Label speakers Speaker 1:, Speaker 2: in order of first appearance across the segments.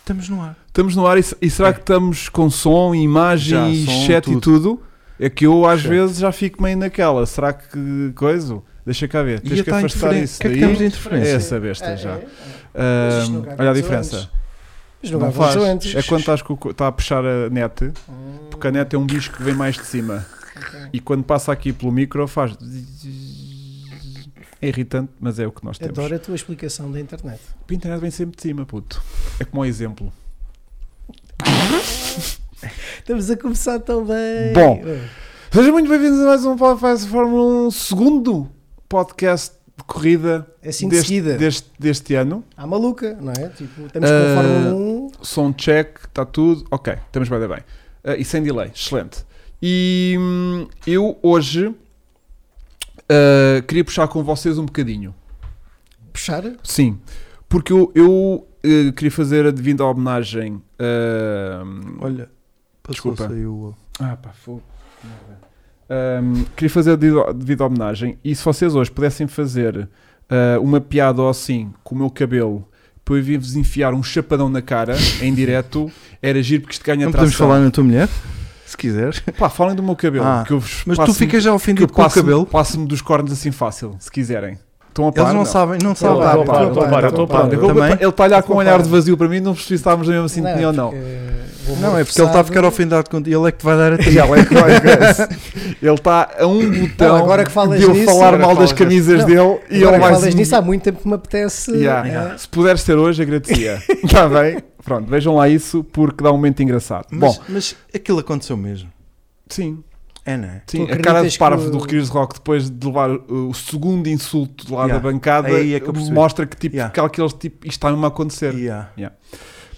Speaker 1: Estamos no ar.
Speaker 2: Estamos no ar e, e será
Speaker 1: É.
Speaker 2: que estamos com som, e imagem
Speaker 1: Já,
Speaker 2: e
Speaker 1: som,
Speaker 2: chat e
Speaker 1: tudo.
Speaker 2: tudo? É que eu às
Speaker 1: Chat.
Speaker 2: vezes já fico meio naquela. Será que coisa? Deixa cá ver. Tens
Speaker 1: Ia
Speaker 2: que
Speaker 1: tá
Speaker 2: afastar
Speaker 1: interferência.
Speaker 2: isso
Speaker 1: O que é que
Speaker 2: daí.
Speaker 1: estamos de interferência?
Speaker 2: É essa besta
Speaker 3: É,
Speaker 2: já.
Speaker 3: é, é. Mas isto
Speaker 2: Ahm,
Speaker 3: nunca
Speaker 2: olha a
Speaker 3: aconteceu
Speaker 2: diferença.
Speaker 3: Mas não,
Speaker 2: Não
Speaker 3: não
Speaker 2: faz.
Speaker 3: antes.
Speaker 2: É quando estás com o co- tá a puxar a net,
Speaker 3: Hum,
Speaker 2: porque a net é um bicho que vem mais de cima.
Speaker 3: ok.
Speaker 2: E quando passa aqui pelo micro faz. É irritante, mas é o que nós temos.
Speaker 3: Adoro a tua explicação da internet.
Speaker 2: A internet vem sempre de cima, puto. É como um exemplo.
Speaker 3: Estamos a começar tão bem.
Speaker 2: Bom. Sejam muito bem-vindos a mais um podcast de Fórmula 1, segundo podcast de corrida
Speaker 3: É assim de
Speaker 2: deste,
Speaker 3: seguida.
Speaker 2: deste, deste ano.
Speaker 3: À maluca, não é? Tipo, estamos com
Speaker 2: Ah,
Speaker 3: a Fórmula 1.
Speaker 2: Som check, está tudo. Ok, estamos bem, bem, bem. Ah, e sem delay, excelente. E hum, eu hoje ah, queria puxar com vocês um bocadinho.
Speaker 3: Puxar?
Speaker 2: Sim, porque eu, eu, eh, queria fazer a devida homenagem. ah,
Speaker 1: Olha, passou,
Speaker 2: Desculpa.
Speaker 1: saiu.
Speaker 2: Ah, pá, fogo. Merda. Ahm, queria fazer a devido- devida homenagem. E se vocês hoje pudessem fazer ah, uma piada ou assim com o meu cabelo, para eu vir-vos enfiar um chapadão na cara em direto, era giro porque isto ganha
Speaker 1: Não podemos
Speaker 2: atração.
Speaker 1: falar na tua mulher? Se quiseres.
Speaker 2: Pá, falem do meu cabelo.
Speaker 1: Ah,
Speaker 2: que eu vos
Speaker 1: Mas tu
Speaker 2: passo-me-
Speaker 1: ficas já
Speaker 2: que eu
Speaker 1: ofendido com o
Speaker 2: passo-me-
Speaker 1: cabelo.
Speaker 2: Passo-me dos cornos assim fácil, se quiserem. Estão a par?
Speaker 1: Eles não sabem, não
Speaker 3: Estou
Speaker 1: sabem.
Speaker 3: a par,
Speaker 1: Não,
Speaker 3: estou a
Speaker 1: não,
Speaker 3: par,
Speaker 1: não,
Speaker 3: estou a
Speaker 1: não,
Speaker 3: par.
Speaker 1: não,
Speaker 2: Eu vou-
Speaker 1: Também?
Speaker 2: Ele está a olhar com um olhar
Speaker 3: Concordo.
Speaker 2: de vazio para mim, não percebi se estávamos na mesma
Speaker 3: é?
Speaker 2: sintonia ou não.
Speaker 3: eh,
Speaker 1: Não, é porque ele está a ficar ofendado contigo. Ele é que te vai dar a ti.
Speaker 2: Ele é que vai ver. Ele está a um botão
Speaker 3: Não, agora que falas
Speaker 2: de eu
Speaker 3: nisso-
Speaker 2: falar
Speaker 1: Agora
Speaker 2: mal das
Speaker 1: falas
Speaker 2: camisas
Speaker 3: nisso.
Speaker 2: dele e ele
Speaker 3: Agora
Speaker 2: vai
Speaker 3: que falas nisso, há muito tempo que me apetece.
Speaker 2: Yeah.
Speaker 3: é,
Speaker 2: Se puderes ser hoje, agradecia. Está bem? Pronto, vejam lá isso porque dá um momento engraçado.
Speaker 1: Mas,
Speaker 2: Bom,
Speaker 1: mas aquilo aconteceu mesmo.
Speaker 2: sim,
Speaker 1: É, não é?
Speaker 2: sim.
Speaker 3: Tu
Speaker 2: A cara de
Speaker 3: acreditas
Speaker 2: parvo
Speaker 3: que-
Speaker 2: do Chris Rock depois de levar uh, o segundo insulto lá
Speaker 1: Yeah.
Speaker 2: da bancada
Speaker 1: Aí é que eu percebi.
Speaker 2: mostra que tipo,
Speaker 1: Yeah.
Speaker 2: que aqueles tipo, isto está mesmo a acontecer.
Speaker 1: Yeah.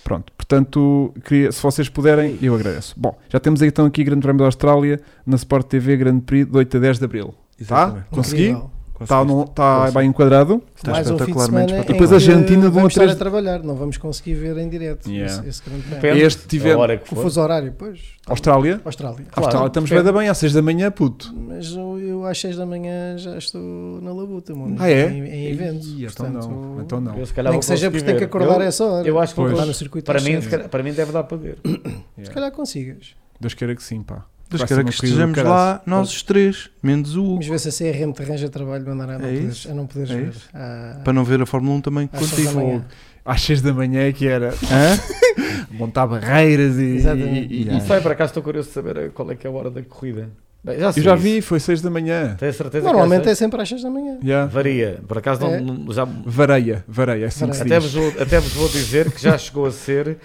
Speaker 2: Pronto, portanto, queria, se vocês puderem, eu agradeço. Bom, já temos aí, então aqui Grande Prémio da Austrália na Sport TV Grande Prix de 8 a 10 de Abril.
Speaker 1: Exatamente.
Speaker 2: Consegui?
Speaker 3: incrível.
Speaker 2: Está
Speaker 1: Conseguiste. assim?
Speaker 2: tá bem enquadrado?
Speaker 1: Está
Speaker 3: Mais um fim de
Speaker 1: espetacularmente
Speaker 3: semana em
Speaker 1: espetacular.
Speaker 2: Depois a
Speaker 3: que
Speaker 2: Argentina vão a
Speaker 3: vamos estar
Speaker 2: três-
Speaker 3: a trabalhar, não vamos conseguir ver em direto
Speaker 2: Yeah.
Speaker 3: esse, esse grande prémio.
Speaker 4: Depende.
Speaker 2: Este
Speaker 4: A
Speaker 2: tivemos.
Speaker 4: hora que
Speaker 3: O
Speaker 4: for.
Speaker 3: fuso horário, pois.
Speaker 2: Austrália?
Speaker 3: Austrália.
Speaker 2: Austrália, estamos bem
Speaker 3: depende.
Speaker 2: da manhã, às 6 da manhã, puto.
Speaker 3: Mas eu, eu às 6 da manhã já estou na labuta, mano.
Speaker 2: Ah, é?
Speaker 3: Em, em evento.
Speaker 2: Ih, então
Speaker 3: portanto,
Speaker 2: não, então não.
Speaker 4: Eu, se calhar,
Speaker 3: Nem
Speaker 4: vou
Speaker 3: que seja porque
Speaker 4: conseguir
Speaker 3: tem que
Speaker 4: ver.
Speaker 3: acordar
Speaker 4: Eu-
Speaker 3: a essa hora.
Speaker 4: Eu acho que
Speaker 2: Pois.
Speaker 4: vou
Speaker 3: Lá no
Speaker 4: conseguir.
Speaker 3: circuito
Speaker 4: para
Speaker 3: às
Speaker 4: mim,
Speaker 3: seis.
Speaker 4: se calhar- para mim deve dar para ver.
Speaker 2: Yeah.
Speaker 3: Se calhar consigas.
Speaker 2: Deus queira que sim, pá.
Speaker 1: Deus
Speaker 2: Vai
Speaker 1: queira
Speaker 2: ser
Speaker 1: que
Speaker 2: uma corrida do
Speaker 1: estejamos
Speaker 2: caralho.
Speaker 1: lá, nós os três, menos o
Speaker 3: Vamos
Speaker 1: Hugo,
Speaker 3: ver se a CRM te arranja trabalho de maneira a não
Speaker 1: É
Speaker 3: poderes,
Speaker 1: isso?
Speaker 3: a não poderes
Speaker 1: É
Speaker 3: ver.
Speaker 1: isso?
Speaker 3: Ah,
Speaker 1: para não ver a Fórmula 1 também
Speaker 3: às seis da
Speaker 1: contigo.
Speaker 3: manhã.
Speaker 2: Às 6 da manhã é que era
Speaker 1: Hã?
Speaker 2: montar barreiras e.
Speaker 3: Exatamente.
Speaker 2: e- e-
Speaker 4: Não sei, por acaso estou curioso de saber eh, qual é que é a hora da corrida. Bem, Já
Speaker 2: Eu
Speaker 4: sei
Speaker 2: já
Speaker 4: isso.
Speaker 2: vi, foi 6 da manhã.
Speaker 4: Tenho certeza
Speaker 3: Normalmente
Speaker 4: que
Speaker 3: é sempre às 6 da manhã.
Speaker 2: Yeah.
Speaker 4: Varia. Por acaso não,
Speaker 3: É.
Speaker 4: não- já...
Speaker 2: Vareia, vareia, é assim que se
Speaker 4: até,
Speaker 2: diz.
Speaker 4: vos vou, até vos vou dizer que já chegou a ser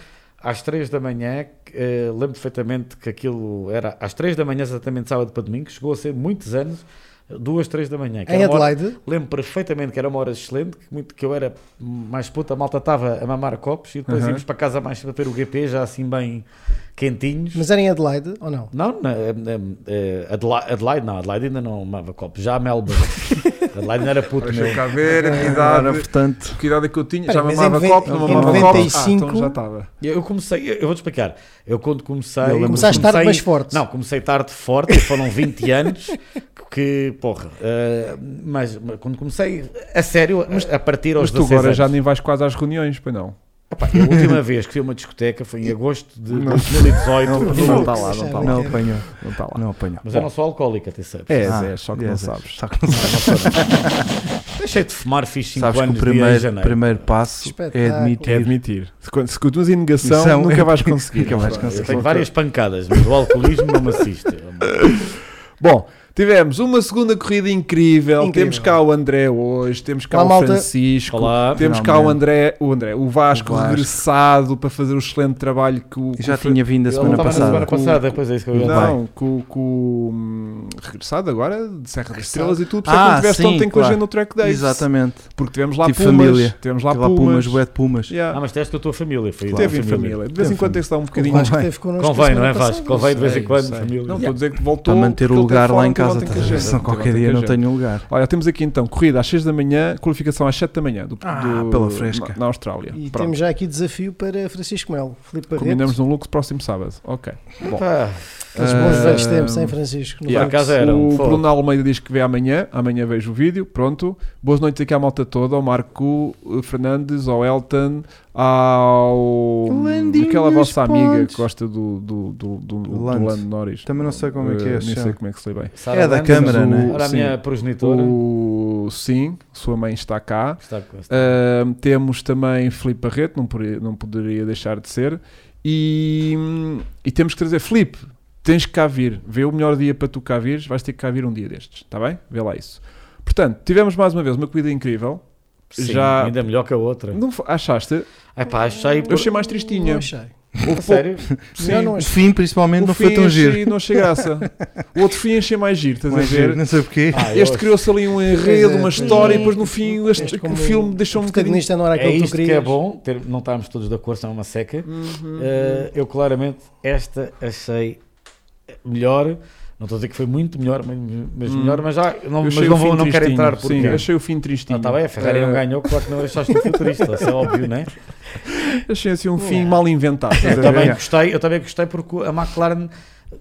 Speaker 4: às 3 da manhã. que, eh, lembro perfeitamente que aquilo era às 3 da manhã, exatamente sábado para domingo. Chegou a ser muitos anos, 2, 3 da manhã. É que
Speaker 3: Em
Speaker 4: era uma hora-
Speaker 3: Adelaide,
Speaker 4: Lembro perfeitamente que era uma hora excelente, que, muito, que eu era mais puta, a malta estava a mamar copos e depois
Speaker 2: Aham.
Speaker 4: íamos para casa mais para ver o GP, já assim bem quentinhos.
Speaker 3: mas era em Adelaide ou não?
Speaker 4: Não, na, na- eh, Adela- Adelaide não, Adelaide ainda não mamava copos, já a Melbourne. Adelaide não era puto, meu.
Speaker 2: Deixa cá ver a que
Speaker 1: Ora,
Speaker 2: idade,
Speaker 1: É, portanto,
Speaker 2: que idade é que eu tinha.
Speaker 3: Peraí,
Speaker 2: Já
Speaker 3: mas
Speaker 2: mamava
Speaker 3: em
Speaker 2: copo, não
Speaker 3: noven-
Speaker 2: mamava
Speaker 3: em
Speaker 2: copo. Ah,
Speaker 3: 95
Speaker 2: então já estava.
Speaker 4: Eu comecei, eu, eu vou-te explicar. Eu quando comecei.
Speaker 1: Eu lembro-me
Speaker 3: Começaste tarde, mas forte.
Speaker 4: Não, comecei tarde forte, foram 20 anos. Que porra, eh, mas mas quando comecei a sério, a, a partir aos
Speaker 2: Mas tu
Speaker 4: 16
Speaker 2: agora já
Speaker 4: anos.
Speaker 2: nem vais quase às reuniões, pois não?
Speaker 4: Epá, a última vez que fui a uma discoteca foi em agosto de 2018.
Speaker 2: Não,
Speaker 4: Mas
Speaker 2: não está lá, não está lá.
Speaker 1: não apanhou,
Speaker 2: Não está lá.
Speaker 1: não apanhou.
Speaker 4: eu não sou alcoólico, atenção.
Speaker 2: É,
Speaker 1: Ah,
Speaker 2: é, só que
Speaker 1: é,
Speaker 2: não
Speaker 1: é,
Speaker 2: sabes.
Speaker 1: só que não sabes.
Speaker 4: Deixei de fumar, fiz 5
Speaker 1: Sabes que
Speaker 4: anos
Speaker 1: o
Speaker 4: de
Speaker 1: primeiro,
Speaker 4: janeiro.
Speaker 1: primeiro passo é
Speaker 3: Espetáculo.
Speaker 2: É
Speaker 1: admitir.
Speaker 2: admitir. Se, quando- se continuas em negação,
Speaker 1: Negação,
Speaker 2: nunca
Speaker 1: é-
Speaker 2: vais conseguir.
Speaker 1: nunca vais
Speaker 4: Eu
Speaker 1: conseguir.
Speaker 2: é.
Speaker 4: tenho várias pancadas, mas o alcoolismo não me assiste.
Speaker 2: Bom, tivemos uma segunda corrida incrível.
Speaker 3: Incrível.
Speaker 2: Temos cá o André hoje, temos cá
Speaker 3: Olá,
Speaker 2: o
Speaker 3: malta.
Speaker 2: Francisco,
Speaker 4: Olá.
Speaker 2: temos cá o
Speaker 1: Finalmente.
Speaker 2: André, o André, o Vasco,
Speaker 1: O Vasco.
Speaker 2: regressado para fazer o excelente trabalho que o.
Speaker 1: E
Speaker 2: que
Speaker 1: já
Speaker 2: o Fra-
Speaker 1: tinha vindo a
Speaker 4: Ele não
Speaker 1: semana
Speaker 4: estava
Speaker 1: passada.
Speaker 4: Na semana passada, pois é isso que eu ia dizer.
Speaker 2: Não, com, com, hum, regressado agora de Serra das
Speaker 3: Regressado.
Speaker 2: Estrelas e tudo, por isso é que
Speaker 1: Ah,
Speaker 2: não tiveste
Speaker 1: sim,
Speaker 2: ontem com a
Speaker 1: claro.
Speaker 2: gente no track days.
Speaker 1: Exatamente.
Speaker 2: Porque tivemos lá
Speaker 1: Tive
Speaker 2: Pumas,
Speaker 1: família.
Speaker 2: tivemos lá
Speaker 1: Tive lá
Speaker 2: Pumas.
Speaker 1: Pumas, bué de Pumas.
Speaker 2: Yeah.
Speaker 4: Ah, mas teste com a tua família, foi isso?
Speaker 2: Teve em família. De vez
Speaker 1: Teve
Speaker 2: em quando
Speaker 1: família.
Speaker 2: tem que se dar um
Speaker 3: O
Speaker 2: bocadinho.
Speaker 3: Vasco
Speaker 1: Convém.
Speaker 3: teve connosco. a
Speaker 4: Convém, não
Speaker 3: semana
Speaker 4: é Vasco?
Speaker 3: passada.
Speaker 4: Convém de vez em
Speaker 2: Sei,
Speaker 4: quando,
Speaker 2: sei.
Speaker 4: família.
Speaker 2: Não, estou a dizer que voltou.
Speaker 1: Para manter o
Speaker 2: porque ele
Speaker 1: lugar
Speaker 2: teve
Speaker 1: lá em
Speaker 2: fora
Speaker 1: casa,
Speaker 2: tem que
Speaker 1: estás a ver?
Speaker 2: agenda.
Speaker 1: Senão
Speaker 2: Teu avó
Speaker 1: qualquer
Speaker 2: tem
Speaker 1: dia
Speaker 2: que
Speaker 1: não
Speaker 2: agenda.
Speaker 1: tenho lugar.
Speaker 2: Olha, temos aqui então corrida às 6 da manhã, qualificação às 7 da manhã do,
Speaker 1: Ah,
Speaker 2: do-
Speaker 1: pela fresca.
Speaker 2: Na, na Austrália.
Speaker 3: E
Speaker 2: Pronto.
Speaker 3: temos já aqui desafio para Francisco Melo. Filipe Barreto.
Speaker 2: Combinamos um look próximo sábado. Ok. Bom.
Speaker 4: Pá,
Speaker 3: Aqueles
Speaker 2: Ah,
Speaker 3: bons velhos tempos em Francisco. não
Speaker 4: Yeah.
Speaker 3: é?
Speaker 4: Por acaso era,
Speaker 2: o
Speaker 4: fogo.
Speaker 2: Bruno Almeida diz que vê amanhã, amanhã vejo o vídeo, pronto. Boas noites aqui à malta toda, ao Marco eh, Fernandes, ao Elton, ao.
Speaker 1: Landinhos
Speaker 2: aquela vossa amiga
Speaker 1: Pontes.
Speaker 2: que gosta do, do, do, do, do
Speaker 1: Land.
Speaker 2: Land Norris.
Speaker 1: Também não sei como é que é,
Speaker 2: Eh, Nem
Speaker 1: se
Speaker 2: sei
Speaker 1: chama.
Speaker 2: como é que se lê bem.
Speaker 4: Sara
Speaker 1: É da
Speaker 4: Landes,
Speaker 1: Câmara,
Speaker 4: o-
Speaker 1: né?
Speaker 4: Ora, a
Speaker 2: Sim.
Speaker 4: minha progenitora.
Speaker 2: O Sim, sua mãe está cá.
Speaker 4: Está com esta.
Speaker 2: Ahm, temos também Filipe Barreto, não, poderia- não poderia deixar de ser. E, e temos que trazer Filipe, tens que cá vir. Vê o melhor dia para tu cá vires, vais ter que cá vir um dia destes, está bem? Vê lá isso. Portanto, tivemos mais uma vez uma corrida incrível.
Speaker 4: Sim,
Speaker 2: já-
Speaker 4: Ainda melhor que a outra.
Speaker 2: Não fo- achaste?
Speaker 4: É pá, achei.
Speaker 2: Eu achei mais tristinha.
Speaker 3: Não achei.
Speaker 4: A sério?
Speaker 2: Sim.
Speaker 3: Não, não
Speaker 1: O
Speaker 3: achei.
Speaker 1: fim, principalmente,
Speaker 2: O
Speaker 1: não
Speaker 2: fim
Speaker 1: foi tão
Speaker 2: achei-
Speaker 1: giro.
Speaker 2: Não achei graça. O outro fim achei mais giro, estás a
Speaker 1: Mas giro,
Speaker 2: ver?
Speaker 1: Não sei porquê.
Speaker 4: Ah, eu
Speaker 2: Este
Speaker 4: acho-
Speaker 2: criou-se ali um
Speaker 3: Pois
Speaker 2: enredo,
Speaker 3: é,
Speaker 2: uma
Speaker 3: pois
Speaker 2: história,
Speaker 3: é.
Speaker 2: e depois no fim este-
Speaker 3: Este
Speaker 2: o
Speaker 3: como
Speaker 2: filme deixou
Speaker 3: O
Speaker 2: um bocadinho.
Speaker 3: protagonista não era
Speaker 4: É
Speaker 3: aquele que
Speaker 4: isto
Speaker 3: tu
Speaker 4: que
Speaker 3: querias.
Speaker 4: é bom, ter- não estarmos todos de acordo, senão é uma seca. Eh, eu claramente esta achei melhor. Não estou a dizer que foi muito melhor, mas, mas
Speaker 2: Hum.
Speaker 4: melhor, mas já não,
Speaker 2: Eu
Speaker 4: mas
Speaker 2: achei
Speaker 4: não,
Speaker 2: o
Speaker 4: vou,
Speaker 2: fim
Speaker 4: não quero
Speaker 2: tristinho.
Speaker 4: entrar
Speaker 2: Sim,
Speaker 4: porque.
Speaker 2: achei o fim tristinho.
Speaker 4: Ah, tá bem, a Ferrari não
Speaker 2: Eh,
Speaker 4: ganhou, claro que não achaste um futurista, isso é óbvio, né?
Speaker 2: Achei assim um
Speaker 3: É.
Speaker 2: fim mal inventado. estás
Speaker 4: Eu
Speaker 2: a
Speaker 4: também
Speaker 2: ver?
Speaker 4: gostei, eu também gostei porque a McLaren,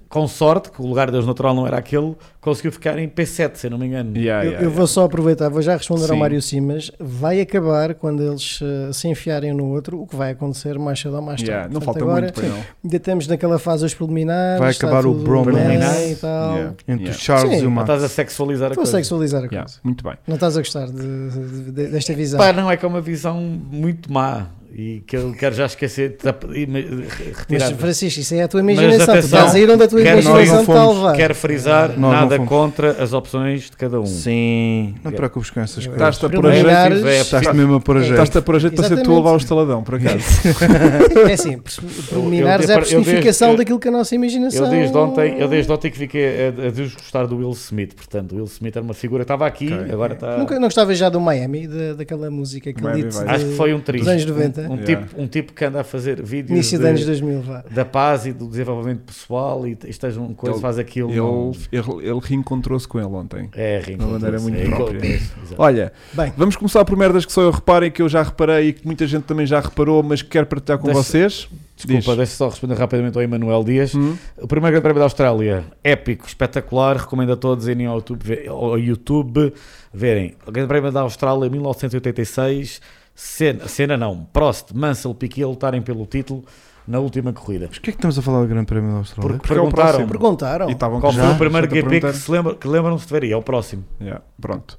Speaker 4: com sorte, que o lugar deles natural não era aquele, conseguiu ficar em P7, se eu não me engano.
Speaker 2: Yeah,
Speaker 3: Eu,
Speaker 2: yeah,
Speaker 3: eu vou só aproveitar, vou já responder ao
Speaker 2: Sim.
Speaker 3: Mário Simas. Vai acabar quando eles eh, se enfiarem no outro, o que vai acontecer mais cedo ou mais tarde.
Speaker 2: yeah. Não
Speaker 3: Portanto,
Speaker 2: falta
Speaker 3: agora
Speaker 2: muito para não.
Speaker 3: ainda estamos naquela fase dos preliminares.
Speaker 1: Vai
Speaker 3: está
Speaker 1: acabar o
Speaker 3: tudo
Speaker 1: bromance.
Speaker 3: bem e
Speaker 4: Então,
Speaker 3: tal.
Speaker 2: Yeah,
Speaker 1: Entre
Speaker 2: yeah,
Speaker 1: o Charles
Speaker 3: Sim,
Speaker 1: e o
Speaker 4: Não
Speaker 1: Max.
Speaker 4: estás a sexualizar a
Speaker 3: Estou a
Speaker 4: coisa.
Speaker 3: sexualizar a
Speaker 2: yeah.
Speaker 3: coisa.
Speaker 2: Muito bem.
Speaker 3: Não estás a gostar de- de- de- desta visão.
Speaker 4: Pá, não é que é uma visão muito má e que eu quero já esquecer, tap- e me- re-
Speaker 3: Mas
Speaker 4: retirar.
Speaker 3: Francisco, isso é a tua
Speaker 4: Mas
Speaker 3: imaginação. tu
Speaker 4: atenção,
Speaker 3: estás a ir onde a tua
Speaker 4: quer nós
Speaker 3: imaginação
Speaker 1: não
Speaker 3: está a
Speaker 1: fomos,
Speaker 3: levar.
Speaker 4: Quero frisar,
Speaker 1: Nós não
Speaker 4: nada
Speaker 1: fomos.
Speaker 4: contra as opções de cada um.
Speaker 1: Sim. Não te
Speaker 4: Yeah.
Speaker 1: preocupes com essas coisas.
Speaker 2: Estás-te a pôr a jeito.
Speaker 3: Preliminares,
Speaker 4: Sim, é-
Speaker 1: Estás-te mesmo a pôr a jeito.
Speaker 2: Estás-te a pôr a jeito para ser tu a
Speaker 3: Exatamente.
Speaker 2: levar o estaladão, por acaso.
Speaker 3: é assim, pers- preliminares
Speaker 4: eu-
Speaker 3: é a
Speaker 4: eu- eu-
Speaker 3: personificação
Speaker 4: eu-
Speaker 3: daquilo que é a nossa imaginação.
Speaker 4: Eu desde ontem, eu desde ontem que fiquei a, a desgostar do Will Smith, portanto, o Will Smith era uma figura, estava aqui,
Speaker 2: Ok.
Speaker 4: agora está.
Speaker 3: Nunca, não gostava já do Miami, da- daquela música que
Speaker 2: Miami
Speaker 3: ele
Speaker 2: Vice.
Speaker 4: Acho que foi um triste.
Speaker 3: dos anos 90.
Speaker 4: Um, um
Speaker 2: Yeah.
Speaker 4: tipo, um tipo que anda a fazer vídeos
Speaker 3: início dos
Speaker 4: de-
Speaker 3: anos 2000. Vá.
Speaker 4: da paz e do desenvolvimento pessoal e esteja um coisa,
Speaker 2: Ele-
Speaker 4: faz aquilo.
Speaker 2: Ele,
Speaker 4: não-
Speaker 2: ele, ele reencontrou-se com ele ontem.
Speaker 4: É,
Speaker 2: uma maneira muito própria.
Speaker 4: Exato.
Speaker 2: Olha,
Speaker 3: Bem,
Speaker 2: vamos começar por merdas que só eu reparei, que eu já reparei e que muita gente também já reparou, mas que quero partilhar com
Speaker 4: Deixa-
Speaker 2: vocês.
Speaker 4: Desculpa,
Speaker 2: Diz.
Speaker 4: deixa só responder rapidamente ao Emanuel Dias.
Speaker 2: Hum?
Speaker 4: O primeiro Grande Prémio da Austrália, épico, espetacular, recomendo a todos irem ao YouTube, ver- ao YouTube verem. O Grande Prémio da Austrália 1986, cena, cena não, Prost, Mansell, Piquet lutarem pelo título na última corrida.
Speaker 1: Mas porquê é que estamos a falar do Grande Prémio da Austrália?
Speaker 4: Porque
Speaker 2: Porque é o
Speaker 4: perguntaram
Speaker 2: próximo.
Speaker 3: perguntaram.
Speaker 2: E tá estavam
Speaker 4: qual
Speaker 2: com-
Speaker 4: foi
Speaker 1: Já?
Speaker 4: o primeiro
Speaker 2: Já te
Speaker 4: GP que
Speaker 2: perguntaram?
Speaker 4: se lembra- que lembram-se de ver aí, é o próximo.
Speaker 2: Yeah, pronto.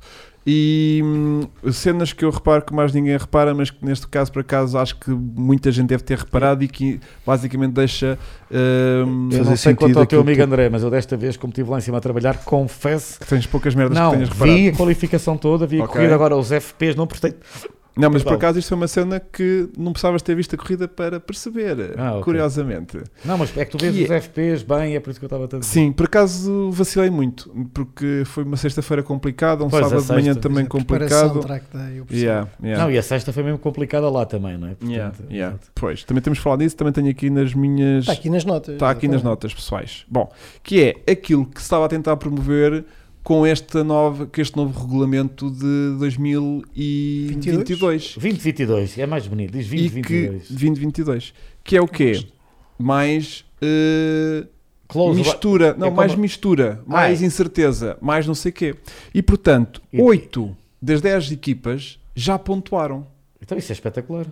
Speaker 2: E hum, cenas que eu reparo que mais ninguém repara, mas que neste caso, por acaso, acho que muita gente deve ter reparado e que basicamente deixa. hum,
Speaker 4: Eu
Speaker 1: Fazer
Speaker 4: não sei quanto
Speaker 1: sentido
Speaker 4: ao
Speaker 1: aquilo
Speaker 4: teu amigo
Speaker 1: que-
Speaker 4: André, mas eu desta vez, como estive lá em cima a trabalhar, confesso
Speaker 2: que tens poucas merdas que
Speaker 4: Não,
Speaker 2: tenhas reparado.
Speaker 4: vi a qualificação toda, vi a
Speaker 2: Ok.
Speaker 4: corrida agora os FPs, não prestei.
Speaker 2: Não, mas por
Speaker 4: Perdão.
Speaker 2: acaso isto foi uma cena que não precisavas ter visto a corrida para perceber,
Speaker 4: Ah, ok.
Speaker 2: curiosamente.
Speaker 4: Não, mas é que tu vês
Speaker 2: E
Speaker 4: os FPs bem, é por isso que eu estava tanto.
Speaker 2: Sim, por acaso vacilei muito, porque foi uma sexta-feira complicada, um
Speaker 4: Pois, a
Speaker 2: sábado de manhã
Speaker 4: sexta.
Speaker 2: também
Speaker 3: Preparação,
Speaker 2: complicado.
Speaker 3: track day, eu percebo.
Speaker 2: Yeah, yeah.
Speaker 4: Não, e a sexta foi mesmo complicada lá também, não é? Portanto,
Speaker 2: Yeah, yeah.
Speaker 4: exato. Tá
Speaker 2: Pois, também temos falado disso, também tenho aqui nas minhas.
Speaker 3: Está Tá aqui nas notas.
Speaker 2: Está tá aqui nas notas pessoais. Bom, que é aquilo que se estava a tentar promover com esta nova, com este novo regulamento de 2022.
Speaker 4: 2022, é mais bonito, diz
Speaker 2: E que
Speaker 4: 2022.
Speaker 2: 2022. Que é o quê? Mais eh,
Speaker 4: Close ba-
Speaker 2: mistura, não,
Speaker 4: É como- Ah, é.
Speaker 2: mais mistura, mais incerteza, mais não sei quê. E portanto,
Speaker 4: E-
Speaker 2: oito das 10 equipas já pontuaram.
Speaker 4: Então isso é espetacular.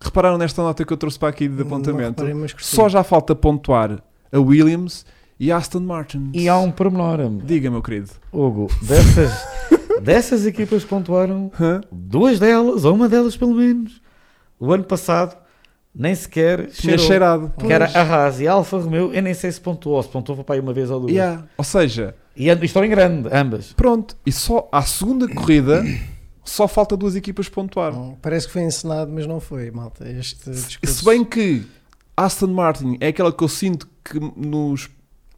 Speaker 2: Repararam nesta nota que eu trouxe para aqui de apontamento? Só
Speaker 3: Só
Speaker 2: já falta pontuar a Williams e a Aston Martin.
Speaker 4: E há um pormenor,
Speaker 2: Diga, meu querido.
Speaker 4: Hugo, dessas, dessas equipas que pontuaram,
Speaker 2: Hã?
Speaker 4: duas delas, ou uma delas pelo menos, o ano passado, nem sequer
Speaker 2: Tinha
Speaker 4: cheirou.
Speaker 2: cheirado.
Speaker 4: Que era a Haas e a Alfa Romeo, eu nem sei se pontuou, se pontuou para aí uma vez ou duas.
Speaker 2: Yeah. Ou seja,
Speaker 4: E and- e estão em grande, ambas.
Speaker 2: pronto. E só à segunda corrida só falta duas equipas pontuar.
Speaker 3: Oh, Parece que foi encenado, mas não foi, malta. Este
Speaker 2: E
Speaker 3: discurso.
Speaker 2: Se bem que Aston Martin é aquela que eu sinto que nos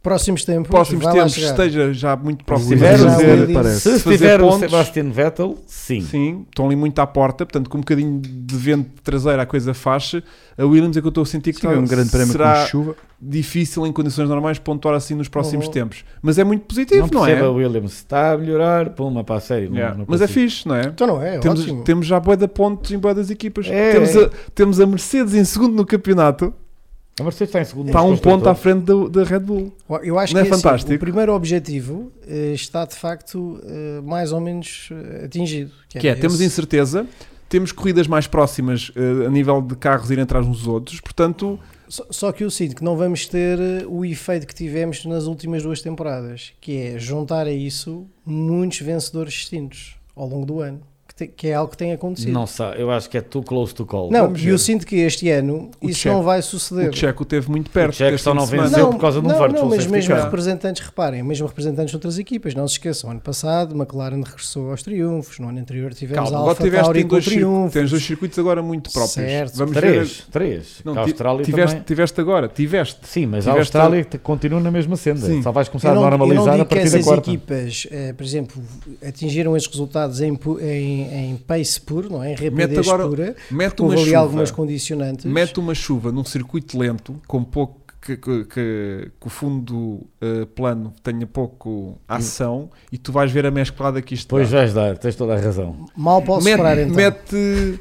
Speaker 3: Próximos tempos,
Speaker 2: Próximos
Speaker 3: vai lá
Speaker 2: tempos
Speaker 3: chegar.
Speaker 2: esteja já muito
Speaker 1: Luís
Speaker 2: próximo.
Speaker 4: tiver
Speaker 2: de
Speaker 4: o
Speaker 2: fazer-
Speaker 3: Luís-
Speaker 1: parece.
Speaker 4: Se
Speaker 2: É, fazer
Speaker 4: estiver o
Speaker 2: pontos.
Speaker 4: Sebastian Vettel, sim.
Speaker 2: Sim, estão ali muito à porta, portanto, com um bocadinho de vento traseiro a coisa faz A Williams é que eu estou a sentir que
Speaker 1: Tive um grande prémio
Speaker 2: será
Speaker 1: com chuva.
Speaker 2: difícil em condições normais pontuar assim nos próximos
Speaker 3: Uhum.
Speaker 2: tempos. Mas é muito positivo,
Speaker 4: Não
Speaker 2: não, é?
Speaker 4: perceba o Williams. Está a melhorar, puma, para a série. não-
Speaker 2: Yeah.
Speaker 4: não
Speaker 2: Mas é
Speaker 4: consigo.
Speaker 2: fixe, não é?
Speaker 3: Então não é,
Speaker 2: Temos,
Speaker 3: ótimo.
Speaker 2: temos já boa de pontos em boa das equipas.
Speaker 4: É.
Speaker 2: Temos, a, temos a Mercedes em segundo no campeonato,
Speaker 4: A Mercedes está em
Speaker 3: É.
Speaker 4: segundo.
Speaker 2: está
Speaker 4: nos
Speaker 2: um ponto à
Speaker 4: construtores.
Speaker 2: frente da, da Red Bull.
Speaker 3: Eu acho
Speaker 2: Não
Speaker 3: que
Speaker 2: é
Speaker 3: é assim,
Speaker 2: fantástico?
Speaker 3: o primeiro objetivo eh, está de facto eh, mais ou menos eh, atingido.
Speaker 2: Que é, temos
Speaker 3: esse.
Speaker 2: incerteza, temos corridas mais próximas eh, a nível de carros irem atrás uns dos outros, portanto,
Speaker 3: Só, só que eu sinto que não vamos ter eh, o efeito que tivemos nas últimas duas temporadas, que é juntar a isso muitos vencedores distintos ao longo do ano, que, te- que é algo que tem acontecido.
Speaker 4: Não sei, eu acho que é too close to call.
Speaker 3: Não,
Speaker 2: Vamos
Speaker 3: e eu
Speaker 2: ver.
Speaker 3: sinto que este ano
Speaker 2: O
Speaker 3: isso
Speaker 2: Checo.
Speaker 3: não vai
Speaker 2: o
Speaker 3: suceder.
Speaker 2: Checo teve muito perto.
Speaker 4: O Checo
Speaker 2: este
Speaker 4: só
Speaker 2: fim de
Speaker 4: não
Speaker 2: semana.
Speaker 4: venceu. por causa de um
Speaker 3: não,
Speaker 4: virtual
Speaker 3: não, mas
Speaker 4: safety
Speaker 3: mesmo
Speaker 2: car.
Speaker 3: representantes, reparem, mesmo representantes de outras equipas, não se esqueçam, ano passado McLaren regressou aos triunfos, no ano anterior tivemos
Speaker 2: Calma,
Speaker 3: a
Speaker 2: agora
Speaker 3: Alfa
Speaker 2: tiveste
Speaker 3: Tauri
Speaker 2: em
Speaker 3: com
Speaker 2: dois, circuitos,
Speaker 3: triunfo.
Speaker 2: tens dois circuitos agora muito próprios.
Speaker 3: Certo.
Speaker 2: Vamos ver.
Speaker 4: Três, três.
Speaker 2: Não,
Speaker 4: a
Speaker 2: ti-
Speaker 4: Austrália
Speaker 2: tiveste,
Speaker 4: também.
Speaker 2: tiveste agora, tiveste.
Speaker 4: Sim, mas a
Speaker 2: tiveste-
Speaker 4: Austrália te- continua na mesma senda.
Speaker 2: Sim.
Speaker 4: Só vais começar
Speaker 3: Eu não,
Speaker 4: a
Speaker 3: eu não
Speaker 4: normalizar
Speaker 3: digo
Speaker 4: a
Speaker 3: que
Speaker 4: partir da
Speaker 3: essas
Speaker 4: quarta.
Speaker 3: equipas, eh, por exemplo, atingiram esses resultados em, pu- em, em pace puro, não é? em rapidez
Speaker 2: Mete agora-
Speaker 3: pura,
Speaker 2: Mete uma
Speaker 3: houve ali
Speaker 2: chuva.
Speaker 3: algumas condicionantes.
Speaker 2: Mete uma chuva num circuito lento, com pouco que, que- que- que o fundo eh, plano tenha pouco
Speaker 3: Ah.
Speaker 2: ação e tu vais ver a mesclada que isto
Speaker 4: Pois é.
Speaker 2: dá.
Speaker 4: vais dar, tens toda a razão.
Speaker 3: Mal posso
Speaker 2: mete,
Speaker 3: esperar então.
Speaker 2: mete-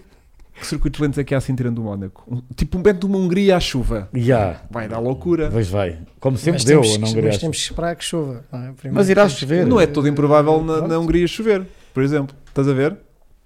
Speaker 2: que circuitos lentos é que há assim tirando do Mónaco? Um- tipo, mete uma Hungria à chuva.
Speaker 4: Já,
Speaker 2: Vai dar loucura.
Speaker 4: pois vai. Como sempre
Speaker 3: mas,
Speaker 4: deu,
Speaker 3: temos,
Speaker 4: não
Speaker 3: que,
Speaker 4: Hungria.
Speaker 3: mas temos que esperar que chova. não é? Primeiro
Speaker 4: Mas irá
Speaker 3: temos que-
Speaker 4: chover.
Speaker 2: Não é todo improvável na, na
Speaker 4: Pronto.
Speaker 2: Hungria chover, por exemplo. Estás a ver?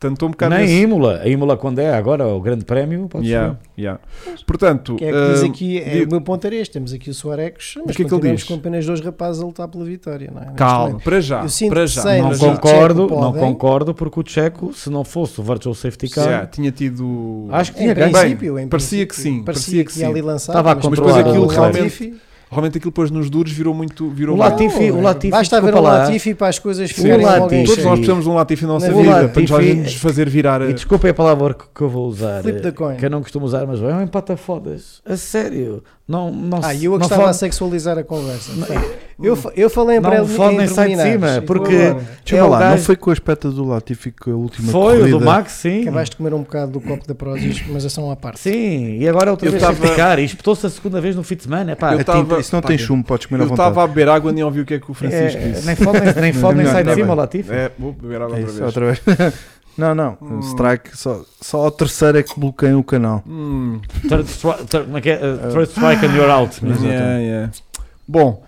Speaker 2: Portanto, estou um bocado
Speaker 4: Nem
Speaker 2: nesse-
Speaker 4: a Imola. A Imola, quando é agora o grande prémio, pode
Speaker 2: Yeah,
Speaker 4: ser.
Speaker 2: yeah. Portanto,
Speaker 3: Que é que diz
Speaker 2: ah,
Speaker 3: aqui, é,
Speaker 2: digo-
Speaker 3: o meu ponto era este, temos aqui o Soarex, mas
Speaker 2: que é que ele
Speaker 3: continuamos
Speaker 2: diz?
Speaker 3: com apenas dois rapazes a lutar pela vitória, não é? Neste
Speaker 2: calma,
Speaker 3: momento.
Speaker 2: para já,
Speaker 3: Eu sinto
Speaker 2: para
Speaker 3: que
Speaker 2: já.
Speaker 3: sei,
Speaker 4: Não
Speaker 3: mas o
Speaker 4: concordo,
Speaker 3: Checo
Speaker 4: não
Speaker 3: podem.
Speaker 4: concordo, porque o Checo, se não fosse o Virtual Safety Car,
Speaker 2: Yeah, é, tinha tido.
Speaker 4: é,
Speaker 2: um
Speaker 4: acho que
Speaker 3: Em
Speaker 4: tinha ganho.
Speaker 2: Bem,
Speaker 3: princípio,
Speaker 2: parecia
Speaker 3: em princípio,
Speaker 2: que sim, parecia
Speaker 3: Parecia
Speaker 2: que
Speaker 3: que ia
Speaker 2: sim.
Speaker 3: ali lançar.
Speaker 4: Estava a
Speaker 3: mas
Speaker 4: controlar
Speaker 3: depois
Speaker 4: o Latifi.
Speaker 3: Latifi.
Speaker 2: Realmente aquilo depois nos duros virou muito. Virou
Speaker 4: O
Speaker 2: muito.
Speaker 4: Latifi- o Latifi,
Speaker 3: Basta haver um
Speaker 4: desculpa lá.
Speaker 3: Latifi para as coisas
Speaker 4: O
Speaker 3: ficarem logo
Speaker 4: Latifi.
Speaker 3: em
Speaker 2: Todos nós
Speaker 3: cheio.
Speaker 2: precisamos de um Latifi na nossa
Speaker 3: Não, o
Speaker 2: vida para
Speaker 4: Latifi-
Speaker 2: nos fazer- nos fazer virar. a-
Speaker 4: E desculpem a palavra que, que eu vou usar,
Speaker 3: Flip da
Speaker 4: eh,
Speaker 3: coin.
Speaker 4: que eu não costumo usar, mas é um empata fodas. A sério. Não, não,
Speaker 3: Ah,
Speaker 4: se-
Speaker 3: e eu a que
Speaker 4: não
Speaker 3: estava
Speaker 4: fala-
Speaker 3: a sexualizar a conversa. Portanto, eu, fa- eu falei em
Speaker 4: Não
Speaker 3: prelimi-
Speaker 4: fode
Speaker 3: em
Speaker 4: nem sai de
Speaker 3: preliminares.
Speaker 4: cima,
Speaker 3: E
Speaker 4: porque-
Speaker 3: tu agora
Speaker 4: É
Speaker 1: Desculpa
Speaker 4: o
Speaker 1: lá,
Speaker 4: gajo-
Speaker 1: não foi com a espeta do Latifi que a última
Speaker 4: Foi
Speaker 1: corrida...
Speaker 4: o do Max, sim.
Speaker 3: Acabaste de comer um bocado do copo da Prozis, mas é só uma parte.
Speaker 4: Sim, e agora é outra
Speaker 2: Eu
Speaker 4: vez
Speaker 2: tava-
Speaker 4: safety car. E espetou-se a segunda vez no fim de semana.
Speaker 2: Eu
Speaker 4: Epá,
Speaker 1: É
Speaker 4: é,
Speaker 1: tinta,
Speaker 2: tava-
Speaker 1: isso não
Speaker 2: pá,
Speaker 1: tem
Speaker 2: eu-
Speaker 1: chumbo, podes comer à
Speaker 2: Eu
Speaker 1: vontade.
Speaker 2: estava a beber água nem ouvi o que é que o Francisco disse.
Speaker 4: nem fode nem, nem, fode, nem sai de
Speaker 1: Tá
Speaker 4: cima
Speaker 1: bem.
Speaker 4: o Latifi.
Speaker 2: É, vou beber água
Speaker 1: É
Speaker 2: outra
Speaker 1: isso,
Speaker 2: vez.
Speaker 1: outra vez. não, não. um
Speaker 2: Hum.
Speaker 1: Strike, só, só ao terceiro é que bloqueiam o canal.
Speaker 2: Hum,
Speaker 4: Third stri- third- como é que é? Uh, third strike and you're out.
Speaker 2: yeah, yeah. é, Bom,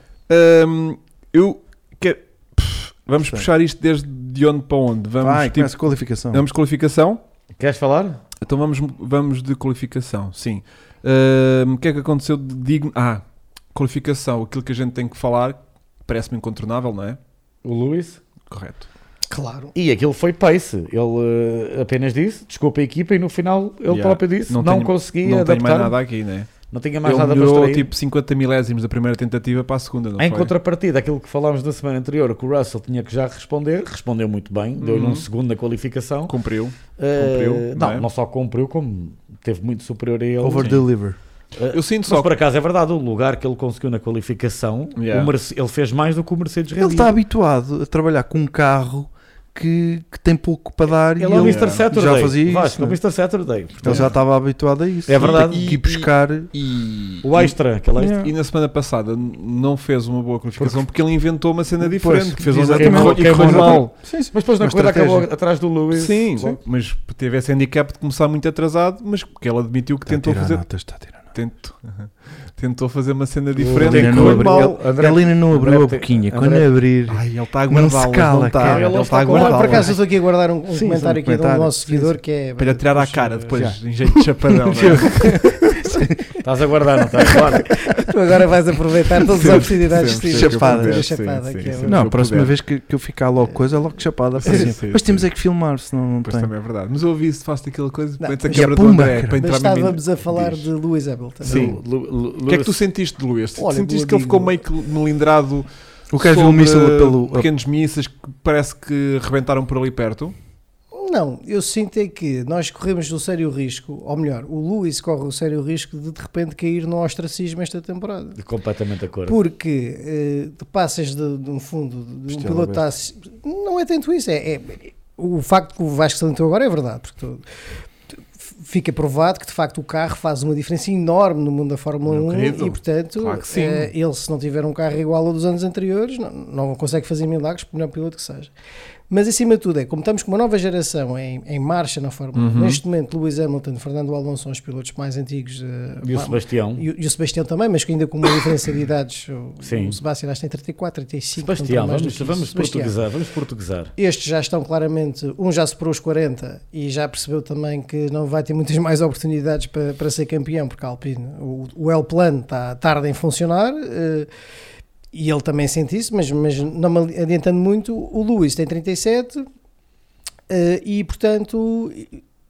Speaker 2: hum, eu quero. Pff, Vamos
Speaker 1: Sim.
Speaker 2: puxar isto desde de onde para onde? Vamos,
Speaker 1: Vai,
Speaker 2: tipo,
Speaker 1: começa a qualificação.
Speaker 2: vamos qualificação?
Speaker 4: Queres falar?
Speaker 2: Então vamos, vamos de qualificação, sim. Ahm, O que é que aconteceu de digno? Ah, qualificação, aquilo que a gente tem que falar, parece-me incontornável, não é?
Speaker 4: O Lewis?
Speaker 2: Correto.
Speaker 3: Claro.
Speaker 4: E aquilo foi pace. Ele eh, apenas disse, desculpa a equipa, e no final ele
Speaker 2: Yeah.
Speaker 4: próprio disse,
Speaker 2: Não
Speaker 4: não,
Speaker 2: tenho-
Speaker 4: conseguia
Speaker 2: não
Speaker 4: adaptar.
Speaker 2: tem mais nada aqui, né?
Speaker 4: Não tinha mais
Speaker 2: Ele
Speaker 4: nada para
Speaker 2: melhorou
Speaker 4: extrair.
Speaker 2: tipo 50 milésimos da primeira tentativa para a segunda, não
Speaker 4: Em
Speaker 2: foi?
Speaker 4: contrapartida, aquilo que falámos na semana anterior, que o Russell tinha que já responder, respondeu muito bem, deu-lhe
Speaker 2: Uhum.
Speaker 4: um segundo na qualificação.
Speaker 2: Cumpriu.
Speaker 4: Eh,
Speaker 2: cumpriu,
Speaker 4: não,
Speaker 2: não é?
Speaker 4: não só cumpriu, como teve muito superior a ele.
Speaker 1: Over deliver.
Speaker 4: Eh,
Speaker 2: Eu sinto
Speaker 4: mas
Speaker 2: só
Speaker 4: por
Speaker 2: que
Speaker 4: acaso é verdade, o lugar que ele conseguiu na qualificação,
Speaker 2: Yeah.
Speaker 4: o Merce- ele fez mais do que o Mercedes
Speaker 1: Ele
Speaker 4: rendia.
Speaker 1: está habituado a trabalhar com um carro que, que tem pouco para dar
Speaker 4: Ele
Speaker 1: e
Speaker 4: é o
Speaker 1: ele,
Speaker 4: Mr. Saturday.
Speaker 1: já fazia isso,
Speaker 4: Vasco, é o
Speaker 1: né?
Speaker 4: Mr. Saturday. Portanto,
Speaker 1: ele já estava habituado a isso.
Speaker 4: É verdade.
Speaker 1: E,
Speaker 2: E-
Speaker 1: e buscar...
Speaker 2: e,
Speaker 4: O é- extra, aquele extra.
Speaker 2: e na semana passada n- não fez uma boa qualificação porque, ele inventou uma cena diferente,
Speaker 1: Pois,
Speaker 2: que fez um
Speaker 1: exatamente. é
Speaker 2: e correu- e correu
Speaker 4: Queimou-
Speaker 2: mal.
Speaker 1: Sim, sim.
Speaker 4: Mas depois na
Speaker 1: Uma
Speaker 4: corrida
Speaker 1: estratégia.
Speaker 4: acabou atrás do Lewis.
Speaker 2: Sim, mas teve esse handicap de começar muito atrasado, mas porque ele admitiu que
Speaker 1: Está é? a
Speaker 2: tentou
Speaker 1: tirar
Speaker 2: fazer
Speaker 1: notas, está a tirar notas.
Speaker 2: Tentou, tentou fazer uma cena
Speaker 1: Ele
Speaker 2: diferente.
Speaker 1: ainda
Speaker 2: que
Speaker 1: não
Speaker 2: foi
Speaker 1: abriu.
Speaker 2: mal.
Speaker 1: Ele- A Helena não abriu a boquinha. Quando
Speaker 4: André-
Speaker 1: abrir...
Speaker 2: Ai, ele está a
Speaker 1: Não tá. se
Speaker 2: guardá-las,
Speaker 1: cala,
Speaker 2: não está.
Speaker 1: cara.
Speaker 2: Ele
Speaker 4: Ele
Speaker 2: está a
Speaker 4: está com-
Speaker 3: Não,
Speaker 2: guardá-las.
Speaker 3: por acaso eu estou aqui a guardar um, um
Speaker 1: Sim,
Speaker 3: comentário
Speaker 1: um
Speaker 3: aqui de um
Speaker 1: comentário.
Speaker 3: nosso seguidor que é.
Speaker 2: Para lhe tirar à
Speaker 3: Puxa,
Speaker 2: cara depois,
Speaker 1: Já.
Speaker 2: em jeito de chapadão. não é?
Speaker 4: Estás a guardar, não estás? Claro.
Speaker 3: Tu agora vais aproveitar todas as
Speaker 2: Sempre,
Speaker 3: oportunidades
Speaker 2: sempre,
Speaker 3: que
Speaker 1: sempre,
Speaker 3: tens.
Speaker 1: Chapada.
Speaker 3: Tira a
Speaker 2: Sim,
Speaker 3: chapada,
Speaker 2: sim,
Speaker 3: que é
Speaker 2: sim.
Speaker 3: o-
Speaker 1: Não,
Speaker 2: se
Speaker 1: a
Speaker 2: eu
Speaker 1: próxima
Speaker 2: puder.
Speaker 1: vez que, que eu ficar logo coisa, é logo chapada para
Speaker 2: Sim,
Speaker 1: cima.
Speaker 2: sim,
Speaker 1: Mas
Speaker 2: sim.
Speaker 1: temos é que filmar, senão não
Speaker 2: Pois
Speaker 1: tem.
Speaker 2: também é verdade. Mas eu ouvi isso, faço aquela coisa,
Speaker 3: Não,
Speaker 2: metes a
Speaker 3: mas-
Speaker 1: E
Speaker 2: câmera
Speaker 1: a
Speaker 2: do
Speaker 1: pumba,
Speaker 2: André
Speaker 1: cara.
Speaker 2: para
Speaker 3: Mas
Speaker 2: entrar na
Speaker 3: estávamos
Speaker 2: mina.
Speaker 3: a falar
Speaker 2: Diz.
Speaker 3: de Lewis Hamilton.
Speaker 2: Sim. O que é que tu sentiste de Luís?
Speaker 3: Olha,
Speaker 2: sentiste
Speaker 3: boa
Speaker 2: que ele
Speaker 3: dica.
Speaker 2: ficou meio que melindrado
Speaker 1: O gajo viu
Speaker 2: sobre
Speaker 1: o míssil pelo.
Speaker 2: pequenos mísseis que parece que rebentaram por ali perto?
Speaker 3: não. Eu sinto é que nós corremos o sério risco, ou melhor, o Lewis corre o sério risco de de repente cair no ostracismo esta temporada.
Speaker 4: De completamente de acordo.
Speaker 3: Porque eh, tu passas de, de um fundo, de um
Speaker 2: Estilo
Speaker 3: piloto está. Não é tanto isso. É, é- o facto que o Vasco salientou agora é verdade. Porque tu- tu- fica provado que de facto o carro faz uma diferença enorme no mundo da Fórmula
Speaker 2: Meu
Speaker 3: 1
Speaker 2: querido,
Speaker 3: e, portanto,
Speaker 2: claro que sim.
Speaker 3: eh, ele, se não tiver um carro igual ao dos anos anteriores, não, não consegue fazer milagres, por melhor piloto que seja. Mas acima de tudo, é como estamos com uma nova geração em, em marcha na Fórmula 1,
Speaker 2: Uhum.
Speaker 3: neste momento, Lewis Hamilton, Fernando Alonso são os pilotos mais antigos, eh,
Speaker 4: E o
Speaker 3: ma-
Speaker 4: Sebastião?
Speaker 3: e, o- e o Sebastião também, mas que ainda com uma diferença de idades. o-
Speaker 4: Sim.
Speaker 3: O Sebastião acho que tem 34, 35. não tem
Speaker 4: Sebastião,
Speaker 3: mais do
Speaker 4: vamos,
Speaker 3: que isso.
Speaker 4: vamos
Speaker 3: um Sebastião.
Speaker 4: portuguesar, vamos portuguesar.
Speaker 3: Estes já estão claramente, um já superou os 40 e já percebeu também que não vai ter muitas mais oportunidades para, para ser campeão, porque a Alpine, o, o El Plano está tarde em funcionar eh, e ele também sente isso, mas, mas não me adiantando muito, o Lewis tem 37 eh, e, portanto,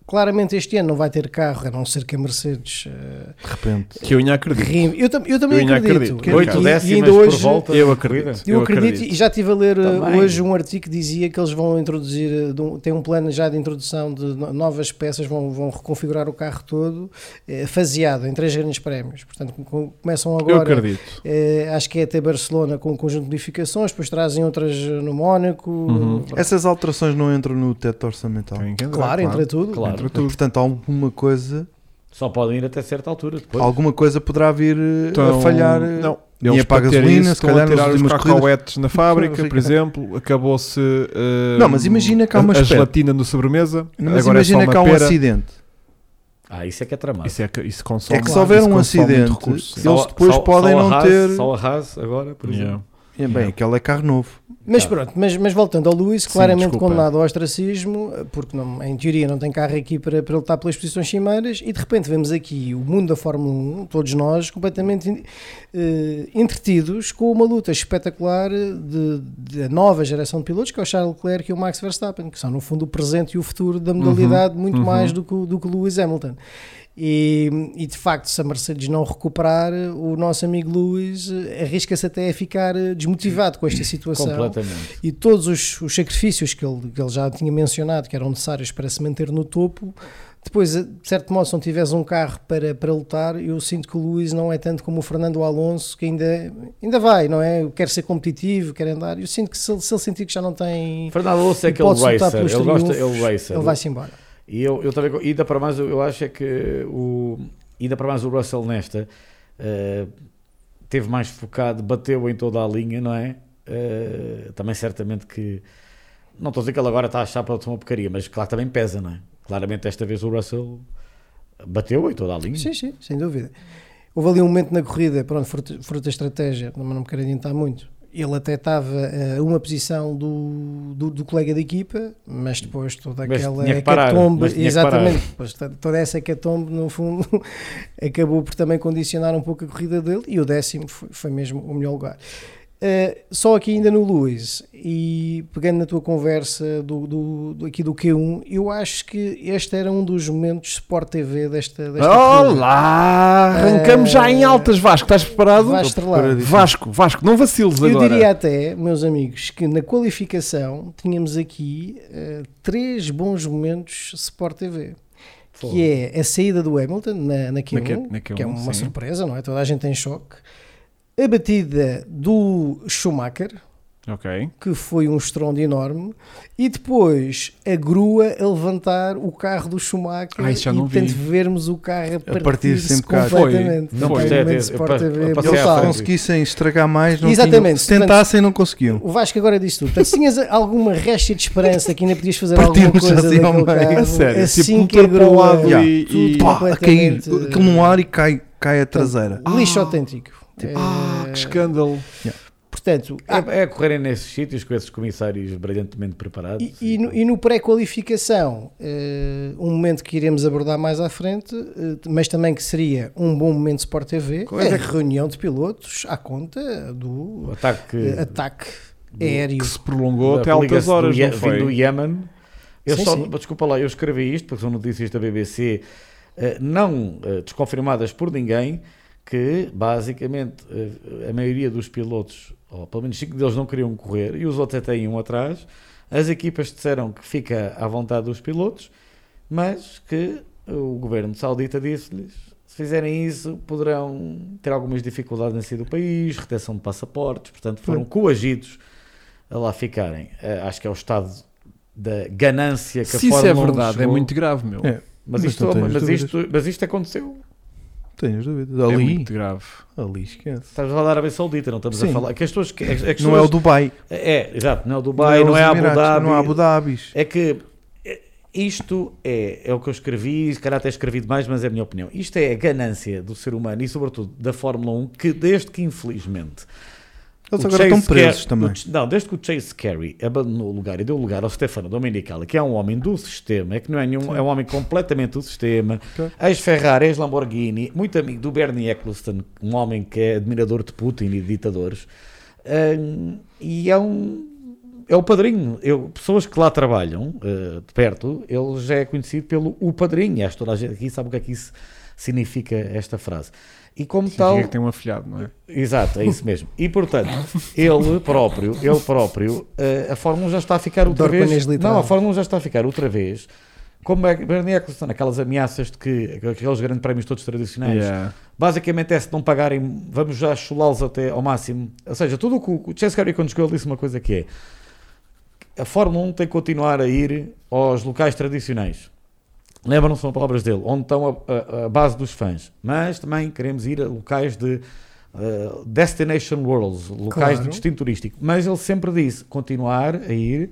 Speaker 3: claramente este ano não vai ter carro, a não ser que a Mercedes... eh,
Speaker 1: De repente.
Speaker 2: Que eu ainda acredito.
Speaker 3: Rime. Eu, tam- eu também
Speaker 2: Eu ainda
Speaker 3: acredito.
Speaker 2: acredito.
Speaker 4: Oito
Speaker 3: E- e
Speaker 4: décimas
Speaker 3: ainda
Speaker 4: por
Speaker 3: hoje,
Speaker 4: volta.
Speaker 2: eu
Speaker 4: da
Speaker 2: acredito.
Speaker 4: corrida.
Speaker 3: Eu,
Speaker 2: Eu
Speaker 3: acredito,
Speaker 2: acredito.
Speaker 3: e já estive a ler uh,
Speaker 4: Também.
Speaker 3: hoje um artigo que dizia que eles vão introduzir, uh, de um- tem um plano já de introdução de no- novas peças, vão, vão reconfigurar o carro todo, eh, faseado em três grandes prémios. Portanto, com- com- começam
Speaker 2: Eu
Speaker 3: agora
Speaker 2: acredito.
Speaker 3: eh, acho que é até Barcelona com um conjunto de modificações, depois trazem outras eh, no Mónaco. É
Speaker 2: Uhum.
Speaker 1: Essas alterações não entram no teto orçamental.
Speaker 2: Tem que andar,
Speaker 3: Claro, entra tudo.
Speaker 4: Claro.
Speaker 2: Entra tudo.
Speaker 1: Portanto, alguma coisa,
Speaker 4: Só podem ir até certa altura depois.
Speaker 1: alguma coisa poderá vir eh,
Speaker 2: Então,
Speaker 1: a falhar. eh,
Speaker 2: Não.
Speaker 1: Dinheiro
Speaker 2: Eles
Speaker 1: para a
Speaker 2: para terem
Speaker 1: gasolina,
Speaker 2: isso,
Speaker 1: se
Speaker 2: estão
Speaker 1: calhar
Speaker 2: a
Speaker 1: nas
Speaker 2: tirar os
Speaker 1: últimas corridas.
Speaker 2: cacauetes na fábrica,
Speaker 1: Não,
Speaker 2: por exemplo, acabou-se eh,
Speaker 1: Não, mas imagina que há uma
Speaker 2: a, a
Speaker 1: espécie-
Speaker 2: gelatina no sobremesa,
Speaker 1: Mas
Speaker 2: agora
Speaker 1: imagina
Speaker 2: é só uma
Speaker 1: que há um
Speaker 2: pera.
Speaker 1: acidente.
Speaker 4: Ah, isso é que é tramado.
Speaker 2: Isso, é que, isso consome
Speaker 1: É que se
Speaker 3: claro,
Speaker 1: houver
Speaker 2: isso
Speaker 1: um
Speaker 2: consome muito
Speaker 1: acidente,
Speaker 2: recurso, sim.
Speaker 1: eles depois podem
Speaker 4: só a
Speaker 1: não
Speaker 4: Haas-
Speaker 1: ter-
Speaker 4: Só a Haas agora, por
Speaker 2: Yeah.
Speaker 4: exemplo.
Speaker 1: É bem, aquele é carro novo.
Speaker 3: Mas
Speaker 4: Tá.
Speaker 3: pronto, mas, mas voltando ao Luís,
Speaker 2: Sim,
Speaker 3: claramente
Speaker 2: desculpa.
Speaker 3: condenado ao ostracismo, porque não, em teoria não tem carro aqui para, para lutar pelas posições cimeiras, e de repente vemos aqui o mundo da Fórmula 1, todos nós completamente in- eh, entretidos com uma luta espetacular de- da nova geração de pilotos, que é o Charles Leclerc e o Max Verstappen, que são no fundo o presente e o futuro da modalidade, muito
Speaker 2: uhum.
Speaker 3: mais do que, o- do que o Lewis Hamilton. E, e, de facto, se a Mercedes não recuperar, o nosso amigo Lewis eh, arrisca-se até a ficar eh, desmotivado com esta situação
Speaker 4: Completamente.
Speaker 3: e todos os, os sacrifícios que ele, que ele já tinha mencionado que eram necessários para se manter no topo. Depois, eh, de certo modo, se não tivesse um carro para, para lutar, eu sinto que o Luís não é tanto como o Fernando Alonso, que ainda, ainda vai, não é? Quer ser competitivo, quer andar. Eu sinto que se ele, se ele sentir que já não tem.
Speaker 4: Fernando Alonso é aquele
Speaker 3: hipótese de lutar
Speaker 4: racer.
Speaker 3: pelos
Speaker 4: Ele gosta,
Speaker 3: triunfos,
Speaker 4: ele racer.
Speaker 3: Ele vai-se embora.
Speaker 4: E eu, eu também, e ainda para mais, eu acho é que o, ainda para mais o Russell nesta eh, teve mais focado, bateu em toda a linha, não é? Eh, também certamente que não estou a dizer que ele agora está a achar para uma porcaria, mas claro, também pesa, não é? Claramente, esta vez o Russell bateu em toda a linha.
Speaker 3: Sim, sim, sem dúvida. Houve ali um momento na corrida, pronto, fruto, fruto da estratégia, não, não me quero adiantar muito. Ele até estava a uma posição do, do, do colega da equipa, mas depois toda
Speaker 4: Mas
Speaker 3: aquela
Speaker 4: tinha que parar,
Speaker 3: hecatombe-
Speaker 4: mas tinha que
Speaker 3: exatamente, depois to- toda essa hecatombe, no fundo, acabou por também condicionar um pouco a corrida dele e o décimo foi, foi mesmo o melhor lugar. Uh, só aqui ainda no Luís, e pegando na tua conversa do, do, do- aqui do Q1, eu acho que este era um dos momentos Sport TV desta, desta corrida.
Speaker 2: Olá! Arrancamos já em
Speaker 3: Eh,
Speaker 2: altas, Vasco. Estás preparado?
Speaker 3: Vai estrelar.
Speaker 2: Vasco, Vasco, não vaciles
Speaker 3: Eu
Speaker 2: agora.
Speaker 3: diria até, meus amigos, que na qualificação tínhamos aqui eh, três bons momentos Sport TV.
Speaker 4: Foi.
Speaker 3: Que é a saída do Hamilton na, na Q1,
Speaker 2: Na Q- na Q1,
Speaker 3: que é uma
Speaker 2: sim.
Speaker 3: surpresa, não é? Toda a gente em choque. A batida do Schumacher,
Speaker 2: Ok.
Speaker 3: que foi um estrondo enorme. E depois a grua a levantar o carro do Schumacher
Speaker 2: Ah, isso já
Speaker 3: e
Speaker 2: não vi.
Speaker 3: portanto vermos o carro a
Speaker 1: partir
Speaker 3: partir-se
Speaker 1: sempre cá.
Speaker 2: Foi.
Speaker 3: completamente.
Speaker 2: Não
Speaker 3: Foi
Speaker 2: gostei
Speaker 3: um momento
Speaker 4: desse. Eu
Speaker 3: Sport
Speaker 4: pa-
Speaker 3: TV
Speaker 4: eu passei à
Speaker 1: Eles
Speaker 3: brutal.
Speaker 1: se
Speaker 4: frente.
Speaker 1: conseguem estragar mais, não
Speaker 3: Exatamente,
Speaker 1: tinham- se
Speaker 3: portanto-
Speaker 1: tentassem, não conseguiam.
Speaker 3: O Vasco agora disse tudo. Portanto, se tinhas alguma resta de esperança que ainda podias fazer alguma
Speaker 1: Partimos
Speaker 3: coisa
Speaker 1: assim ao
Speaker 3: daquele
Speaker 1: meio,
Speaker 3: carro,
Speaker 1: a sério,
Speaker 3: assim
Speaker 2: tipo,
Speaker 3: que agrou
Speaker 2: ultrapolado
Speaker 3: a-
Speaker 1: e-
Speaker 2: e-
Speaker 3: tudo
Speaker 2: Pá,
Speaker 1: Pá, a cair,
Speaker 3: completamente- eh,
Speaker 1: aquilo no ar e cai, cai a traseira.
Speaker 3: Lixo autêntico. É,
Speaker 2: Ah, que escândalo.
Speaker 3: portanto, é-
Speaker 4: É, é correrem nesses sítios com esses comissários brilhantemente preparados.
Speaker 3: e, e no, e no pré-qualificação, eh, um momento que iremos abordar mais à frente, eh, mas também que seria um bom momento Sport TV,
Speaker 1: Qual é
Speaker 3: é a
Speaker 1: que-
Speaker 3: reunião de pilotos à conta
Speaker 4: O
Speaker 3: do
Speaker 4: ataque
Speaker 3: eh, ataque
Speaker 4: É. do-
Speaker 3: aéreo.
Speaker 2: Que se prolongou
Speaker 4: da
Speaker 2: até altas
Speaker 4: ligação do
Speaker 2: horas,
Speaker 4: Ie-
Speaker 2: não foi?
Speaker 4: Vindo do Iémen. Eu
Speaker 3: Sim,
Speaker 4: só,
Speaker 3: sim.
Speaker 4: desculpa lá, eu escrevi isto, porque são notícias da BBC eh, não eh, desconfirmadas por ninguém, que basicamente eh, a maioria dos pilotos, ou pelo menos cinco deles não queriam correr, e os outros até iam atrás, As equipas disseram que fica à vontade dos pilotos, mas que o governo saudita disse-lhes se fizerem isso poderão ter algumas dificuldades em sair do país, retenção de passaportes, portanto foram coagidos a lá ficarem. Eh, acho que é o estado da ganância que
Speaker 2: Se
Speaker 4: a
Speaker 2: isso
Speaker 4: Fórmula
Speaker 2: é
Speaker 4: 1
Speaker 2: verdade, é
Speaker 4: chegou.
Speaker 2: muito grave, meu.
Speaker 1: É,
Speaker 4: Mas
Speaker 1: Mas
Speaker 4: isto,
Speaker 1: não tenhas
Speaker 4: mas,
Speaker 1: dúvidas.
Speaker 4: isto, mas isto aconteceu.
Speaker 1: Tenho as dúvidas.
Speaker 2: É
Speaker 1: Ali,
Speaker 2: muito grave.
Speaker 1: ali esquece.
Speaker 4: Estamos a falar da Arábia Saudita, não estamos a
Speaker 1: Sim.
Speaker 4: falar. Que as pessoas, que- as- as
Speaker 1: Não é o
Speaker 4: pessoas-
Speaker 1: Dubai.
Speaker 4: É, exato, não é o Dubai, não,
Speaker 1: os
Speaker 4: é a Abu
Speaker 1: Emirates,
Speaker 4: Dhabi.
Speaker 1: Não há Abu Dhabis.
Speaker 4: É que é, isto é, é o que eu escrevi, se calhar até escrevi demais, mas é a minha opinião. Isto é a ganância do ser humano e, sobretudo, da Fórmula 1, que desde que, infelizmente.
Speaker 1: Eles
Speaker 4: o é
Speaker 1: agora
Speaker 4: Chase
Speaker 1: estão presos
Speaker 4: Car-
Speaker 1: também.
Speaker 4: o Ch- não, desde que o Chase Carey abandonou o lugar e deu lugar ao Stefano Domenicali, que é um homem do sistema, é que não é nenhum, é um homem completamente do sistema,
Speaker 1: Ok.
Speaker 4: ex-Ferrari, ex-Lamborghini, muito amigo do Bernie Eccleston, um homem que é admirador de Putin e de ditadores, hum, e é um. É o padrinho. Eu, pessoas que lá trabalham, eh, de perto, ele já é conhecido pelo o padrinho. Acho que toda a gente aqui sabe o que é que isso significa, esta frase. E como tal.
Speaker 2: Significa que tem um afilhado, não é?
Speaker 4: Exato, é isso mesmo. E portanto, ele próprio, ele próprio, eh, a Fórmula 1 já está a ficar outra
Speaker 3: Dorpanes
Speaker 4: vez.
Speaker 3: literal.
Speaker 4: Não, a Fórmula 1 já está a ficar outra vez. Como é que Bernie Eccleston, aquelas ameaças de que aqueles grandes prémios todos
Speaker 1: é
Speaker 4: tradicionais,
Speaker 2: Yeah.
Speaker 4: basicamente é se não pagarem, vamos já chulá-los até ao máximo. Ou seja, tudo o que o- o Chase Carey quando chegou, ele disse uma coisa que é: a Fórmula 1 tem que continuar a ir aos locais tradicionais. Lembram-se, são palavras dele, onde estão a, a- a base dos fãs. Mas também queremos ir a locais de eh, Destination Worlds, locais de
Speaker 3: Claro.
Speaker 4: destino turístico. Mas ele sempre disse continuar a ir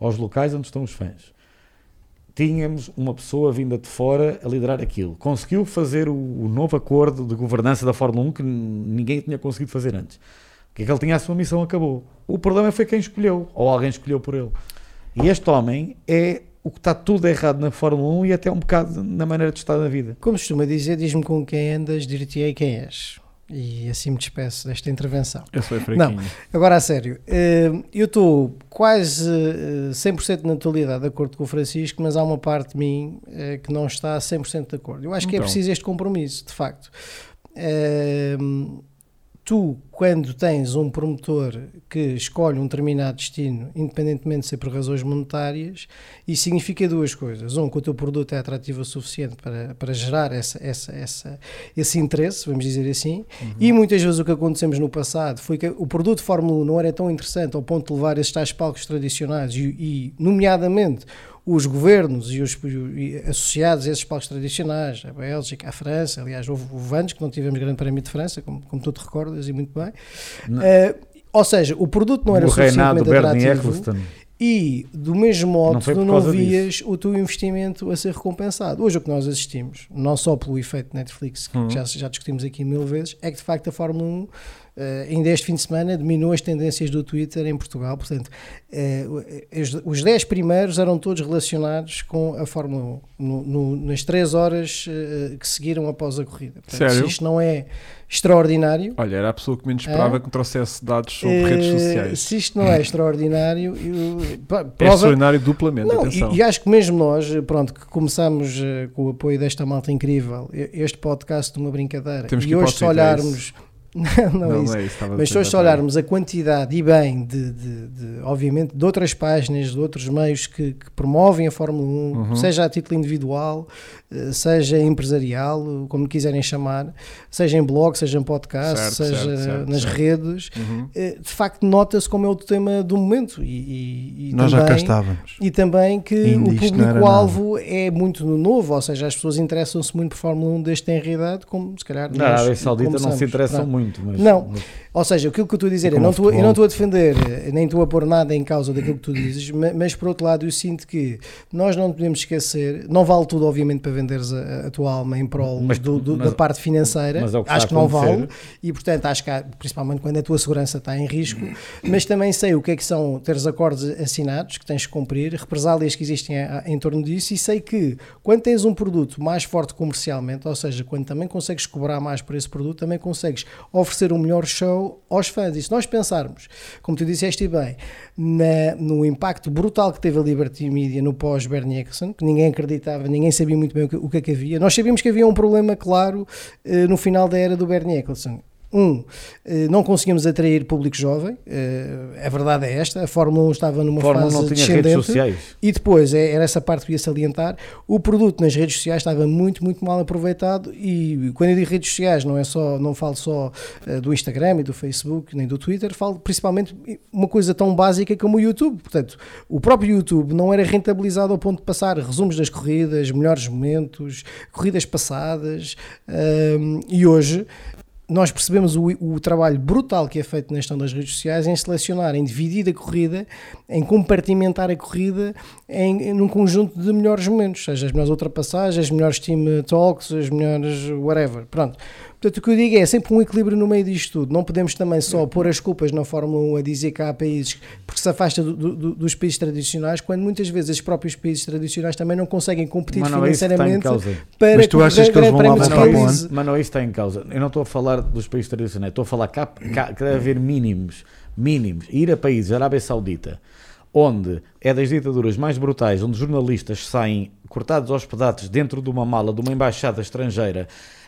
Speaker 4: aos locais onde estão os fãs. Tínhamos uma pessoa vinda de fora a liderar aquilo. Conseguiu fazer o, o novo acordo de governança da Fórmula 1 que n- ninguém tinha conseguido fazer antes. O que é que ele tinha? A sua missão acabou. O problema foi quem escolheu, ou alguém escolheu por ele. E este homem é o que está tudo errado na Fórmula 1 e até um bocado na maneira de estar na vida.
Speaker 3: Como se costuma dizer, diz-me com quem andas, dir-te-ei quem és. E assim me despeço desta intervenção.
Speaker 2: Eu sou fraquinho.
Speaker 3: Agora a sério, eh, eu estou quase eh, 100% na atualidade de acordo com o Francisco, mas há uma parte de mim eh, que não está 100% de acordo. Eu acho que é
Speaker 2: Então.
Speaker 3: preciso este compromisso, de facto. Eh, Tu, quando tens um promotor que escolhe um determinado destino, independentemente de ser por razões monetárias, isso significa duas coisas. Um, que o teu produto é atrativo o suficiente para, para gerar essa, essa, essa, esse interesse, vamos dizer assim, e muitas vezes o que acontecemos no passado foi que o produto Fórmula 1 não era tão interessante ao ponto de levar esses tais palcos tradicionais e, e, nomeadamente, os governos e os e associados a esses palcos tradicionais, a Bélgica, a França, aliás, houve, houve anos que não tivemos Grande Prémio de França, como, como tu te recordas e muito bem.
Speaker 4: Não.
Speaker 3: Eh, ou seja, o produto não era
Speaker 4: o reinado do
Speaker 3: suficientemente
Speaker 4: Bernie
Speaker 3: atrativo.
Speaker 4: Eccleston.
Speaker 3: E, do mesmo modo,
Speaker 4: Não foi
Speaker 3: tu
Speaker 4: por
Speaker 3: não
Speaker 4: causa
Speaker 3: vias o teu investimento a ser recompensado. Hoje, o que nós assistimos, não só pelo efeito Netflix, que
Speaker 2: Uhum.
Speaker 3: já, já discutimos aqui mil vezes, é que, de facto, a Fórmula 1, eh, ainda este fim de semana, dominou as tendências do Twitter em Portugal. Portanto, eh, os- os 10 primeiros eram todos relacionados com a Fórmula 1, no- no- nas 3 horas eh, que seguiram após a corrida. Portanto,
Speaker 2: Sério?
Speaker 3: Se isto não é extraordinário,
Speaker 2: Olha, era a pessoa que menos esperava que me trouxesse dados sobre
Speaker 3: É? eh,
Speaker 2: redes sociais.
Speaker 3: se isto não é extraordinário, eu- pá,
Speaker 2: É
Speaker 3: prova,
Speaker 2: extraordinário duplamente,
Speaker 3: não,
Speaker 2: atenção.
Speaker 3: e, e acho que mesmo nós, eh, pronto, que começamos eh, com o apoio desta malta incrível, e- este podcast de uma brincadeira,
Speaker 2: Temos que
Speaker 3: e
Speaker 2: ir para
Speaker 3: hoje
Speaker 2: o
Speaker 3: se
Speaker 2: Twitter, é
Speaker 3: olharmos. Não, não, é isso.
Speaker 2: estava a
Speaker 3: Mas se
Speaker 2: tentar
Speaker 3: hoje se
Speaker 2: falar.
Speaker 3: olharmos a quantidade, e bem, de, de- de, obviamente, de outras páginas, de outros meios que, que promovem a Fórmula 1,
Speaker 2: Uhum.
Speaker 3: seja a título individual, eh, seja empresarial, como quiserem chamar, seja em blog, seja em podcast,
Speaker 2: Certo,
Speaker 3: seja
Speaker 2: certo, certo,
Speaker 3: nas
Speaker 2: certo.
Speaker 3: redes,
Speaker 2: Uhum.
Speaker 3: eh, de facto nota-se como é o tema do momento. E, e- e
Speaker 1: Nós já cá
Speaker 3: também-
Speaker 1: estávamos.
Speaker 3: e também que
Speaker 1: Ainda
Speaker 3: o
Speaker 1: isto não era
Speaker 3: público-alvo é muito no novo, ou seja, as pessoas interessam-se muito por Fórmula 1 desde que têm realidade, como se calhar
Speaker 4: Na
Speaker 3: nós
Speaker 4: Arábia Saudita não
Speaker 3: começamos.
Speaker 4: se interessam
Speaker 3: Pronto.
Speaker 4: muito. Mas,
Speaker 3: Não. Ou seja, aquilo que eu estou a dizer,
Speaker 1: E
Speaker 3: eu
Speaker 1: como
Speaker 3: não estou, eu
Speaker 1: futebol.
Speaker 3: não estou a defender, eh, nem estou a pôr nada em causa daquilo que tu dizes, ma- mas, por outro lado eu sinto que nós não podemos esquecer, não vale tudo obviamente para venderes a, a tua alma em prol
Speaker 4: Mas-
Speaker 3: do- do-
Speaker 4: mas-
Speaker 3: da parte financeira,
Speaker 4: mas é o que está
Speaker 3: acho
Speaker 4: a
Speaker 3: que não vale,
Speaker 4: acontecer.
Speaker 3: e portanto acho que há, principalmente quando a tua segurança está em risco, mas também sei o que é que são teres acordos assinados que tens que cumprir, represálias que existem a- a- em torno disso e sei que quando tens um produto mais forte comercialmente, ou seja, quando também consegues cobrar mais por esse produto, também consegues oferecer um melhor show aos fãs. E se nós pensarmos, como tu disseste e bem, na- no impacto brutal que teve a Liberty Media no pós-Bernie Eccleston, que ninguém acreditava, ninguém sabia muito bem o que, o que é que havia, nós sabíamos que havia um problema claro eh, no final da era do Bernie Eccleston Um, eh, não conseguimos atrair público jovem, eh, a verdade é esta, a Fórmula 1 estava numa
Speaker 4: Fórmula um
Speaker 3: fase
Speaker 4: não tinha redes
Speaker 3: descendente.
Speaker 4: sociais.
Speaker 3: E depois, é- era essa parte que eu ia salientar, o produto nas redes sociais estava muito, muito mal aproveitado e quando eu digo redes sociais, não é só, não falo só eh, do Instagram e do Facebook, nem do Twitter, falo principalmente uma coisa tão básica como o YouTube. Portanto, o próprio YouTube não era rentabilizado ao ponto de passar resumos das corridas, melhores momentos, corridas passadas ahm, e hoje nós percebemos o, o trabalho brutal que é feito na gestão das redes sociais em selecionar, em dividir a corrida, em compartimentar a corrida em, em num conjunto de melhores momentos, seja as melhores ultrapassagens, as melhores team talks, as melhores whatever. Pronto. Portanto, o que eu digo é sempre um equilíbrio no meio disto tudo. Não podemos também
Speaker 4: É.
Speaker 3: só pôr as culpas na Fórmula 1 a dizer que há países porque se afasta do- do- do- dos países tradicionais, quando muitas vezes os próprios países tradicionais também não conseguem competir
Speaker 4: Mas não é isso que está em
Speaker 3: financeiramente
Speaker 4: causa.
Speaker 3: para
Speaker 1: Mas tu
Speaker 3: correr
Speaker 1: achas que eles
Speaker 3: grandes
Speaker 1: vão lá
Speaker 3: prémios de
Speaker 1: voltar para o
Speaker 3: países.
Speaker 1: ano?
Speaker 4: Mas não é isso que está em causa. Eu não estou a falar dos países tradicionais, estou a falar que, há, que há- que deve haver mínimos, mínimos. Ir a países, Arábia Saudita, onde é das ditaduras mais brutais, onde jornalistas saem cortados aos pedaços dentro de uma mala de uma embaixada estrangeira,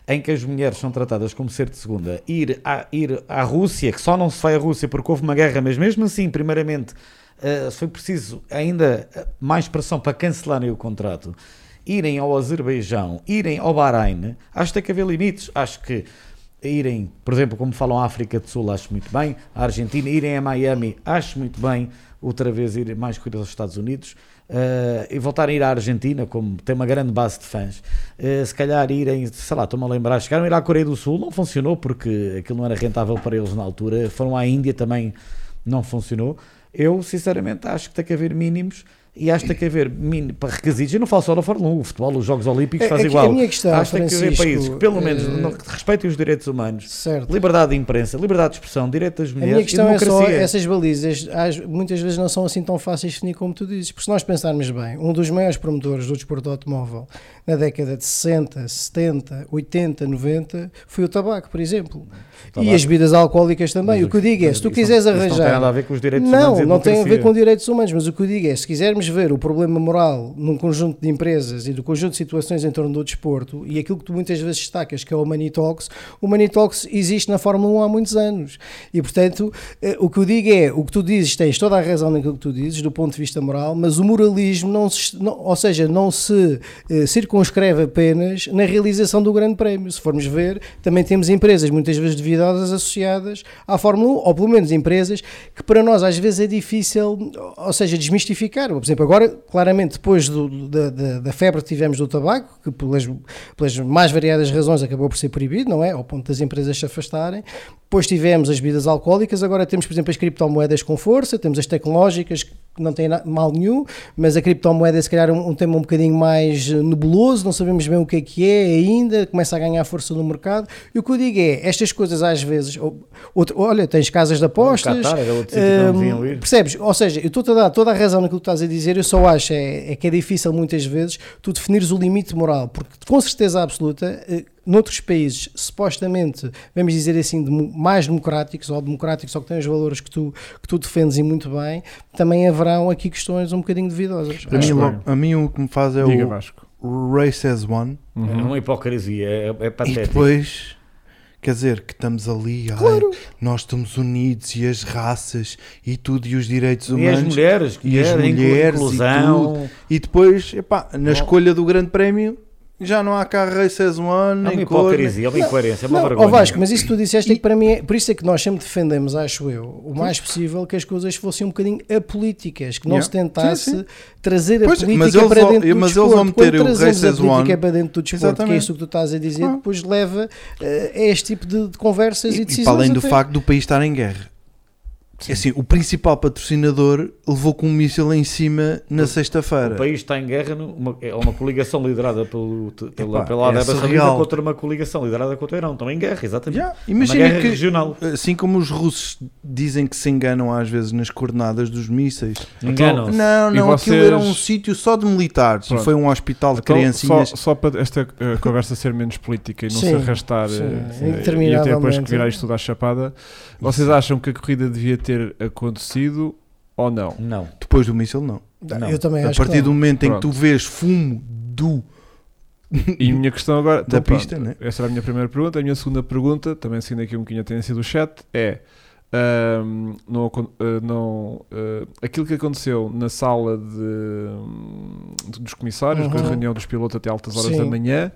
Speaker 4: em que as mulheres são tratadas como ser de segunda. Ir, à ir à Rússia, que só não se vai à Rússia porque houve uma guerra, mas mesmo assim, primeiramente, eh, foi preciso ainda eh, mais pressão para cancelarem o contrato irem ao Azerbaijão, irem ao Bahrein, acho que tem que haver limites. Acho que irem, por exemplo, como falam à África do Sul, acho muito bem. A Argentina, irem a Miami, acho muito bem. Outra vez irem mais corridas aos Estados Unidos. eh, e voltar a ir à Argentina, como tem uma grande base de fãs, Eh, se calhar irem, sei lá, estou-me a lembrar, chegaram a ir à Coreia do Sul, não funcionou porque aquilo não era rentável para eles na altura, foram à Índia também, não funcionou. Eu, sinceramente, acho que tem que haver mínimos e acho que tem que haver mini- para requisitos. Eu não falo só da Fórmula 1, o futebol, os Jogos Olímpicos
Speaker 3: É-
Speaker 4: faz
Speaker 3: é que
Speaker 4: igual.
Speaker 3: a minha questão,
Speaker 4: acho que tem que haver
Speaker 3: Francisco,
Speaker 4: países que, pelo
Speaker 3: eh,
Speaker 4: menos, não- que respeitem os direitos humanos,
Speaker 3: Certo.
Speaker 4: liberdade de imprensa, liberdade de expressão, direito das
Speaker 3: A minha
Speaker 4: mulheres e
Speaker 3: questão é só
Speaker 4: democracia.
Speaker 3: essas balizas, às- muitas vezes não são assim tão fáceis de definir como tu dizes, porque se nós pensarmos bem, um dos maiores promotores do desporto automóvel na década de 60, 70, 80, 90 foi o tabaco, por exemplo.
Speaker 4: Tabaco.
Speaker 3: E as bebidas alcoólicas também. o que eu digo é, se tu
Speaker 4: Isso-
Speaker 3: quiseres
Speaker 4: isso Não tem
Speaker 3: arranjar
Speaker 4: nada a ver com os direitos humanos.
Speaker 3: não,
Speaker 4: e
Speaker 3: não tem a ver
Speaker 4: democracia.
Speaker 3: com direitos humanos, mas o que eu digo é, se quisermos ver o problema moral num conjunto de empresas e do conjunto de situações em torno do desporto e aquilo que tu muitas vezes destacas, que é o Money Talks, o Money Talks existe na Fórmula 1 há muitos anos. E, portanto, eh, o que eu digo é, o que tu dizes, tens toda a razão naquilo que tu dizes, do ponto de vista moral, mas o moralismo, não se, não- ou seja, não se eh, circunscreve apenas na realização do grande prémio. Se formos ver, também temos empresas muitas vezes duvidosas associadas à Fórmula 1, ou pelo menos empresas que para nós às vezes é difícil, ou seja, desmistificar. Por exemplo, agora, claramente, depois do- da, da- da febre que tivemos do tabaco, que pelas, pelas mais variadas razões acabou por ser proibido, não é? Ao ponto das empresas se afastarem. Depois tivemos as bebidas alcoólicas, agora temos, por exemplo, as criptomoedas com força, temos as tecnológicas que não têm na- mal nenhum, mas a criptomoeda é se calhar um, um tema um bocadinho mais eh, nebuloso, não sabemos bem o que é que é ainda, começa a ganhar força no mercado. E o que eu digo é, estas coisas às vezes, ou- outro- olha, tens casas de apostas,
Speaker 4: Qatar era outro sítio que não deviam ir.
Speaker 3: eh, Percebes? Ou seja, eu estou-te a dar toda a razão naquilo que estás a dizer, eu só acho é, é que é difícil muitas vezes tu definires o limite moral, porque com certeza absoluta, eh, noutros países supostamente, vamos dizer assim, demo- mais democráticos ou democráticos ou que têm os valores que tu, que tu defendes e muito bem, também haverão aqui questões um bocadinho duvidosas.
Speaker 1: A mim,
Speaker 2: Acho
Speaker 1: logo- a mim o que me faz é
Speaker 2: Diga,
Speaker 1: o
Speaker 2: Vasco.
Speaker 1: Race as One
Speaker 4: É uma hipocrisia, é, é
Speaker 1: e
Speaker 4: patético.
Speaker 1: depois. Quer dizer, que estamos ali, ai,
Speaker 3: Claro.
Speaker 1: nós estamos unidos e as raças e tudo e os direitos
Speaker 4: E as
Speaker 1: humanos.
Speaker 4: mulheres, que
Speaker 1: e as
Speaker 4: querem
Speaker 1: mulheres e
Speaker 4: inclusão. É
Speaker 1: E depois, epá, na
Speaker 4: Bom.
Speaker 1: escolha do Grande Prémio já não há cá Race as One,
Speaker 4: É uma
Speaker 1: nem cor, nem-
Speaker 4: hipocrisia, é uma incoerência, é uma
Speaker 3: Não,
Speaker 4: vergonha.
Speaker 3: ó Vasco, mas isso que tu disseste é que para mim é, por isso é que nós sempre defendemos, acho eu, o mais possível que as coisas fossem um bocadinho apolíticas, que não
Speaker 1: Yeah.
Speaker 3: se tentasse
Speaker 1: Sim, sim.
Speaker 3: trazer a
Speaker 1: Pois,
Speaker 3: política
Speaker 1: mas eles
Speaker 3: para
Speaker 1: ao-
Speaker 3: dentro do
Speaker 1: mas eles ao
Speaker 3: desporto.
Speaker 1: meterem o
Speaker 3: Quando trazemos a
Speaker 1: Races
Speaker 3: política
Speaker 1: One,
Speaker 3: para dentro do desporto, que é
Speaker 1: Exatamente.
Speaker 3: isso que tu estás a dizer,
Speaker 1: Claro.
Speaker 3: depois leva eh, a este tipo de, de conversas e,
Speaker 1: E, e
Speaker 3: decisões.
Speaker 1: para além do
Speaker 3: até.
Speaker 1: facto do país estar em guerra. É Assim, o principal patrocinador levou com um míssil em cima na
Speaker 4: O
Speaker 1: sexta-feira.
Speaker 4: país está em guerra, numa, é uma coligação liderada pelo, te- pela,
Speaker 1: Epá,
Speaker 4: pela
Speaker 1: é
Speaker 4: Arábia Saudita
Speaker 1: surreal.
Speaker 4: contra uma coligação liderada contra o Irão. Estão em guerra, exatamente.
Speaker 2: É
Speaker 1: Yeah,
Speaker 4: Uma
Speaker 1: Imagina
Speaker 4: guerra
Speaker 1: que,
Speaker 4: regional.
Speaker 1: assim como os russos dizem que se enganam às vezes nas coordenadas dos mísseis,
Speaker 4: Enganam-se.
Speaker 1: Então, não,
Speaker 2: E
Speaker 1: não, aquilo
Speaker 2: vocês-
Speaker 1: era um sítio só de militares,
Speaker 2: Pronto.
Speaker 1: foi um hospital de
Speaker 2: Então, só,
Speaker 1: criancinhas.
Speaker 2: só para esta eh, conversa ser menos política e não
Speaker 3: Sim,
Speaker 2: se arrastar eh, e
Speaker 3: sim,
Speaker 2: até depois que
Speaker 3: interminavelmente.
Speaker 2: virar isto tudo à chapada, vocês acham que a corrida devia ter acontecido ou não?
Speaker 4: Não.
Speaker 1: Depois do míssil, não.
Speaker 4: Não.
Speaker 3: Eu também
Speaker 1: a
Speaker 3: acho que
Speaker 1: partir um- do
Speaker 3: não.
Speaker 1: momento em que
Speaker 2: Pronto.
Speaker 1: tu vês fumo do
Speaker 2: E a minha questão agora.
Speaker 1: da
Speaker 2: então, pronto,
Speaker 1: pista, né?
Speaker 2: Essa era a minha primeira pergunta. A minha segunda pergunta, também seguindo aqui um bocadinho a tendência do chat, é. ahm, não, acon- ah, não, ah, aquilo que aconteceu na sala de, hum, dos comissários, com a
Speaker 3: Uhum.
Speaker 2: reunião dos pilotos até altas horas
Speaker 3: Sim.
Speaker 2: da manhã,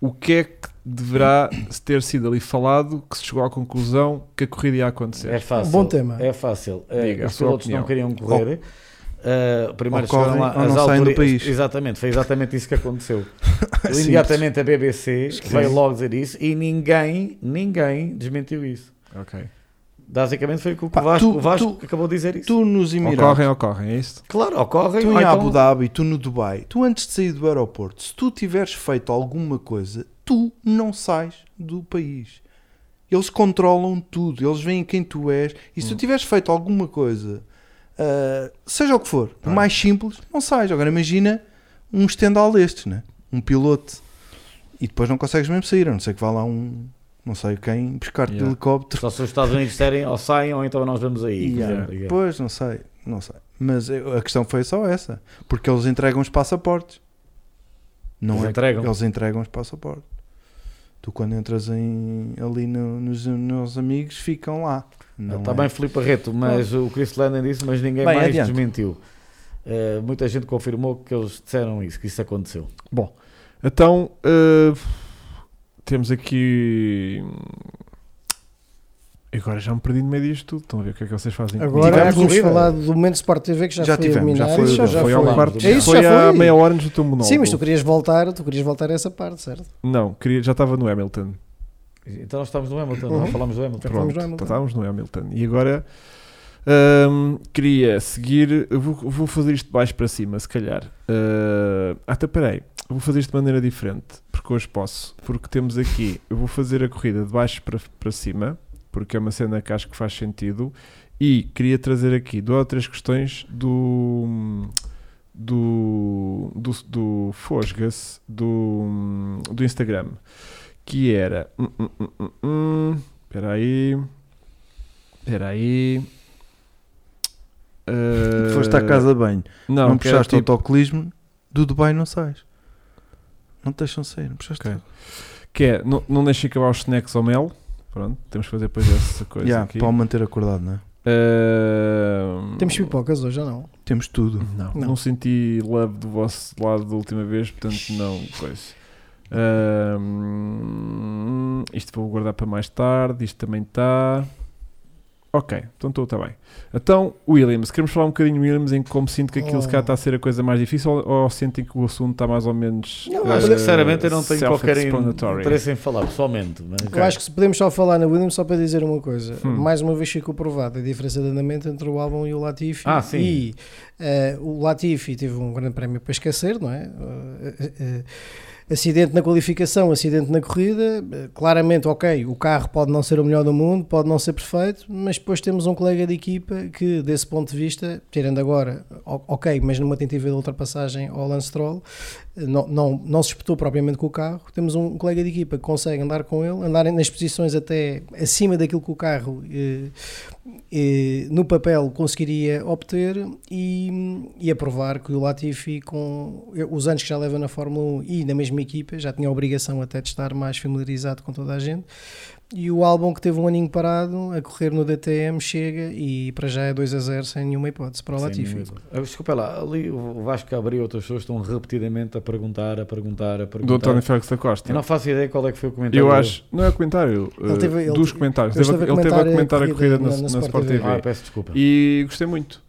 Speaker 2: o que é que deverá ter sido ali falado que se chegou à conclusão que a corrida ia acontecer?
Speaker 4: É fácil.
Speaker 3: Bom tema.
Speaker 4: É fácil. Eh,
Speaker 2: Diga, a
Speaker 4: os
Speaker 2: sua
Speaker 4: pilotos
Speaker 2: opinião.
Speaker 4: não queriam correr. Eh, primeiro
Speaker 1: Ou correm
Speaker 4: chegaram lá
Speaker 1: ou
Speaker 4: as
Speaker 1: não saem do
Speaker 4: autori-
Speaker 1: país.
Speaker 4: Exatamente, foi exatamente isso que aconteceu.
Speaker 1: Sim.
Speaker 4: Imediatamente a BBC
Speaker 1: Esquece.
Speaker 4: veio logo dizer isso e ninguém, ninguém desmentiu isso.
Speaker 2: Ok.
Speaker 4: Basicamente foi o que o
Speaker 1: Pá,
Speaker 4: Vasco,
Speaker 1: tu-
Speaker 4: o Vasco
Speaker 1: tu-
Speaker 4: acabou de dizer isso.
Speaker 1: Tu nos Emirados,
Speaker 2: Ocorrem, ocorrem, é isso?
Speaker 4: claro, ocorre.
Speaker 1: tu
Speaker 4: ou
Speaker 1: em
Speaker 4: então-
Speaker 1: Abu Dhabi, tu no Dubai, tu antes de sair do aeroporto, se tu tiveres feito alguma coisa, tu não sais do país. Eles controlam tudo, eles veem quem tu és. E
Speaker 2: Hum.
Speaker 1: se tu tiveres feito alguma coisa, ah, seja o que for,
Speaker 2: Tá.
Speaker 1: mais simples, não sais. Agora imagina um estendal destes, né? um piloto, e depois não consegues mesmo sair, a não ser que vá lá um, não sei quem, buscar-te de
Speaker 2: Yeah.
Speaker 1: helicóptero.
Speaker 4: Só se os Estados Unidos disserem ou saem ou então nós vamos aí.
Speaker 1: Yeah.
Speaker 4: por exemplo. Yeah.
Speaker 1: Pois, não sei, não sei. Mas eu- a questão foi só essa. Porque eles entregam os passaportes. Não
Speaker 4: Eles
Speaker 1: é-
Speaker 4: entregam?
Speaker 1: Eles entregam os passaportes. Tu quando entras em, ali no- nos meus amigos ficam lá. Não
Speaker 4: Está
Speaker 1: é?
Speaker 4: Tá bem Filipe Arreto, mas o Chris Lennon disse, mas ninguém
Speaker 1: Bem,
Speaker 4: mais
Speaker 1: adiante.
Speaker 4: desmentiu. Eh, muita gente confirmou que eles disseram isso, que isso aconteceu.
Speaker 2: Bom, então eh, temos aqui. Eu Agora já me perdi no meio disto tudo. Estão a ver o que é que vocês fazem?
Speaker 3: Agora
Speaker 1: Tivemos
Speaker 3: já podemos
Speaker 1: corrida.
Speaker 3: falar do momento Sport TV que já,
Speaker 1: Já
Speaker 3: foi
Speaker 1: tivemos, já
Speaker 3: eliminar.
Speaker 1: foi-
Speaker 3: Isso
Speaker 1: já
Speaker 2: foi ao
Speaker 4: foi.
Speaker 2: quarto.
Speaker 4: É isso,
Speaker 2: foi há
Speaker 3: já foi.
Speaker 2: meia hora antes do teu monólogo.
Speaker 3: Sim, mas tu querias voltar, tu querias voltar a essa parte, certo?
Speaker 2: Não, queria, já estava no Hamilton.
Speaker 4: Então nós estamos no Hamilton,
Speaker 3: Uhum.
Speaker 4: não falámos do
Speaker 2: Pronto,
Speaker 4: Hamilton.
Speaker 3: estávamos no
Speaker 2: já
Speaker 3: Hamilton.
Speaker 2: estávamos no Hamilton. E agora ahm, queria seguir. eu Vou, vou fazer isto de baixo para cima, se calhar. Ah, até parei. Vou fazer isto de maneira diferente, porque hoje posso. Porque temos aqui. Eu vou fazer a corrida de baixo para, para cima, porque é uma cena que acho que faz sentido. E queria trazer aqui duas ou três questões do. hum, do. do, do Fosgas do, do Instagram. Que era. hum, hum, hum, hum, hum. Espera aí. Espera aí. Ah,
Speaker 1: Foste à casa de banho,
Speaker 2: Não,
Speaker 1: não,
Speaker 2: que era
Speaker 1: puxaste
Speaker 2: tipo-
Speaker 1: autocolismo, do Dubai não sais. Não te deixam sair, não puxaste.
Speaker 2: Ok. Que é, não, não deixe acabar os snacks ao mel. Pronto, temos que fazer depois essa coisa
Speaker 1: Yeah,
Speaker 2: aqui.
Speaker 1: para o manter acordado, não é?
Speaker 2: Ah,
Speaker 3: Temos pipocas hoje, ou não?
Speaker 1: Temos tudo.
Speaker 2: Não,
Speaker 3: Não.
Speaker 2: não, senti love do vosso lado da última vez, portanto não coisa. Ahm, isto vou guardar para mais tarde, isto também está. Ok, então estou, está bem. Então, Williams, queremos falar um bocadinho Williams em como sinto que aquilo
Speaker 3: Oh.
Speaker 2: se calhar está a ser a coisa mais difícil ou, ou sentem que o assunto está mais ou menos.
Speaker 4: Não,
Speaker 2: eh,
Speaker 4: mas sinceramente eu não tenho qualquer
Speaker 2: self-explanatory?
Speaker 4: interesse em falar pessoalmente. Mas...
Speaker 3: Eu acho que é se podemos só falar na Williams só para dizer uma coisa.
Speaker 2: Hum.
Speaker 3: Mais uma vez ficou provada a diferença de andamento entre o Albon e o Latifi.
Speaker 4: Ah, sim.
Speaker 3: E eh, o Latifi teve um grande prémio para esquecer, não é? Eh, eh, eh, acidente na qualificação, acidente na corrida. Eh, claramente, ok, o carro pode não ser o melhor do mundo, pode não ser perfeito, mas depois temos um colega de equipa que, desse ponto de vista, tirando agora, o- ok, mas numa tentativa de ultrapassagem ao Lance Stroll, não, não, não se espetou propriamente com o carro. Temos um colega de equipa que consegue andar com ele, andar nas posições até acima daquilo que o carro eh, eh, no papel conseguiria obter e, e a provar que o Latifi, com eh, os anos que já leva na Fórmula 1 e na mesma equipa, já tinha a obrigação até de estar mais familiarizado com toda a gente. E o álbum que teve um aninho parado a correr no DTM chega e para já é 2 a 0 sem nenhuma hipótese para o
Speaker 4: Sem
Speaker 3: Latifi.
Speaker 4: nenhuma- Ah, Desculpa lá, ali o Vasco abriu, outras pessoas estão repetidamente a perguntar, a perguntar, a
Speaker 2: Do
Speaker 4: perguntar.
Speaker 2: António Félix da Costa.
Speaker 4: Eu não faço ideia qual é que foi o comentário.
Speaker 2: Eu
Speaker 4: dele.
Speaker 2: acho, não é comentário, eh,
Speaker 3: Ele teve- ele
Speaker 2: dos
Speaker 3: te-
Speaker 2: comentários.
Speaker 3: ele
Speaker 2: Teve-
Speaker 3: esteve a
Speaker 2: ele teve a
Speaker 3: comentar
Speaker 2: comentar
Speaker 3: a
Speaker 2: a corrida na,
Speaker 3: corrida na- na
Speaker 2: na Sport
Speaker 3: Sport
Speaker 2: TV.
Speaker 4: Ah, peço desculpa.
Speaker 2: é. E gostei muito.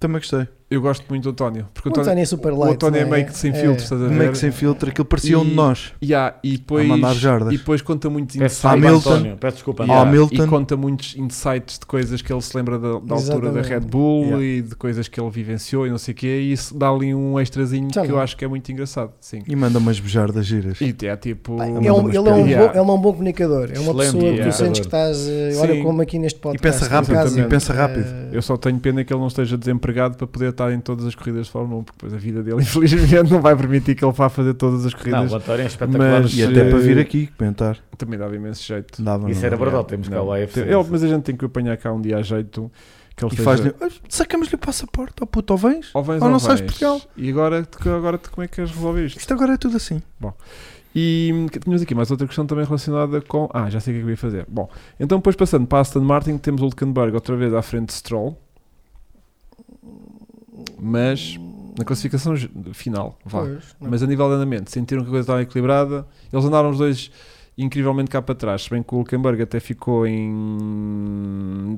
Speaker 1: Também gostei.
Speaker 2: Eu gosto muito do António. Porque
Speaker 3: O
Speaker 2: o António,
Speaker 3: António é super
Speaker 2: o
Speaker 3: light.
Speaker 2: António é
Speaker 3: não
Speaker 2: meio que sem
Speaker 3: É.
Speaker 2: filtro, estás a ver?
Speaker 1: Meio que sem filtro, aquilo parecia um de
Speaker 2: E-
Speaker 1: nós.
Speaker 2: Yeah, e
Speaker 1: A
Speaker 2: depois,
Speaker 1: mandar jardas.
Speaker 2: e depois conta muitos
Speaker 4: Peço
Speaker 2: insights.
Speaker 4: desculpa,
Speaker 1: Hamilton.
Speaker 4: António, Peço desculpa. Ah,
Speaker 1: Yeah.
Speaker 4: António.
Speaker 1: Hamilton.
Speaker 2: E conta muitos insights de coisas que ele se lembra da, da altura da
Speaker 3: Exatamente.
Speaker 2: Red Bull
Speaker 1: Yeah.
Speaker 2: e de coisas que ele vivenciou e não sei o quê. E isso dá ali um extrazinho
Speaker 3: Tá
Speaker 2: que eu
Speaker 3: bom.
Speaker 2: acho que é muito engraçado. Sim.
Speaker 1: E manda umas bejardas giras.
Speaker 2: E é tipo.
Speaker 3: Pá,
Speaker 1: Ele
Speaker 3: é
Speaker 1: manda
Speaker 3: um-
Speaker 1: umas
Speaker 3: ele, é um bom,
Speaker 2: piadas.
Speaker 3: ele é um bom comunicador. É uma
Speaker 4: Excelente
Speaker 3: pessoa que tu
Speaker 2: comunicador.
Speaker 3: sentes que estás. eh,
Speaker 2: Sim.
Speaker 3: Olha, como aqui neste podcast.
Speaker 1: pensa rápido,
Speaker 3: por acaso,
Speaker 2: exatamente. E
Speaker 1: pensa rápido.
Speaker 3: eh,
Speaker 2: Eu só tenho pena que ele não esteja desempregado para poder estar em todas as corridas de Fórmula 1, porque depois a vida dele, infelizmente, não vai permitir que ele vá fazer todas as
Speaker 4: Não,
Speaker 2: corridas.
Speaker 4: o António é espetacular.
Speaker 2: Mas-
Speaker 1: E até para vir aqui comentar.
Speaker 2: Também dava imenso jeito.
Speaker 1: Dava,
Speaker 4: eh, Isso
Speaker 1: não
Speaker 4: era
Speaker 1: dava?
Speaker 4: verdade, temos cá o AFC.
Speaker 2: Tem- é, mas a gente tem que apanhar cá um dia a jeito Que ele
Speaker 1: E
Speaker 2: fez
Speaker 1: faz-lhe.
Speaker 2: a-
Speaker 1: "Ah, Sacamos-lhe o passaporte, ó puto, ou vens?
Speaker 2: Ou vens
Speaker 1: ou
Speaker 2: ou
Speaker 1: não sais de
Speaker 2: vens.
Speaker 1: Portugal.
Speaker 2: E agora, te- agora te- como é que queres resolver isto?
Speaker 1: Isto agora é tudo assim.
Speaker 2: E que- tínhamos aqui mais outra questão também relacionada com. Ah, já sei o que é que eu ia fazer. Bom, então depois passando para Aston Martin, temos o Hülkenberg outra vez à frente de Stroll. Mas na classificação ge- final, vá.
Speaker 3: Pois, não. é?
Speaker 2: Mas é a nível de andamento, sentiram que a coisa estava equilibrada. Eles andaram os dois incrivelmente cá para trás. Se bem que o Hülkenberg até ficou em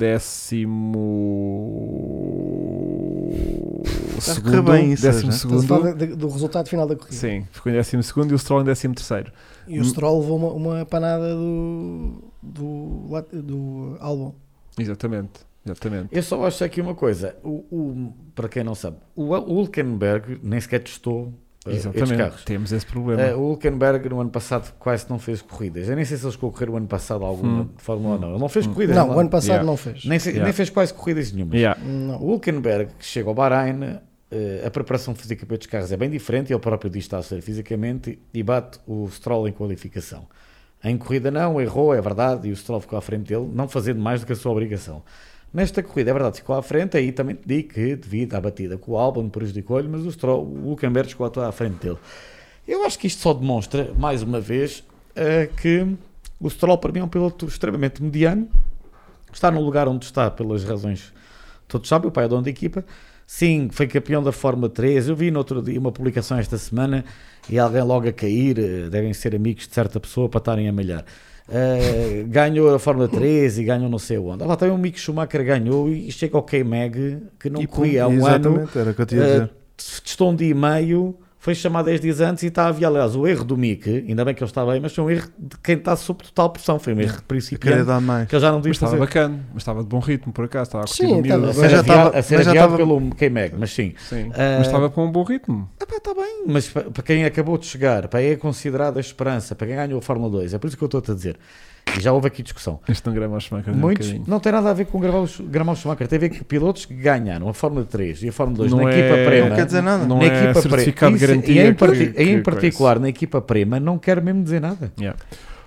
Speaker 2: décimo.
Speaker 1: Está a correr bem
Speaker 3: é?
Speaker 1: isso,
Speaker 2: décimo
Speaker 1: já.
Speaker 3: Estás a
Speaker 2: segundo.
Speaker 3: falar de- de- do resultado final da corrida.
Speaker 2: Sim, ficou em décimo segundo e o Stroll em décimo terceiro.
Speaker 3: E o Stroll levou uma, uma panada do, do, Lat- do álbum.
Speaker 2: Exatamente, exatamente.
Speaker 4: Eu só acho aqui uma coisa: o, o- para quem não sabe, o Hulkenberg nem sequer testou eh, estes carros.
Speaker 2: Exatamente. Temos esse problema.
Speaker 4: Eh, o Hulkenberg no ano passado quase não fez corridas. Eu nem sei se ele chegou a correr o ano passado alguma
Speaker 2: Hum.
Speaker 4: de Fórmula 1 ou não. Ele não fez
Speaker 2: Hum.
Speaker 4: corridas.
Speaker 3: Não,
Speaker 4: lá.
Speaker 3: o ano passado
Speaker 2: Yeah.
Speaker 3: não fez.
Speaker 4: nem, se-
Speaker 2: Yeah.
Speaker 4: nem fez quase corridas nenhuma.
Speaker 2: Yeah.
Speaker 3: Não.
Speaker 4: O Hulkenberg que chega ao Bahrein, eh, a preparação física para estes carros é bem diferente, ele próprio diz que está a ser fisicamente e bate o Stroll em qualificação. Em corrida não, errou, é verdade, e o Stroll ficou à frente dele, não fazendo mais do que a sua obrigação. Nesta corrida, é verdade, ficou à frente, aí também te digo que devido à batida com o Albon prejudicou-lhe, mas o, Stroll, o Hulkenberg chegou até à frente dele. Eu acho que isto só demonstra, mais uma vez, eh, que o Stroll para mim é um piloto extremamente mediano, está no lugar onde está pelas razões todos sabem, o pai é dono da equipa. Sim, foi campeão da Fórmula 3. Eu vi no outro dia uma publicação esta semana e alguém logo a cair, eh, devem ser amigos de certa pessoa para estarem a malhar. Eh, ganhou a Fórmula 3 e ganhou não sei onde. Ah, Lá também o Mick Schumacher ganhou e chega ao K-Mag que não
Speaker 1: E
Speaker 4: corria há
Speaker 1: pum,
Speaker 4: um ano
Speaker 1: Tipo, Exatamente, era o que eu tinha a dizer.
Speaker 4: eh, testou um dia e meio, foi chamado 10 dias antes e está a via. Aliás, o erro do Mick, ainda bem que ele estava aí, mas foi um erro de quem está sob total pressão. Foi um erro de
Speaker 1: Queria
Speaker 4: principiante
Speaker 1: dar mais.
Speaker 4: que ele já não
Speaker 2: Mas
Speaker 4: devia
Speaker 2: estava
Speaker 4: fazer.
Speaker 2: bacana, mas estava de bom ritmo por acaso, estava a curtir
Speaker 3: Sim,
Speaker 2: o miúdo.
Speaker 4: A
Speaker 3: estava-
Speaker 4: ser
Speaker 1: Mas já
Speaker 4: adiado-
Speaker 1: estava-
Speaker 4: a ser
Speaker 1: mas já
Speaker 4: adiado
Speaker 1: estava-
Speaker 4: pelo K-Mag, mas sim.
Speaker 2: Sim,
Speaker 4: Eh,
Speaker 2: mas estava com um bom ritmo.
Speaker 4: está bem, Ah, mas pa- para quem acabou de chegar, para é considerada a esperança, para quem ganhou a Fórmula 2, é por isso que eu estou-te a dizer. E já houve aqui discussão.
Speaker 2: Este não grama ao Schumacher nem um
Speaker 4: Muitos
Speaker 2: bocadinho.
Speaker 4: não tem nada a ver com gravar o Schu- gramar o Schumacher, tem a ver com pilotos que ganharam a Fórmula 3 e a Fórmula 2
Speaker 2: Não
Speaker 4: na
Speaker 2: é-
Speaker 4: equipa prema.
Speaker 1: Não quer dizer nada.
Speaker 2: Não
Speaker 4: na
Speaker 2: é
Speaker 4: equipa
Speaker 2: certificado de
Speaker 4: Isso-
Speaker 2: garantia.
Speaker 4: E em,
Speaker 2: que-
Speaker 4: parti-
Speaker 2: que-
Speaker 4: em
Speaker 2: que
Speaker 4: particular, na equipa prema, não quero mesmo dizer nada.
Speaker 2: coisa. Yeah.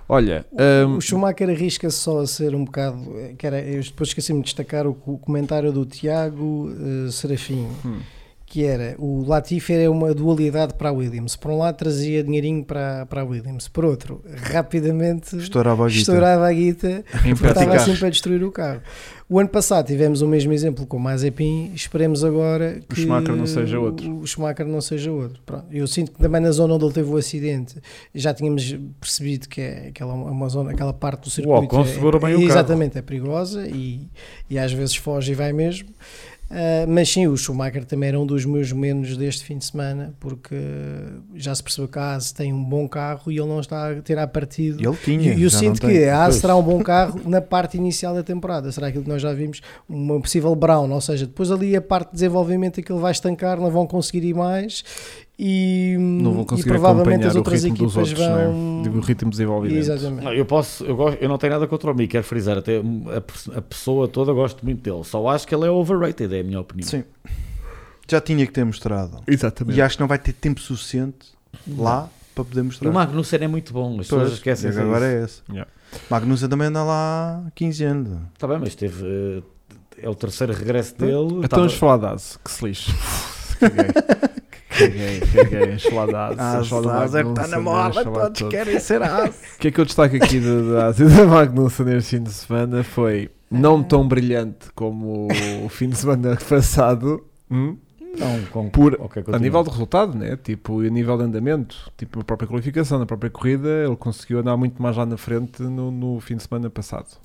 Speaker 2: Olha, hum, ahm,
Speaker 3: O Schumacher arrisca-se só a ser um bocado. eh, Que era, eu depois esqueci-me de destacar o, co- comentário do Tiago eh, Serafim,
Speaker 2: Hum.
Speaker 3: que era o Latifi era uma dualidade para a Williams. Por um lado trazia dinheirinho para, para a Williams, por outro, rapidamente
Speaker 1: Estourava a guita.
Speaker 3: estourava a guita
Speaker 2: em
Speaker 3: porque estava
Speaker 2: particular,
Speaker 3: assim para destruir o carro. O ano passado tivemos o mesmo exemplo com o Mazepin, esperemos agora que
Speaker 2: Schumacher não seja outro.
Speaker 3: O Schumacher não seja outro. Pronto, Eu sinto que também na zona onde ele teve o acidente já tínhamos percebido que é aquela é uma zona, aquela parte do circuito.
Speaker 4: Ocon
Speaker 3: é-
Speaker 4: segura bem
Speaker 3: é,
Speaker 4: o carro.
Speaker 3: Exatamente, é perigosa e, e às vezes foge e vai mesmo. Ah, mas sim, o Schumacher também era um dos meus menos deste fim de semana, porque já se percebeu que a Haas tem um bom carro e ele não está a tirar partido
Speaker 1: E ele
Speaker 3: e
Speaker 1: tinha.
Speaker 3: eu
Speaker 1: já
Speaker 3: sinto
Speaker 1: não tem.
Speaker 3: que a Haas
Speaker 4: Pois.
Speaker 3: será um bom carro na parte inicial da temporada. Será aquilo que nós já vimos? Uma possível Brown, ou seja, depois ali a parte de desenvolvimento é que ele vai estancar, não vão conseguir ir mais e,
Speaker 2: não vão
Speaker 3: e
Speaker 2: conseguir
Speaker 3: provavelmente
Speaker 2: acompanhar
Speaker 3: as
Speaker 2: o
Speaker 3: outras
Speaker 2: ritmo
Speaker 3: equipas
Speaker 2: dos outros, não é?
Speaker 3: vão.
Speaker 2: Digo, o ritmo desenvolvido.
Speaker 3: Exatamente.
Speaker 4: Não, eu posso, eu, gosto, eu não tenho nada contra o Mick, quero frisar, até hum, a, pers- a pessoa toda gosto muito dele, só acho que ele é overrated, é a minha opinião.
Speaker 1: Sim. Já tinha que ter mostrado.
Speaker 2: Exatamente.
Speaker 1: E acho que não vai ter tempo suficiente lá para poder
Speaker 4: E
Speaker 1: mostrar.
Speaker 4: o Magnussen é muito bom, as pessoas
Speaker 1: Pois,
Speaker 4: esquecem
Speaker 1: e agora
Speaker 4: isso.
Speaker 1: é esse.
Speaker 2: Yeah.
Speaker 1: Magnussen também anda lá há 15 anos.
Speaker 4: Está bem, mas teve. eh, É o terceiro regresso dele.
Speaker 2: Então
Speaker 4: estava-
Speaker 2: vamos falar da Ase, que se lixe. Caguei, caguei, caguei. Vamos falar da Ase,
Speaker 4: Ah,
Speaker 2: vamos falar da
Speaker 3: é tá
Speaker 4: tá
Speaker 2: Magnussen, vamos falar de todos.
Speaker 1: querem ser as.
Speaker 2: O que é que eu destaco aqui da da Ásia da Magnussen neste fim de semana foi não tão brilhante como o fim de semana passado, hum,
Speaker 4: Não, com,
Speaker 2: Por-
Speaker 4: ok,
Speaker 2: a
Speaker 4: continua.
Speaker 2: nível de resultado, né? Tipo, e a nível de andamento, tipo, a própria qualificação, na própria corrida, ele conseguiu andar muito mais lá na frente no, no fim de semana passado.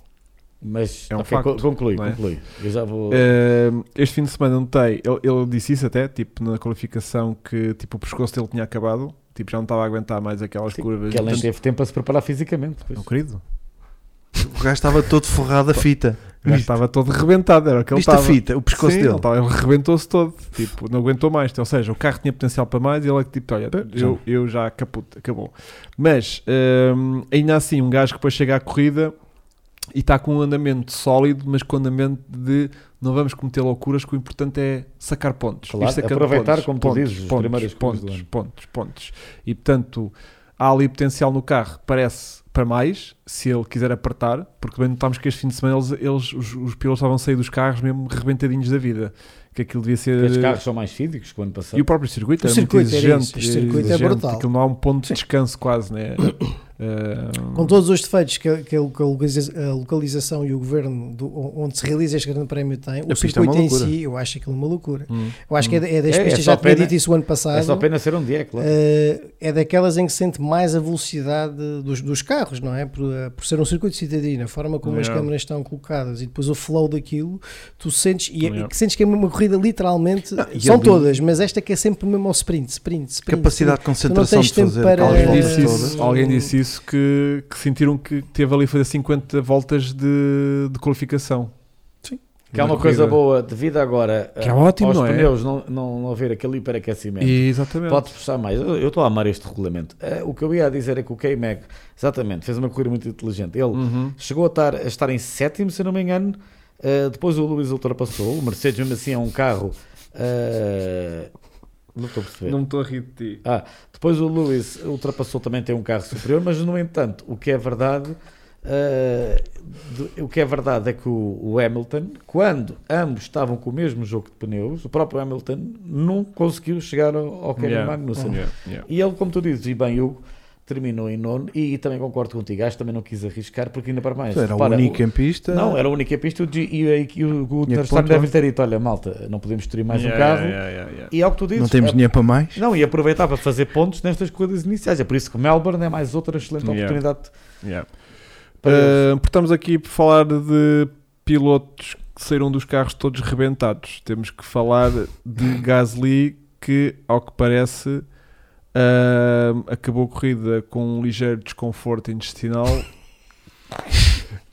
Speaker 4: Mas
Speaker 2: é um
Speaker 4: ok,
Speaker 2: facto,
Speaker 4: co- conclui,
Speaker 2: não é?
Speaker 4: conclui. Eu já vou.
Speaker 2: Eh, este fim de semana notei, ele, ele disse isso até, tipo, na qualificação que tipo, o pescoço dele tinha acabado, tipo, já não estava a aguentar mais aquelas
Speaker 4: Sim,
Speaker 2: curvas.
Speaker 4: que ele nem
Speaker 2: Portanto,
Speaker 4: teve tempo para se preparar fisicamente. pois.
Speaker 2: meu querido,
Speaker 1: O gajo estava todo forrado a fita.
Speaker 2: já
Speaker 1: Viste,
Speaker 2: estava todo rebentado, era o que ele
Speaker 1: viste a
Speaker 2: estava.
Speaker 1: fita, o pescoço
Speaker 2: Sim,
Speaker 1: dele.
Speaker 2: Ele, tava- ele rebentou-se todo, tipo, não aguentou mais. Ou seja, o carro tinha potencial para mais e ele é que tipo, olha, eu, eu já caputo, acabou. Mas hum, ainda assim, um gajo que depois chega à corrida e está com um andamento sólido, mas com um andamento de não vamos cometer loucuras, que o importante é sacar pontos. é
Speaker 4: Claro,
Speaker 2: Ir sacando
Speaker 4: aproveitar, como tu
Speaker 2: pontos,
Speaker 4: dizes, os
Speaker 2: pontos,
Speaker 4: primeiros
Speaker 2: pontos,
Speaker 4: clubes do
Speaker 2: pontos,
Speaker 4: ano.
Speaker 2: pontos, pontos. E portanto, há ali potencial no carro, parece para mais, se ele quiser apertar, porque bem notámos que este fim de semana eles, eles- os, os pilotos estavam a sair dos carros mesmo rebentadinhos da vida, que aquilo devia ser...
Speaker 4: Estes carros são mais físicos que o ano passado.
Speaker 2: E o próprio circuito
Speaker 3: O
Speaker 2: é
Speaker 3: circuito
Speaker 2: muito
Speaker 3: era
Speaker 2: exigente.
Speaker 3: isso, este circuito é
Speaker 2: exigente,
Speaker 3: brutal.
Speaker 2: Aquilo não há um ponto de descanso quase, né? Ah,
Speaker 3: Com todos os defeitos que, a- que a localiza- a localização e o governo do- onde se realiza este grande prémio tem, o
Speaker 1: A pista é
Speaker 3: circuito
Speaker 1: uma
Speaker 3: em
Speaker 1: loucura.
Speaker 3: si, eu acho aquilo uma loucura.
Speaker 2: hum.
Speaker 3: Eu acho que é, da- é das
Speaker 4: É, é
Speaker 3: pistas,
Speaker 4: só
Speaker 3: já tinha
Speaker 4: pena-
Speaker 3: dito isso o ano passado.
Speaker 4: É só pena ser um dia, é claro.
Speaker 3: eh, é daquelas em que se sente mais a velocidade dos, dos carros, não é? Por, eh, por ser um circuito citadino, a forma como as
Speaker 2: Yeah.
Speaker 3: câmaras estão colocadas e depois o flow daquilo, tu sentes, e, é-
Speaker 2: Yeah.
Speaker 3: e que sentes que é uma corrida literalmente,
Speaker 1: Ah, e
Speaker 3: são
Speaker 1: ali-
Speaker 3: todas, mas esta que é sempre mesmo ao sprint, sprint, sprint.
Speaker 1: Capacidade de concentração
Speaker 3: tens
Speaker 1: de
Speaker 3: tempo
Speaker 1: fazer
Speaker 3: para-
Speaker 1: aquelas
Speaker 2: Alguém
Speaker 3: Eh,
Speaker 2: disse
Speaker 1: voltas todas.
Speaker 2: isso, alguém disse isso que, que sentiram que teve ali a fazer 50 voltas de, de qualificação.
Speaker 1: Sim.
Speaker 4: Que é uma
Speaker 2: Na
Speaker 4: coisa
Speaker 2: corrida.
Speaker 4: boa, devido agora
Speaker 2: Que é
Speaker 4: eh,
Speaker 2: ótimo,
Speaker 4: aos
Speaker 2: não é?
Speaker 4: pneus não, não, não haver aquele hiperaquecimento.
Speaker 2: E, exatamente.
Speaker 4: Pode puxar mais. Eu eu estou a amar este regulamento. Eh, o que eu ia a dizer é que o K-Mac, exatamente, fez uma corrida muito inteligente. Ele
Speaker 2: Uhum.
Speaker 4: chegou a estar, a estar em sétimo, se não me engano. Eh, depois o Lewis ultrapassou. O Mercedes, mesmo assim, é um carro. eh, não estou a perceber.
Speaker 2: Não me estou a rir de ti.
Speaker 4: Ah, depois o Lewis ultrapassou também, tem um carro superior, mas no entanto, o que é verdade, eh, de- o que é verdade é que o, o Hamilton, quando ambos estavam com o mesmo jogo de pneus, o próprio Hamilton não conseguiu chegar ao, ao Kevin
Speaker 2: Yeah.
Speaker 4: Magnussen.
Speaker 2: Yeah, yeah.
Speaker 4: E ele, como tu dizes, e bem, Hugo, terminou em nono, e, também concordo contigo, acho que também não quis arriscar, porque ainda para mais.
Speaker 1: Era o
Speaker 4: repara,
Speaker 1: único em pista.
Speaker 4: Não, era a única pista e o G- e, o- e o Gunther Stein
Speaker 1: pontuar.
Speaker 4: deve ter dito: olha, malta, não podemos ter mais um
Speaker 2: Yeah,
Speaker 4: carro.
Speaker 2: yeah, yeah, yeah.
Speaker 4: E é o que tu dizes.
Speaker 1: Não temos
Speaker 4: é-
Speaker 1: dinheiro para mais.
Speaker 4: não, e aproveitar para fazer pontos nestas corridas iniciais. É por isso que Melbourne é mais outra excelente
Speaker 2: Yeah.
Speaker 4: oportunidade
Speaker 2: Yeah.
Speaker 4: para eles.
Speaker 2: Ah, portamos aqui por falar de pilotos que saíram dos carros todos rebentados. Temos que falar de Gasly, que, ao que parece, ah, acabou a corrida com um ligeiro desconforto intestinal.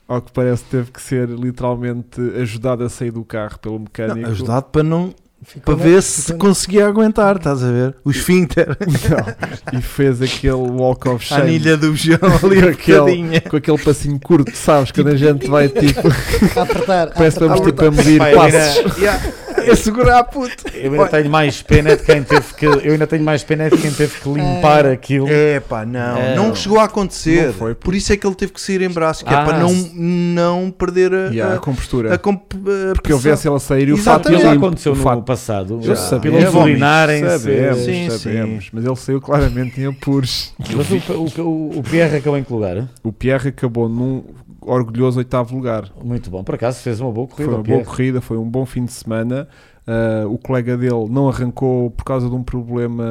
Speaker 2: ao que parece, teve que ser literalmente ajudado a sair do carro pelo mecânico.
Speaker 1: Não, ajudado para não para
Speaker 3: Ficou na-
Speaker 1: ver se
Speaker 3: ficou na-
Speaker 1: conseguia aguentar, estás a ver? O esfíncter,
Speaker 2: Não. E fez aquele walk of
Speaker 1: a
Speaker 2: shame
Speaker 1: anilha do bujão ali um
Speaker 2: Com aquele-
Speaker 1: apertadinha.
Speaker 2: com aquele passinho curto, sabes? Quando a gente vai tipo,
Speaker 3: a apertar. a
Speaker 2: parece que
Speaker 3: apertar.
Speaker 2: vamos tipo a medir
Speaker 4: Pá, eu
Speaker 2: passos.
Speaker 4: ainda-
Speaker 1: A segurar a puta.
Speaker 4: Eu ainda tenho mais pena de quem teve que. Eu ainda tenho mais pena de quem teve que limpar aquilo.
Speaker 1: É pá, não,
Speaker 4: É.
Speaker 1: não chegou a acontecer.
Speaker 2: Não foi,
Speaker 1: Por isso é que ele teve que sair em braço, que é
Speaker 4: Ah,
Speaker 1: para não,
Speaker 4: se-
Speaker 1: não perder a,
Speaker 2: Yeah, a
Speaker 1: a,
Speaker 2: compostura.
Speaker 1: a comp- a
Speaker 2: Porque eu
Speaker 1: pressão.
Speaker 2: viesse ela sair e o fato
Speaker 4: Aquilo já
Speaker 2: limpo,
Speaker 4: é aconteceu
Speaker 2: o
Speaker 4: no
Speaker 2: fato.
Speaker 4: passado.
Speaker 1: Já
Speaker 4: Ah,
Speaker 1: sabemos.
Speaker 4: Pilotos urinarem-se.
Speaker 2: sabemos,
Speaker 1: Sim,
Speaker 2: sabemos, Mas ele saiu claramente em apuros.
Speaker 4: Mas o, o, o Pierre acabou em que lugar?
Speaker 2: O Pierre acabou num orgulhoso oitavo lugar.
Speaker 4: Muito bom. Por acaso fez uma boa
Speaker 2: Foi
Speaker 4: corrida.
Speaker 2: uma
Speaker 4: o
Speaker 2: boa
Speaker 4: Pierre.
Speaker 2: corrida, foi um bom fim de semana. Ah, o colega dele não arrancou por causa de um problema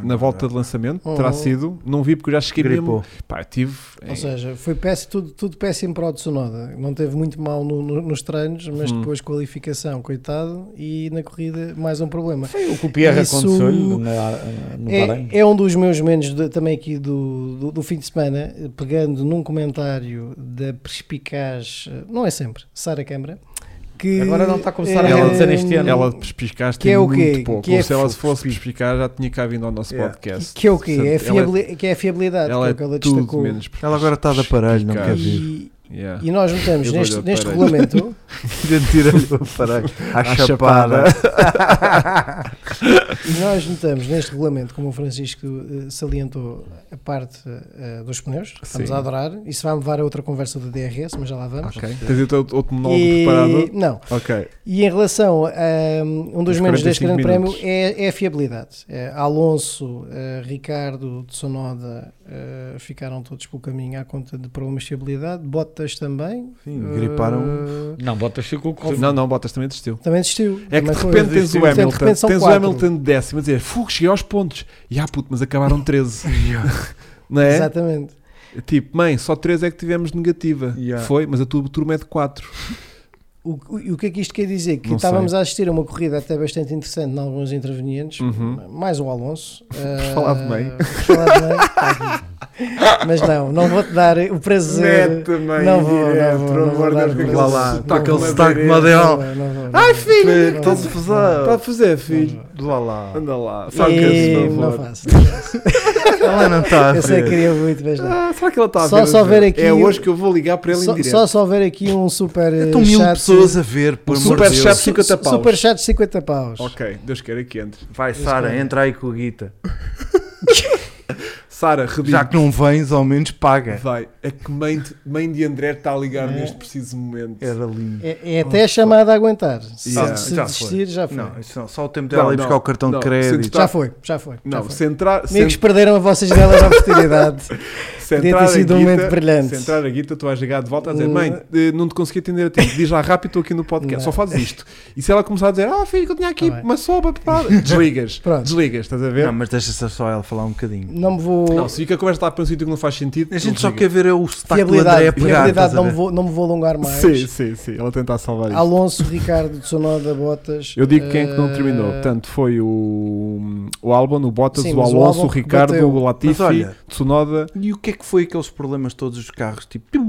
Speaker 2: na volta de lançamento. Terá
Speaker 3: Oh.
Speaker 2: sido. Não vi porque eu já cheguei
Speaker 1: Gripou.
Speaker 2: mesmo. Pá, tive.
Speaker 3: Ou seja, foi péssimo, tudo, tudo péssimo para o Tsunoda. Não teve muito mal no- no- nos treinos,
Speaker 1: Uhum.
Speaker 3: mas
Speaker 2: Hum.
Speaker 3: depois qualificação, coitado, e na corrida mais um problema.
Speaker 4: Foi o que o Pierre
Speaker 3: Isso-
Speaker 4: aconteceu-lhe na-
Speaker 2: Tá
Speaker 4: no Bahrein.
Speaker 3: É, é um dos meus menos de- também aqui do, do, do fim de semana, eh, pegando num comentário da perspicaz, eh, não é sempre, Sara Câmara, que eh,
Speaker 4: Agora não está a começar
Speaker 2: a
Speaker 4: acontecer neste ano.
Speaker 2: ela pespiscaste
Speaker 3: que é o quê?
Speaker 2: muito pouco.
Speaker 3: Que é
Speaker 2: se ela se
Speaker 3: fu-
Speaker 2: fosse pespicar, já tinha cá vindo ao nosso
Speaker 1: Yeah.
Speaker 2: podcast.
Speaker 3: Que é o quê? É a
Speaker 2: Portanto, ela
Speaker 3: fiabili- que é a fiabilidade,
Speaker 2: ela
Speaker 3: que é
Speaker 2: é
Speaker 3: o que ela
Speaker 2: tudo
Speaker 3: destacou.
Speaker 2: menos
Speaker 1: Ela agora está de aparelho, não quer
Speaker 2: Especificado.
Speaker 1: vir.
Speaker 3: E,
Speaker 2: Yeah.
Speaker 3: e nós notamos
Speaker 2: Eu
Speaker 3: neste,
Speaker 2: dou-lhe
Speaker 3: neste
Speaker 2: aparelho.
Speaker 3: regulamento
Speaker 1: Tira-lhe o aparelho. À
Speaker 2: À
Speaker 1: chapada.
Speaker 3: E nós notamos neste regulamento, como o Francisco eh, salientou, a parte eh, dos pneus. Estamos
Speaker 2: Sim.
Speaker 3: a adorar. Isso vai me levar a outra conversa do DRS, mas já lá vamos.
Speaker 2: Ok. Tens aí outro, outro monólogo
Speaker 3: E,
Speaker 2: preparado?
Speaker 3: não.
Speaker 2: Ok.
Speaker 3: E em relação a um, um dos
Speaker 2: Os
Speaker 3: menos
Speaker 2: 45
Speaker 3: deste grande
Speaker 2: minutos.
Speaker 3: prémio é, é a fiabilidade. É, Alonso, eh, Ricardo, Tsunoda eh, ficaram todos pelo caminho à conta de problemas de fiabilidade. Bottas também.
Speaker 1: Sim, griparam.
Speaker 3: Eh,
Speaker 4: Não, Bottas ficou com
Speaker 2: é- Não, não, Bottas também desistiu.
Speaker 3: também desistiu.
Speaker 2: É que
Speaker 3: Também
Speaker 2: de
Speaker 3: foi.
Speaker 2: repente tens o
Speaker 3: Portanto, de
Speaker 2: Hamilton,
Speaker 3: repente são
Speaker 2: tens o
Speaker 3: quatro.
Speaker 2: Hamilton de décimo a dizer, fogo, cheguei aos pontos. E ah, puto, mas acabaram 13. não é?
Speaker 3: Exatamente.
Speaker 2: Tipo, mãe, só 13 é que tivemos negativa.
Speaker 1: Yeah.
Speaker 2: Foi, mas a tua turma é de 4.
Speaker 3: O, o- o que é que isto quer dizer? Que
Speaker 2: Não
Speaker 3: estávamos a assistir a uma corrida até bastante interessante em alguns intervenientes,
Speaker 2: Uhum.
Speaker 3: mais o Alonso. eh,
Speaker 2: falar de bem.
Speaker 3: por falar de bem, está aqui. Mas não, não vou-te dar o prazer.
Speaker 2: mãe,
Speaker 3: Não vou, não
Speaker 2: é,
Speaker 3: direto, vou, por não amor vou de Deus, dar- que
Speaker 1: Lá
Speaker 3: aquele
Speaker 1: lá,
Speaker 3: sotaque
Speaker 1: aquele
Speaker 3: madeirense.
Speaker 1: sotaque de
Speaker 3: Não,
Speaker 1: Madeira.
Speaker 3: não, não, não, não.
Speaker 2: Ai, filho,
Speaker 1: Que
Speaker 3: Não,
Speaker 1: estás a
Speaker 2: está a
Speaker 1: fazer?
Speaker 2: fazer, filho?
Speaker 1: Lá lá.
Speaker 2: Anda lá. Sabe que
Speaker 3: E-
Speaker 2: é
Speaker 3: Não
Speaker 2: favor.
Speaker 3: faço. não faço.
Speaker 1: Ela não está a
Speaker 2: é
Speaker 3: Eu sei que
Speaker 1: ver.
Speaker 3: queria muito, mas não.
Speaker 2: Ah, será que ela está a
Speaker 3: Só-
Speaker 2: ver?
Speaker 3: só ver aqui
Speaker 2: É
Speaker 3: o-
Speaker 2: hoje que eu vou ligar para ele em
Speaker 3: Só,
Speaker 2: direto.
Speaker 3: só se houver aqui um super. eh,
Speaker 1: Estão É mil
Speaker 3: chat-
Speaker 1: pessoas a ver, por amor
Speaker 2: super
Speaker 1: de
Speaker 2: chat
Speaker 1: Deus.
Speaker 2: de 50 paus.
Speaker 3: Super chat de 50 paus.
Speaker 2: Ok, Deus queira que entre.
Speaker 1: Vai, Sara, entra aí com o Guita.
Speaker 2: Sara, redime
Speaker 1: Já que não vens, ao menos paga.
Speaker 2: Vai. É que mãe de, mãe de André está a ligar
Speaker 3: É.
Speaker 2: neste preciso momento.
Speaker 1: Era lindo.
Speaker 3: É, é até a chamada a aguentar. Se,
Speaker 2: Yeah.
Speaker 3: se
Speaker 1: Já
Speaker 3: desistir, já foi.
Speaker 1: Não, isso não, só o tempo
Speaker 2: Não,
Speaker 1: dela ir
Speaker 2: não,
Speaker 1: buscar o cartão
Speaker 2: não,
Speaker 1: de crédito.
Speaker 2: sinto-
Speaker 3: já foi, já foi. já
Speaker 2: Não,
Speaker 3: foi.
Speaker 2: se entrar, se,
Speaker 3: Tá Amigos, perderam a vossas belas oportunidade.
Speaker 2: se
Speaker 3: podia ter
Speaker 2: entrar a
Speaker 3: sido um
Speaker 2: guita,
Speaker 3: momento brilhante.
Speaker 2: se entrar a guita, tu vais ligar de volta a dizer:
Speaker 3: Hum.
Speaker 2: Mãe, eh, não te consegui atender a tempo, diz lá rápido, estou aqui no podcast, só
Speaker 3: Não.
Speaker 2: fazes isto. E se ela começar a dizer: Ah, filho, que eu tinha aqui
Speaker 3: Tá bem.
Speaker 2: uma sopa preparada, desligas,
Speaker 3: Pronto.
Speaker 2: desligas, estás a ver?
Speaker 1: Não, mas deixa só ela falar um bocadinho.
Speaker 3: Não me vou.
Speaker 2: Não, se fica a conversa lá para um sítio que não faz sentido,
Speaker 1: A gente
Speaker 2: tu
Speaker 1: só
Speaker 2: desligas.
Speaker 1: quer ver é tá o sotaque do André a
Speaker 3: fiabilidade,
Speaker 1: pegar. estás
Speaker 3: fiabilidade
Speaker 1: a
Speaker 3: não, me
Speaker 1: ver?
Speaker 3: vou, não me vou alongar mais.
Speaker 2: Sim, sim, sim, ela tenta salvar isto.
Speaker 3: Alonso, Ricardo, Tsunoda, Botas.
Speaker 2: Eu digo quem é que não
Speaker 3: eh,
Speaker 2: terminou. Portanto, foi o, o Albon, o Bottas,
Speaker 3: Sim,
Speaker 2: o
Speaker 3: mas o
Speaker 2: Alonso, o,
Speaker 3: Albon
Speaker 2: Ricardo,
Speaker 3: bateu.
Speaker 2: o Latifi,
Speaker 1: Mas olha-
Speaker 2: Tsunoda.
Speaker 1: E o que é que foi aqueles problemas todos os carros? Tipo, piu,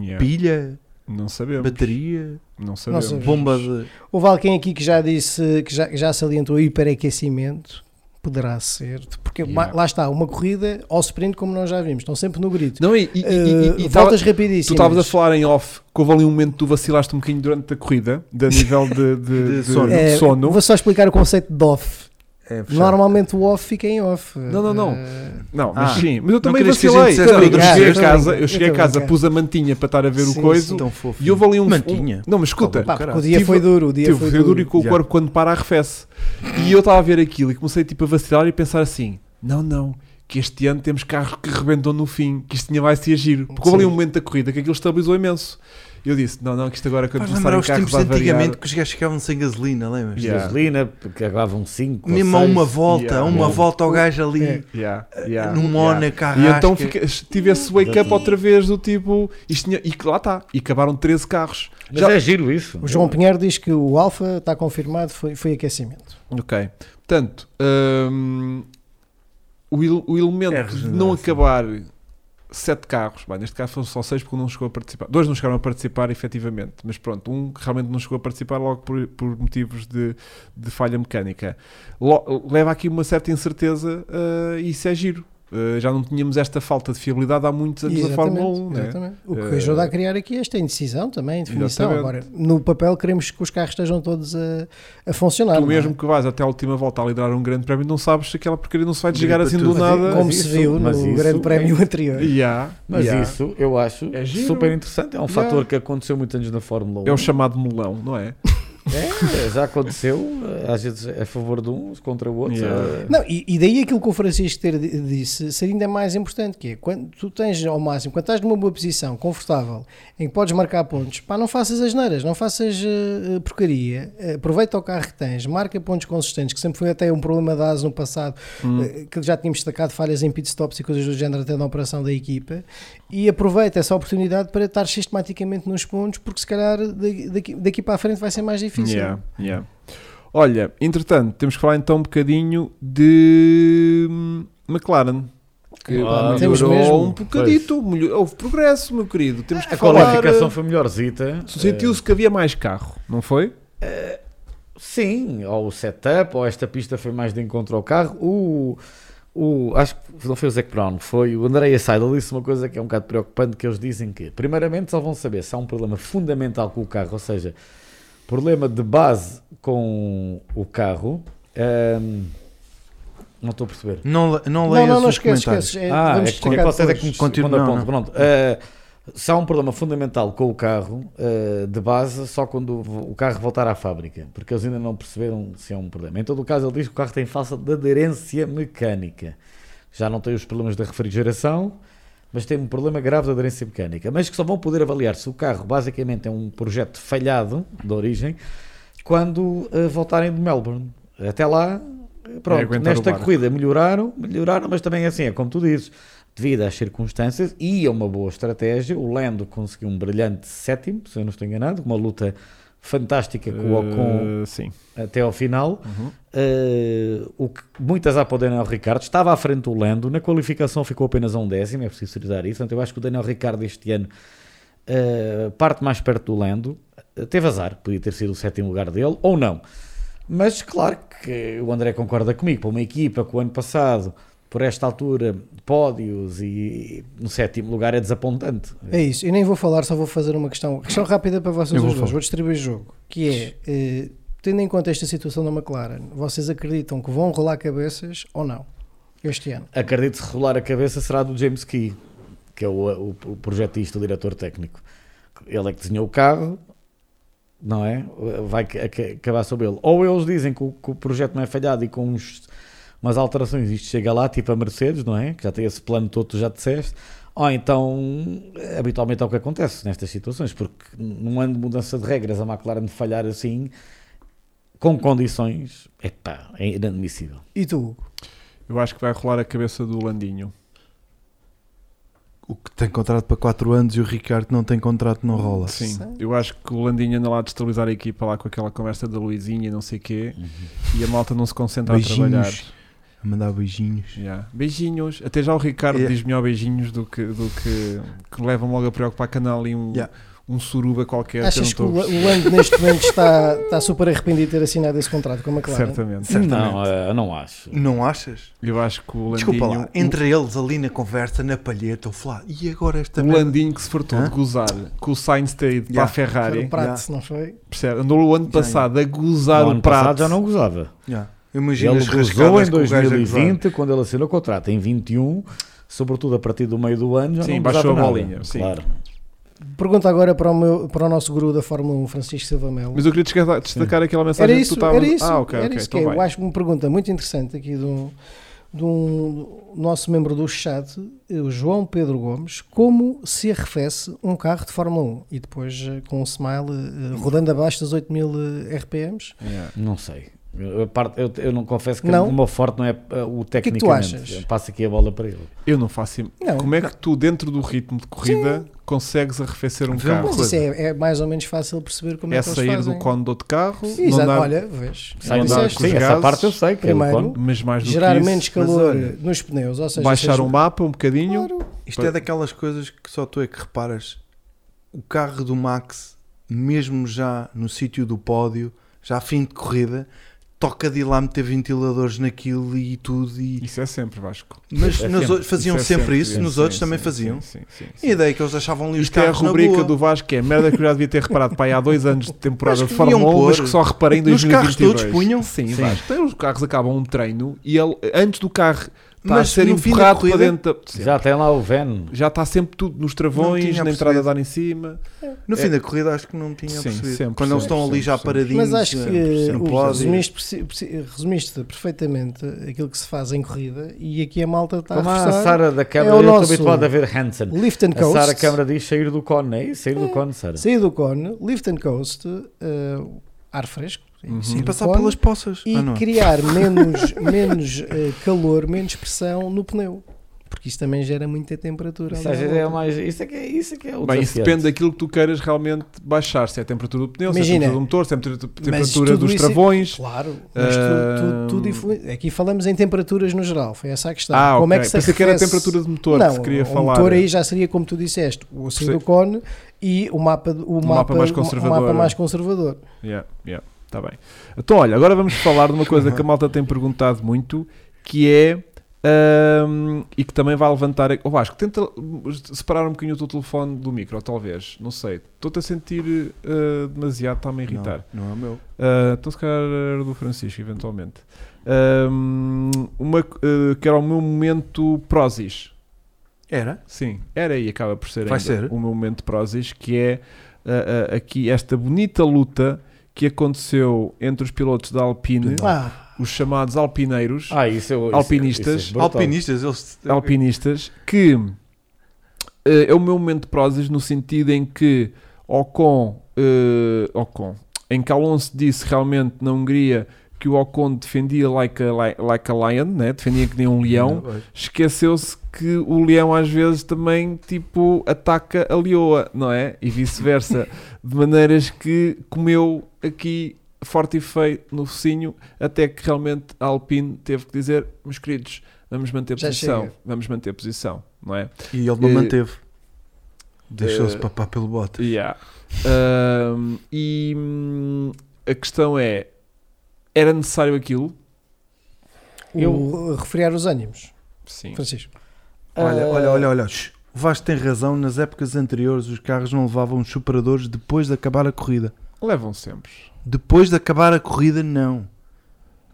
Speaker 2: Yeah.
Speaker 1: pilha,
Speaker 2: Não sabemos.
Speaker 1: bateria,
Speaker 2: Não sabemos.
Speaker 3: sabemos.
Speaker 1: bomba de.
Speaker 3: Houve alguém aqui que já disse, que já, que já salientou o hiperaquecimento. Poderá ser. Porque
Speaker 2: Yeah.
Speaker 3: ma- lá está, uma corrida ao sprint, como nós já vimos, estão sempre no grito.
Speaker 2: Não, e, e, e- e-
Speaker 3: Eh,
Speaker 2: e tava-
Speaker 3: voltas rapidíssimas.
Speaker 2: tu estavas a falar em off que houve ali um momento que tu vacilaste um bocadinho durante a corrida, da nível de, de-
Speaker 1: De
Speaker 2: de-
Speaker 1: sono.
Speaker 2: de
Speaker 3: Eh,
Speaker 2: sono.
Speaker 3: Vou só explicar o conceito de off.
Speaker 1: É, fechado.
Speaker 3: Normalmente o off fica em off.
Speaker 2: Não, não, não.
Speaker 3: Eh,
Speaker 2: Não, mas
Speaker 1: Ah.
Speaker 2: sim. Mas eu também
Speaker 1: querias que a gente
Speaker 2: vacilei.
Speaker 1: dissesse
Speaker 2: Sabe, Eu
Speaker 1: tudo.
Speaker 2: cheguei a
Speaker 3: Obrigado,
Speaker 2: casa,
Speaker 3: obrigado.
Speaker 2: eu cheguei a
Speaker 3: Muito
Speaker 2: casa,
Speaker 3: obrigado.
Speaker 2: pus a mantinha para estar a ver
Speaker 3: Sim,
Speaker 2: o coisa.
Speaker 1: Tão fofo.
Speaker 2: E houve ali um.
Speaker 1: Mantinha.
Speaker 2: um- não, mas escuta,
Speaker 3: pá,
Speaker 1: Caralho.
Speaker 3: porque o dia
Speaker 2: Tive-
Speaker 3: foi duro. O dia
Speaker 2: Teve
Speaker 3: foi
Speaker 2: foi duro e
Speaker 3: duro.
Speaker 2: com o
Speaker 1: Já.
Speaker 2: corpo quando para arrefece. E eu estava a ver aquilo e comecei tipo a vacilar e pensar assim: não, não, que este ano temos carros que rebentam no fim, que isto tinha vai ser giro. Porque houve ali
Speaker 3: Sim.
Speaker 2: um momento da corrida que aquilo estabilizou imenso. Eu disse: não, não, que isto agora quando
Speaker 1: Faz
Speaker 2: começar
Speaker 1: lembrar
Speaker 2: em
Speaker 1: os
Speaker 2: carros
Speaker 1: tempos
Speaker 2: vai variar.
Speaker 1: antigamente que os gajos ficavam sem gasolina, lembras?
Speaker 2: Yeah.
Speaker 4: Gasolina, porque acabavam 5.
Speaker 1: Mesmo a uma volta,
Speaker 2: Yeah.
Speaker 1: a uma
Speaker 2: Yeah.
Speaker 1: volta ao gajo ali,
Speaker 3: É.
Speaker 2: Yeah, yeah,
Speaker 1: no
Speaker 2: yeah.
Speaker 1: eh, Mónaco,
Speaker 2: E
Speaker 1: yeah.
Speaker 2: então fica, tive esse wake up outra vez do tipo, isto tinha, e que lá está, e acabaram 13 carros.
Speaker 4: Mas
Speaker 2: Já-
Speaker 4: é giro isso.
Speaker 3: O João Pinheiro diz que o Alfa está confirmado, foi, foi aquecimento.
Speaker 2: Ok. Portanto, hum, o, il- o elemento
Speaker 1: É
Speaker 2: de
Speaker 1: regeneração.
Speaker 2: não acabar sete carros, bem, neste caso foram só seis porque um não chegou a participar. Dois não chegaram a participar, efetivamente, mas pronto, um que realmente não chegou a participar logo por, por motivos de, de falha mecânica. Lo- leva aqui uma certa incerteza ah, e isso é giro. Ah, já não tínhamos esta falta de fiabilidade há muitos anos da Fórmula 1, né?
Speaker 3: exatamente. O que
Speaker 2: Eh,
Speaker 3: ajuda a criar aqui esta indecisão também, definição.
Speaker 2: Exatamente.
Speaker 3: Agora, no papel queremos que os carros estejam todos a, a funcionar.
Speaker 2: Tu
Speaker 3: não é?
Speaker 2: mesmo que vais até a última volta a liderar um grande prémio, não sabes se aquela porcaria não se vai desligar
Speaker 1: Gripa
Speaker 2: assim do
Speaker 1: tudo.
Speaker 2: nada.
Speaker 3: é Como
Speaker 4: mas
Speaker 3: se
Speaker 4: isso-
Speaker 3: viu no
Speaker 4: mas isso-
Speaker 3: grande prémio
Speaker 2: é
Speaker 3: anterior.
Speaker 2: Yeah,
Speaker 4: Mas
Speaker 2: yeah.
Speaker 4: isso eu acho
Speaker 2: É giro.
Speaker 4: super interessante. É um
Speaker 2: Yeah.
Speaker 4: fator que aconteceu muitos anos na Fórmula 1.
Speaker 2: É o chamado melão, não é?
Speaker 4: É, já aconteceu, eh, às vezes é a favor de uns contra o outro. Eh,
Speaker 2: Yeah.
Speaker 3: Não, e, e daí aquilo que o Francisco ter di- disse ser ainda mais importante, que é quando tu tens ao máximo, quando estás numa boa posição, confortável, em que podes marcar pontos, pá, não faças asneiras, não faças eh, eh, porcaria, eh, aproveita o carro que tens, marca pontos consistentes, que sempre foi até um problema da ASE no passado,
Speaker 4: Hum.
Speaker 3: eh, que já tínhamos destacado falhas em pitstops e coisas do género até na operação da equipa, e aproveita essa oportunidade para estar sistematicamente nos pontos, porque se calhar daqui, daqui- daqui para a frente vai ser mais difícil.
Speaker 2: Yeah, yeah. Olha, entretanto, temos que falar então um bocadinho de hum, McLaren. Que
Speaker 4: Ah,
Speaker 3: temos
Speaker 2: melhorou
Speaker 3: mesmo.
Speaker 2: um bocadito, melhor- houve progresso, meu querido. Temos que
Speaker 4: É, A
Speaker 2: falar. eh,
Speaker 4: qualificação foi melhorzita.
Speaker 2: Sentiu-se que havia mais carro, não foi?
Speaker 4: Eh, sim, ou o setup, ou esta pista foi mais de encontro ao carro. O, o, acho que não foi o Zac Brown, foi o Andrea Seidel. Disse uma coisa que é um bocado preocupante: que eles dizem que, primeiramente, só vão saber se há um problema fundamental com o carro, ou seja, problema de base com o carro. Ahm, não estou a perceber.
Speaker 1: Não, le- não
Speaker 3: Não,
Speaker 1: leias
Speaker 3: não, não
Speaker 1: os
Speaker 3: esqueces,
Speaker 1: comentários.
Speaker 3: esqueces. É,
Speaker 4: Ah,
Speaker 3: vamos
Speaker 4: é que, é que
Speaker 3: destacar
Speaker 4: vocês é que
Speaker 3: depois.
Speaker 4: me
Speaker 1: Continua,
Speaker 4: quando eu
Speaker 1: não,
Speaker 4: ponto, pronto. Eh, se há um problema fundamental com o carro, eh, de base, só quando o o carro voltar à fábrica, porque eles ainda não perceberam se é um problema. Em todo o caso, ele diz que o carro tem falta de aderência mecânica. Já não tem os problemas da refrigeração, mas tem um problema grave de aderência mecânica. Mas que só vão poder avaliar se o carro basicamente é um projeto falhado, de origem, quando eh, voltarem de Melbourne. Até lá, eh,
Speaker 2: É
Speaker 4: pronto,
Speaker 2: aguentar o
Speaker 4: nesta
Speaker 2: barco.
Speaker 4: corrida melhoraram, melhoraram, mas também é assim, é como tu dizes, devido às circunstâncias e a uma boa estratégia, o Lando conseguiu um brilhante sétimo, se eu não estou enganado, uma luta fantástica com o Ocon
Speaker 2: Eh, sim.
Speaker 4: até ao final. Eh, o que muitas há para o Daniel Ricardo estava à frente do Lando, na qualificação ficou apenas a um décimo, é preciso frisar isso. Portanto, eu acho que o Daniel Ricardo este ano eh, parte mais perto do Lando. Eh, Teve azar, podia ter sido o sétimo lugar dele, ou não. Mas claro que o André concorda comigo, para uma equipa que o ano passado, por esta altura, pódios e no sétimo lugar é desapontante.
Speaker 3: É isso, eu nem vou falar, só vou fazer uma questão, questão rápida para vocês
Speaker 1: Eu
Speaker 3: os
Speaker 1: vou
Speaker 3: dois,
Speaker 1: falar.
Speaker 3: vou distribuir o jogo, que é, eh, tendo em conta esta situação da McLaren, vocês acreditam que vão rolar cabeças ou não? este ano.
Speaker 4: Acredito se rolar a cabeça será do James Key, que é o, o, o projetista, o diretor técnico. Ele é que desenhou o carro, não é? Vai ca- ca- acabar sobre ele. Ou eles dizem que o, que o projeto não é falhado e com uns, umas alterações isto chega lá, tipo a Mercedes, não é? Que já tem esse plano todo, tu já disseste. Ou então, habitualmente é o que acontece nestas situações, porque num ano de mudança de regras, a McLaren falhar assim, com condições, epá, é inadmissível.
Speaker 3: E tu, Hugo?
Speaker 2: Eu acho que vai rolar a cabeça do Landinho.
Speaker 1: O que tem contrato para 4 anos e o Ricardo não tem contrato, não rola.
Speaker 2: Sim,
Speaker 3: Sim.
Speaker 2: eu acho que o Landinho anda lá a destabilizar a equipa lá com aquela conversa da Luizinha e não sei o quê.
Speaker 4: Uhum.
Speaker 2: E a malta não se concentra a trabalhar.
Speaker 1: Beijinhos. A mandar beijinhos.
Speaker 2: Yeah. Beijinhos. Até já o Ricardo
Speaker 1: Yeah.
Speaker 2: diz melhor beijinhos do que, do que, que levam logo a preocupar canal ali um,
Speaker 1: Yeah.
Speaker 2: um suruba qualquer. eu
Speaker 3: Achas
Speaker 2: não
Speaker 3: que
Speaker 2: tô a
Speaker 3: o,
Speaker 2: perceber.
Speaker 3: o Lando neste momento está, está super arrependido de ter assinado esse contrato com a McLaren?
Speaker 2: Certamente,
Speaker 4: Não,
Speaker 2: certamente.
Speaker 4: eu não acho.
Speaker 1: Não achas?
Speaker 2: Eu acho que o Landinho,
Speaker 1: Desculpa lá,
Speaker 2: o-
Speaker 1: entre eles ali na conversa, na palheta, o Flá. E agora esta
Speaker 2: o
Speaker 1: merda?
Speaker 2: Landinho que se fartou
Speaker 1: Hã?
Speaker 2: de gozar com o Sainz ter ido para a
Speaker 1: Yeah.
Speaker 3: Foi um
Speaker 2: Ferrari,
Speaker 3: o Prato,
Speaker 1: já.
Speaker 3: se não foi?
Speaker 2: percebe? andou o ano
Speaker 1: Já,
Speaker 2: passado a gozar
Speaker 4: No
Speaker 2: o
Speaker 4: ano
Speaker 2: um prato.
Speaker 4: passado já não gozava.
Speaker 1: Já.
Speaker 4: Ele
Speaker 1: Imagina as
Speaker 4: gozou
Speaker 1: rascadas
Speaker 4: em
Speaker 1: que o gajo a gozar.
Speaker 4: 2020, quando ele assinou o contrato. Em 21, sobretudo a partir do meio do ano, já
Speaker 2: Sim,
Speaker 4: não
Speaker 2: baixou
Speaker 4: gozava
Speaker 2: a
Speaker 4: nada.
Speaker 2: bolinha, sim.
Speaker 4: Claro.
Speaker 3: Pergunta agora para o, meu, para o nosso guru da Fórmula 1, Francisco Silva Melo.
Speaker 2: Mas eu queria desca- destacar aquela mensagem
Speaker 3: Era
Speaker 2: que tu
Speaker 3: isso,
Speaker 2: estavas.
Speaker 3: era isso,
Speaker 2: Ah, ok,
Speaker 3: era
Speaker 2: ok,
Speaker 3: isso que
Speaker 2: então
Speaker 3: é.
Speaker 2: vai.
Speaker 3: Eu acho uma pergunta muito interessante aqui de um, de um nosso membro do chat, eh, o João Pedro Gomes, como se arrefece um carro de Fórmula 1 e depois eh, com um smile eh, rodando abaixo das 8000 eh, RPMs.
Speaker 2: Yeah.
Speaker 4: Não sei. Eu, a parte- eu- eu não confesso que
Speaker 3: Não?
Speaker 4: o meu forte não é uh, o
Speaker 3: que tu
Speaker 4: tecnicamente.
Speaker 3: achas?
Speaker 4: Eu passo aqui a bola para ele.
Speaker 2: Eu não faço. im-
Speaker 3: Não,
Speaker 2: Como é que tu, dentro do ritmo de corrida, consegues arrefecer um
Speaker 1: Vamos
Speaker 2: carro?
Speaker 3: mas isso é, é mais ou menos fácil perceber como é,
Speaker 2: É
Speaker 3: que eles
Speaker 2: sair
Speaker 3: fazem.
Speaker 2: do condo de carro,
Speaker 3: Sim,
Speaker 2: não
Speaker 3: exato.
Speaker 2: dar-
Speaker 3: Olha, vês,
Speaker 2: Sai
Speaker 4: Sim,
Speaker 2: andar
Speaker 3: disseste.
Speaker 2: com os
Speaker 4: sim, essa
Speaker 2: gases,
Speaker 4: parte eu sei. Que é o
Speaker 3: primeiro,
Speaker 4: quando.
Speaker 2: mas mais do
Speaker 3: gerar
Speaker 2: que isso,
Speaker 3: menos calor
Speaker 1: olha,
Speaker 3: nos pneus, ou seja,
Speaker 2: baixar
Speaker 3: seja-
Speaker 2: o mapa um bocadinho.
Speaker 1: Isto é daquelas coisas que só tu é que reparas. O carro do Max, mesmo já no sítio do pódio, já a fim de corrida, toca de ir lá meter ventiladores naquilo e tudo. E...
Speaker 2: Isso é sempre Vasco.
Speaker 1: Mas
Speaker 4: é
Speaker 1: nos
Speaker 4: sempre.
Speaker 1: outros faziam
Speaker 2: é
Speaker 1: sempre, isso,
Speaker 2: sim,
Speaker 1: nos
Speaker 2: sim,
Speaker 1: outros
Speaker 2: sim,
Speaker 1: também
Speaker 2: sim,
Speaker 1: faziam.
Speaker 2: sim, sim, sim.
Speaker 1: E a ideia que eles deixavam ali os
Speaker 2: Isto é a
Speaker 1: carros na
Speaker 2: rubrica
Speaker 1: boa.
Speaker 2: do Vasco, que é merda que eu já devia ter reparado para aí há dois anos de temporada
Speaker 1: Mas
Speaker 2: de
Speaker 1: que deviam
Speaker 2: Fórmula 1, mas
Speaker 1: pôr.
Speaker 2: que só reparei em
Speaker 1: Nos
Speaker 2: 2022.
Speaker 1: carros todos punham?
Speaker 2: Sim,
Speaker 4: Sim.
Speaker 2: Vasco. Então, os carros acabam um treino e ele, antes do carro estar a
Speaker 1: Mas
Speaker 2: ser
Speaker 1: no fim da
Speaker 2: empurrado para
Speaker 1: corrida-
Speaker 2: dentro... da- Sim.
Speaker 4: Já tem lá o Ven.
Speaker 2: Já está sempre tudo nos travões,
Speaker 1: tinha
Speaker 2: na entrada
Speaker 1: percebido.
Speaker 2: a dar em cima.
Speaker 1: No fim
Speaker 2: É.
Speaker 1: da corrida acho que não tinha
Speaker 2: Sim,
Speaker 1: percebido.
Speaker 2: sempre,
Speaker 1: Quando eles
Speaker 2: sempre,
Speaker 1: estão ali
Speaker 2: sempre,
Speaker 1: já
Speaker 2: sempre.
Speaker 1: paradinhos.
Speaker 3: Mas acho que
Speaker 1: eh,
Speaker 3: eh,
Speaker 1: no
Speaker 3: Hugo,
Speaker 1: pódio.
Speaker 3: resumiste, perci- perci- resumiste perfeitamente aquilo que se faz em corrida e aqui a malta está
Speaker 4: Como
Speaker 3: Tá a
Speaker 4: a
Speaker 3: reforçar.
Speaker 4: Sara da câmara,
Speaker 3: É o
Speaker 4: eu
Speaker 3: nosso-
Speaker 4: estou habituado a ver Hansen.
Speaker 3: Lift and
Speaker 4: A Sara
Speaker 3: Coast.
Speaker 4: a câmara diz sair do cone, é isso? Sair do cone, Sara.
Speaker 3: Sair do cone, lift and coast, eh, ar fresco,
Speaker 2: Uhum.
Speaker 1: E
Speaker 3: sair do
Speaker 1: passar
Speaker 3: cone
Speaker 1: pelas poças.
Speaker 3: e
Speaker 1: Ah, não.
Speaker 3: criar menos, menos eh, calor, menos pressão no pneu. Porque isso também gera muita temperatura.
Speaker 4: Isso
Speaker 3: ali à
Speaker 4: às vezes é
Speaker 3: volta.
Speaker 4: mais. Isso é que é, isso é, que é o
Speaker 2: Bem, isso
Speaker 4: desafiante.
Speaker 2: depende daquilo que tu queiras realmente baixar, se é a temperatura do pneu, se é a
Speaker 3: Imagina.
Speaker 2: temperatura do motor, se é a temperatura,
Speaker 3: Mas
Speaker 2: temperatura
Speaker 3: tudo
Speaker 2: dos
Speaker 3: isso é-
Speaker 2: travões.
Speaker 3: Claro, mas tu- tu- tudo
Speaker 2: Ahm.
Speaker 3: influi- Aqui falamos em temperaturas no geral, foi essa a questão.
Speaker 2: Ah,
Speaker 3: Como
Speaker 2: ok.
Speaker 3: é que se
Speaker 2: Pensei que era a
Speaker 3: arrefece-
Speaker 2: temperatura de motor
Speaker 3: não,
Speaker 2: que se queria
Speaker 3: o
Speaker 2: falar.
Speaker 3: motor aí já seria como tu disseste, o sair do cone e o mapa, o mapa,
Speaker 2: mapa mais
Speaker 3: o
Speaker 2: conservador.
Speaker 3: mapa mais conservador.
Speaker 2: Yeah, yeah, tá bem. Então, olha, agora vamos falar de uma coisa que a malta tem perguntado muito, que é. ahm, e que também vai levantar. O Vasco, tenta separar um bocadinho o teu telefone do micro, talvez. Não sei. Estou-te a sentir ah, demasiado, está-me a irritar.
Speaker 1: Não, não é o meu.
Speaker 2: Ah, então, se calhar era do Francisco, eventualmente. Ahm, uma, co- ah, que era o meu momento Prozis.
Speaker 1: Era?
Speaker 2: Sim, era e acaba por ser,
Speaker 1: Vai
Speaker 2: ainda
Speaker 1: ser.
Speaker 2: o meu momento de Prozis, que é ah, ah, aqui esta bonita luta que aconteceu entre os pilotos da Alpine,
Speaker 3: Ah,
Speaker 2: os chamados alpineiros,
Speaker 4: Ah, isso eu, isso-
Speaker 2: Alpinistas.
Speaker 4: isso é brutal.
Speaker 1: Alpinistas, eles.
Speaker 2: alpinistas, que ah, é o meu momento de Prozis no sentido em que Ocon, ah, Ocon, em que Alonso disse realmente na Hungria que o Ocon defendia like a, li- like a lion, né? defendia que nem um leão, esqueceu-se que o leão às vezes também tipo ataca a leoa, não é? E vice-versa, de maneiras que comeu aqui forte e feio no focinho, até que realmente a Alpine teve que dizer, meus queridos, vamos manter
Speaker 3: Já
Speaker 2: posição,
Speaker 3: chega."
Speaker 2: vamos manter posição, não é?
Speaker 1: E ele não
Speaker 2: Eh,
Speaker 1: manteve. Deixou-se
Speaker 2: eh,
Speaker 1: papar pelo bote.
Speaker 2: Yeah. Ahm, e hum, a questão é, era necessário aquilo?
Speaker 3: o, refriar os ânimos,
Speaker 2: Sim.
Speaker 3: Francisco.
Speaker 1: Olha,
Speaker 4: Ah,
Speaker 1: olha, olha, olha. shh. O Vasco tem razão, nas épocas anteriores os carros não levavam os superadores depois de acabar a corrida.
Speaker 2: Levam sempre.
Speaker 1: Depois de acabar a corrida, não.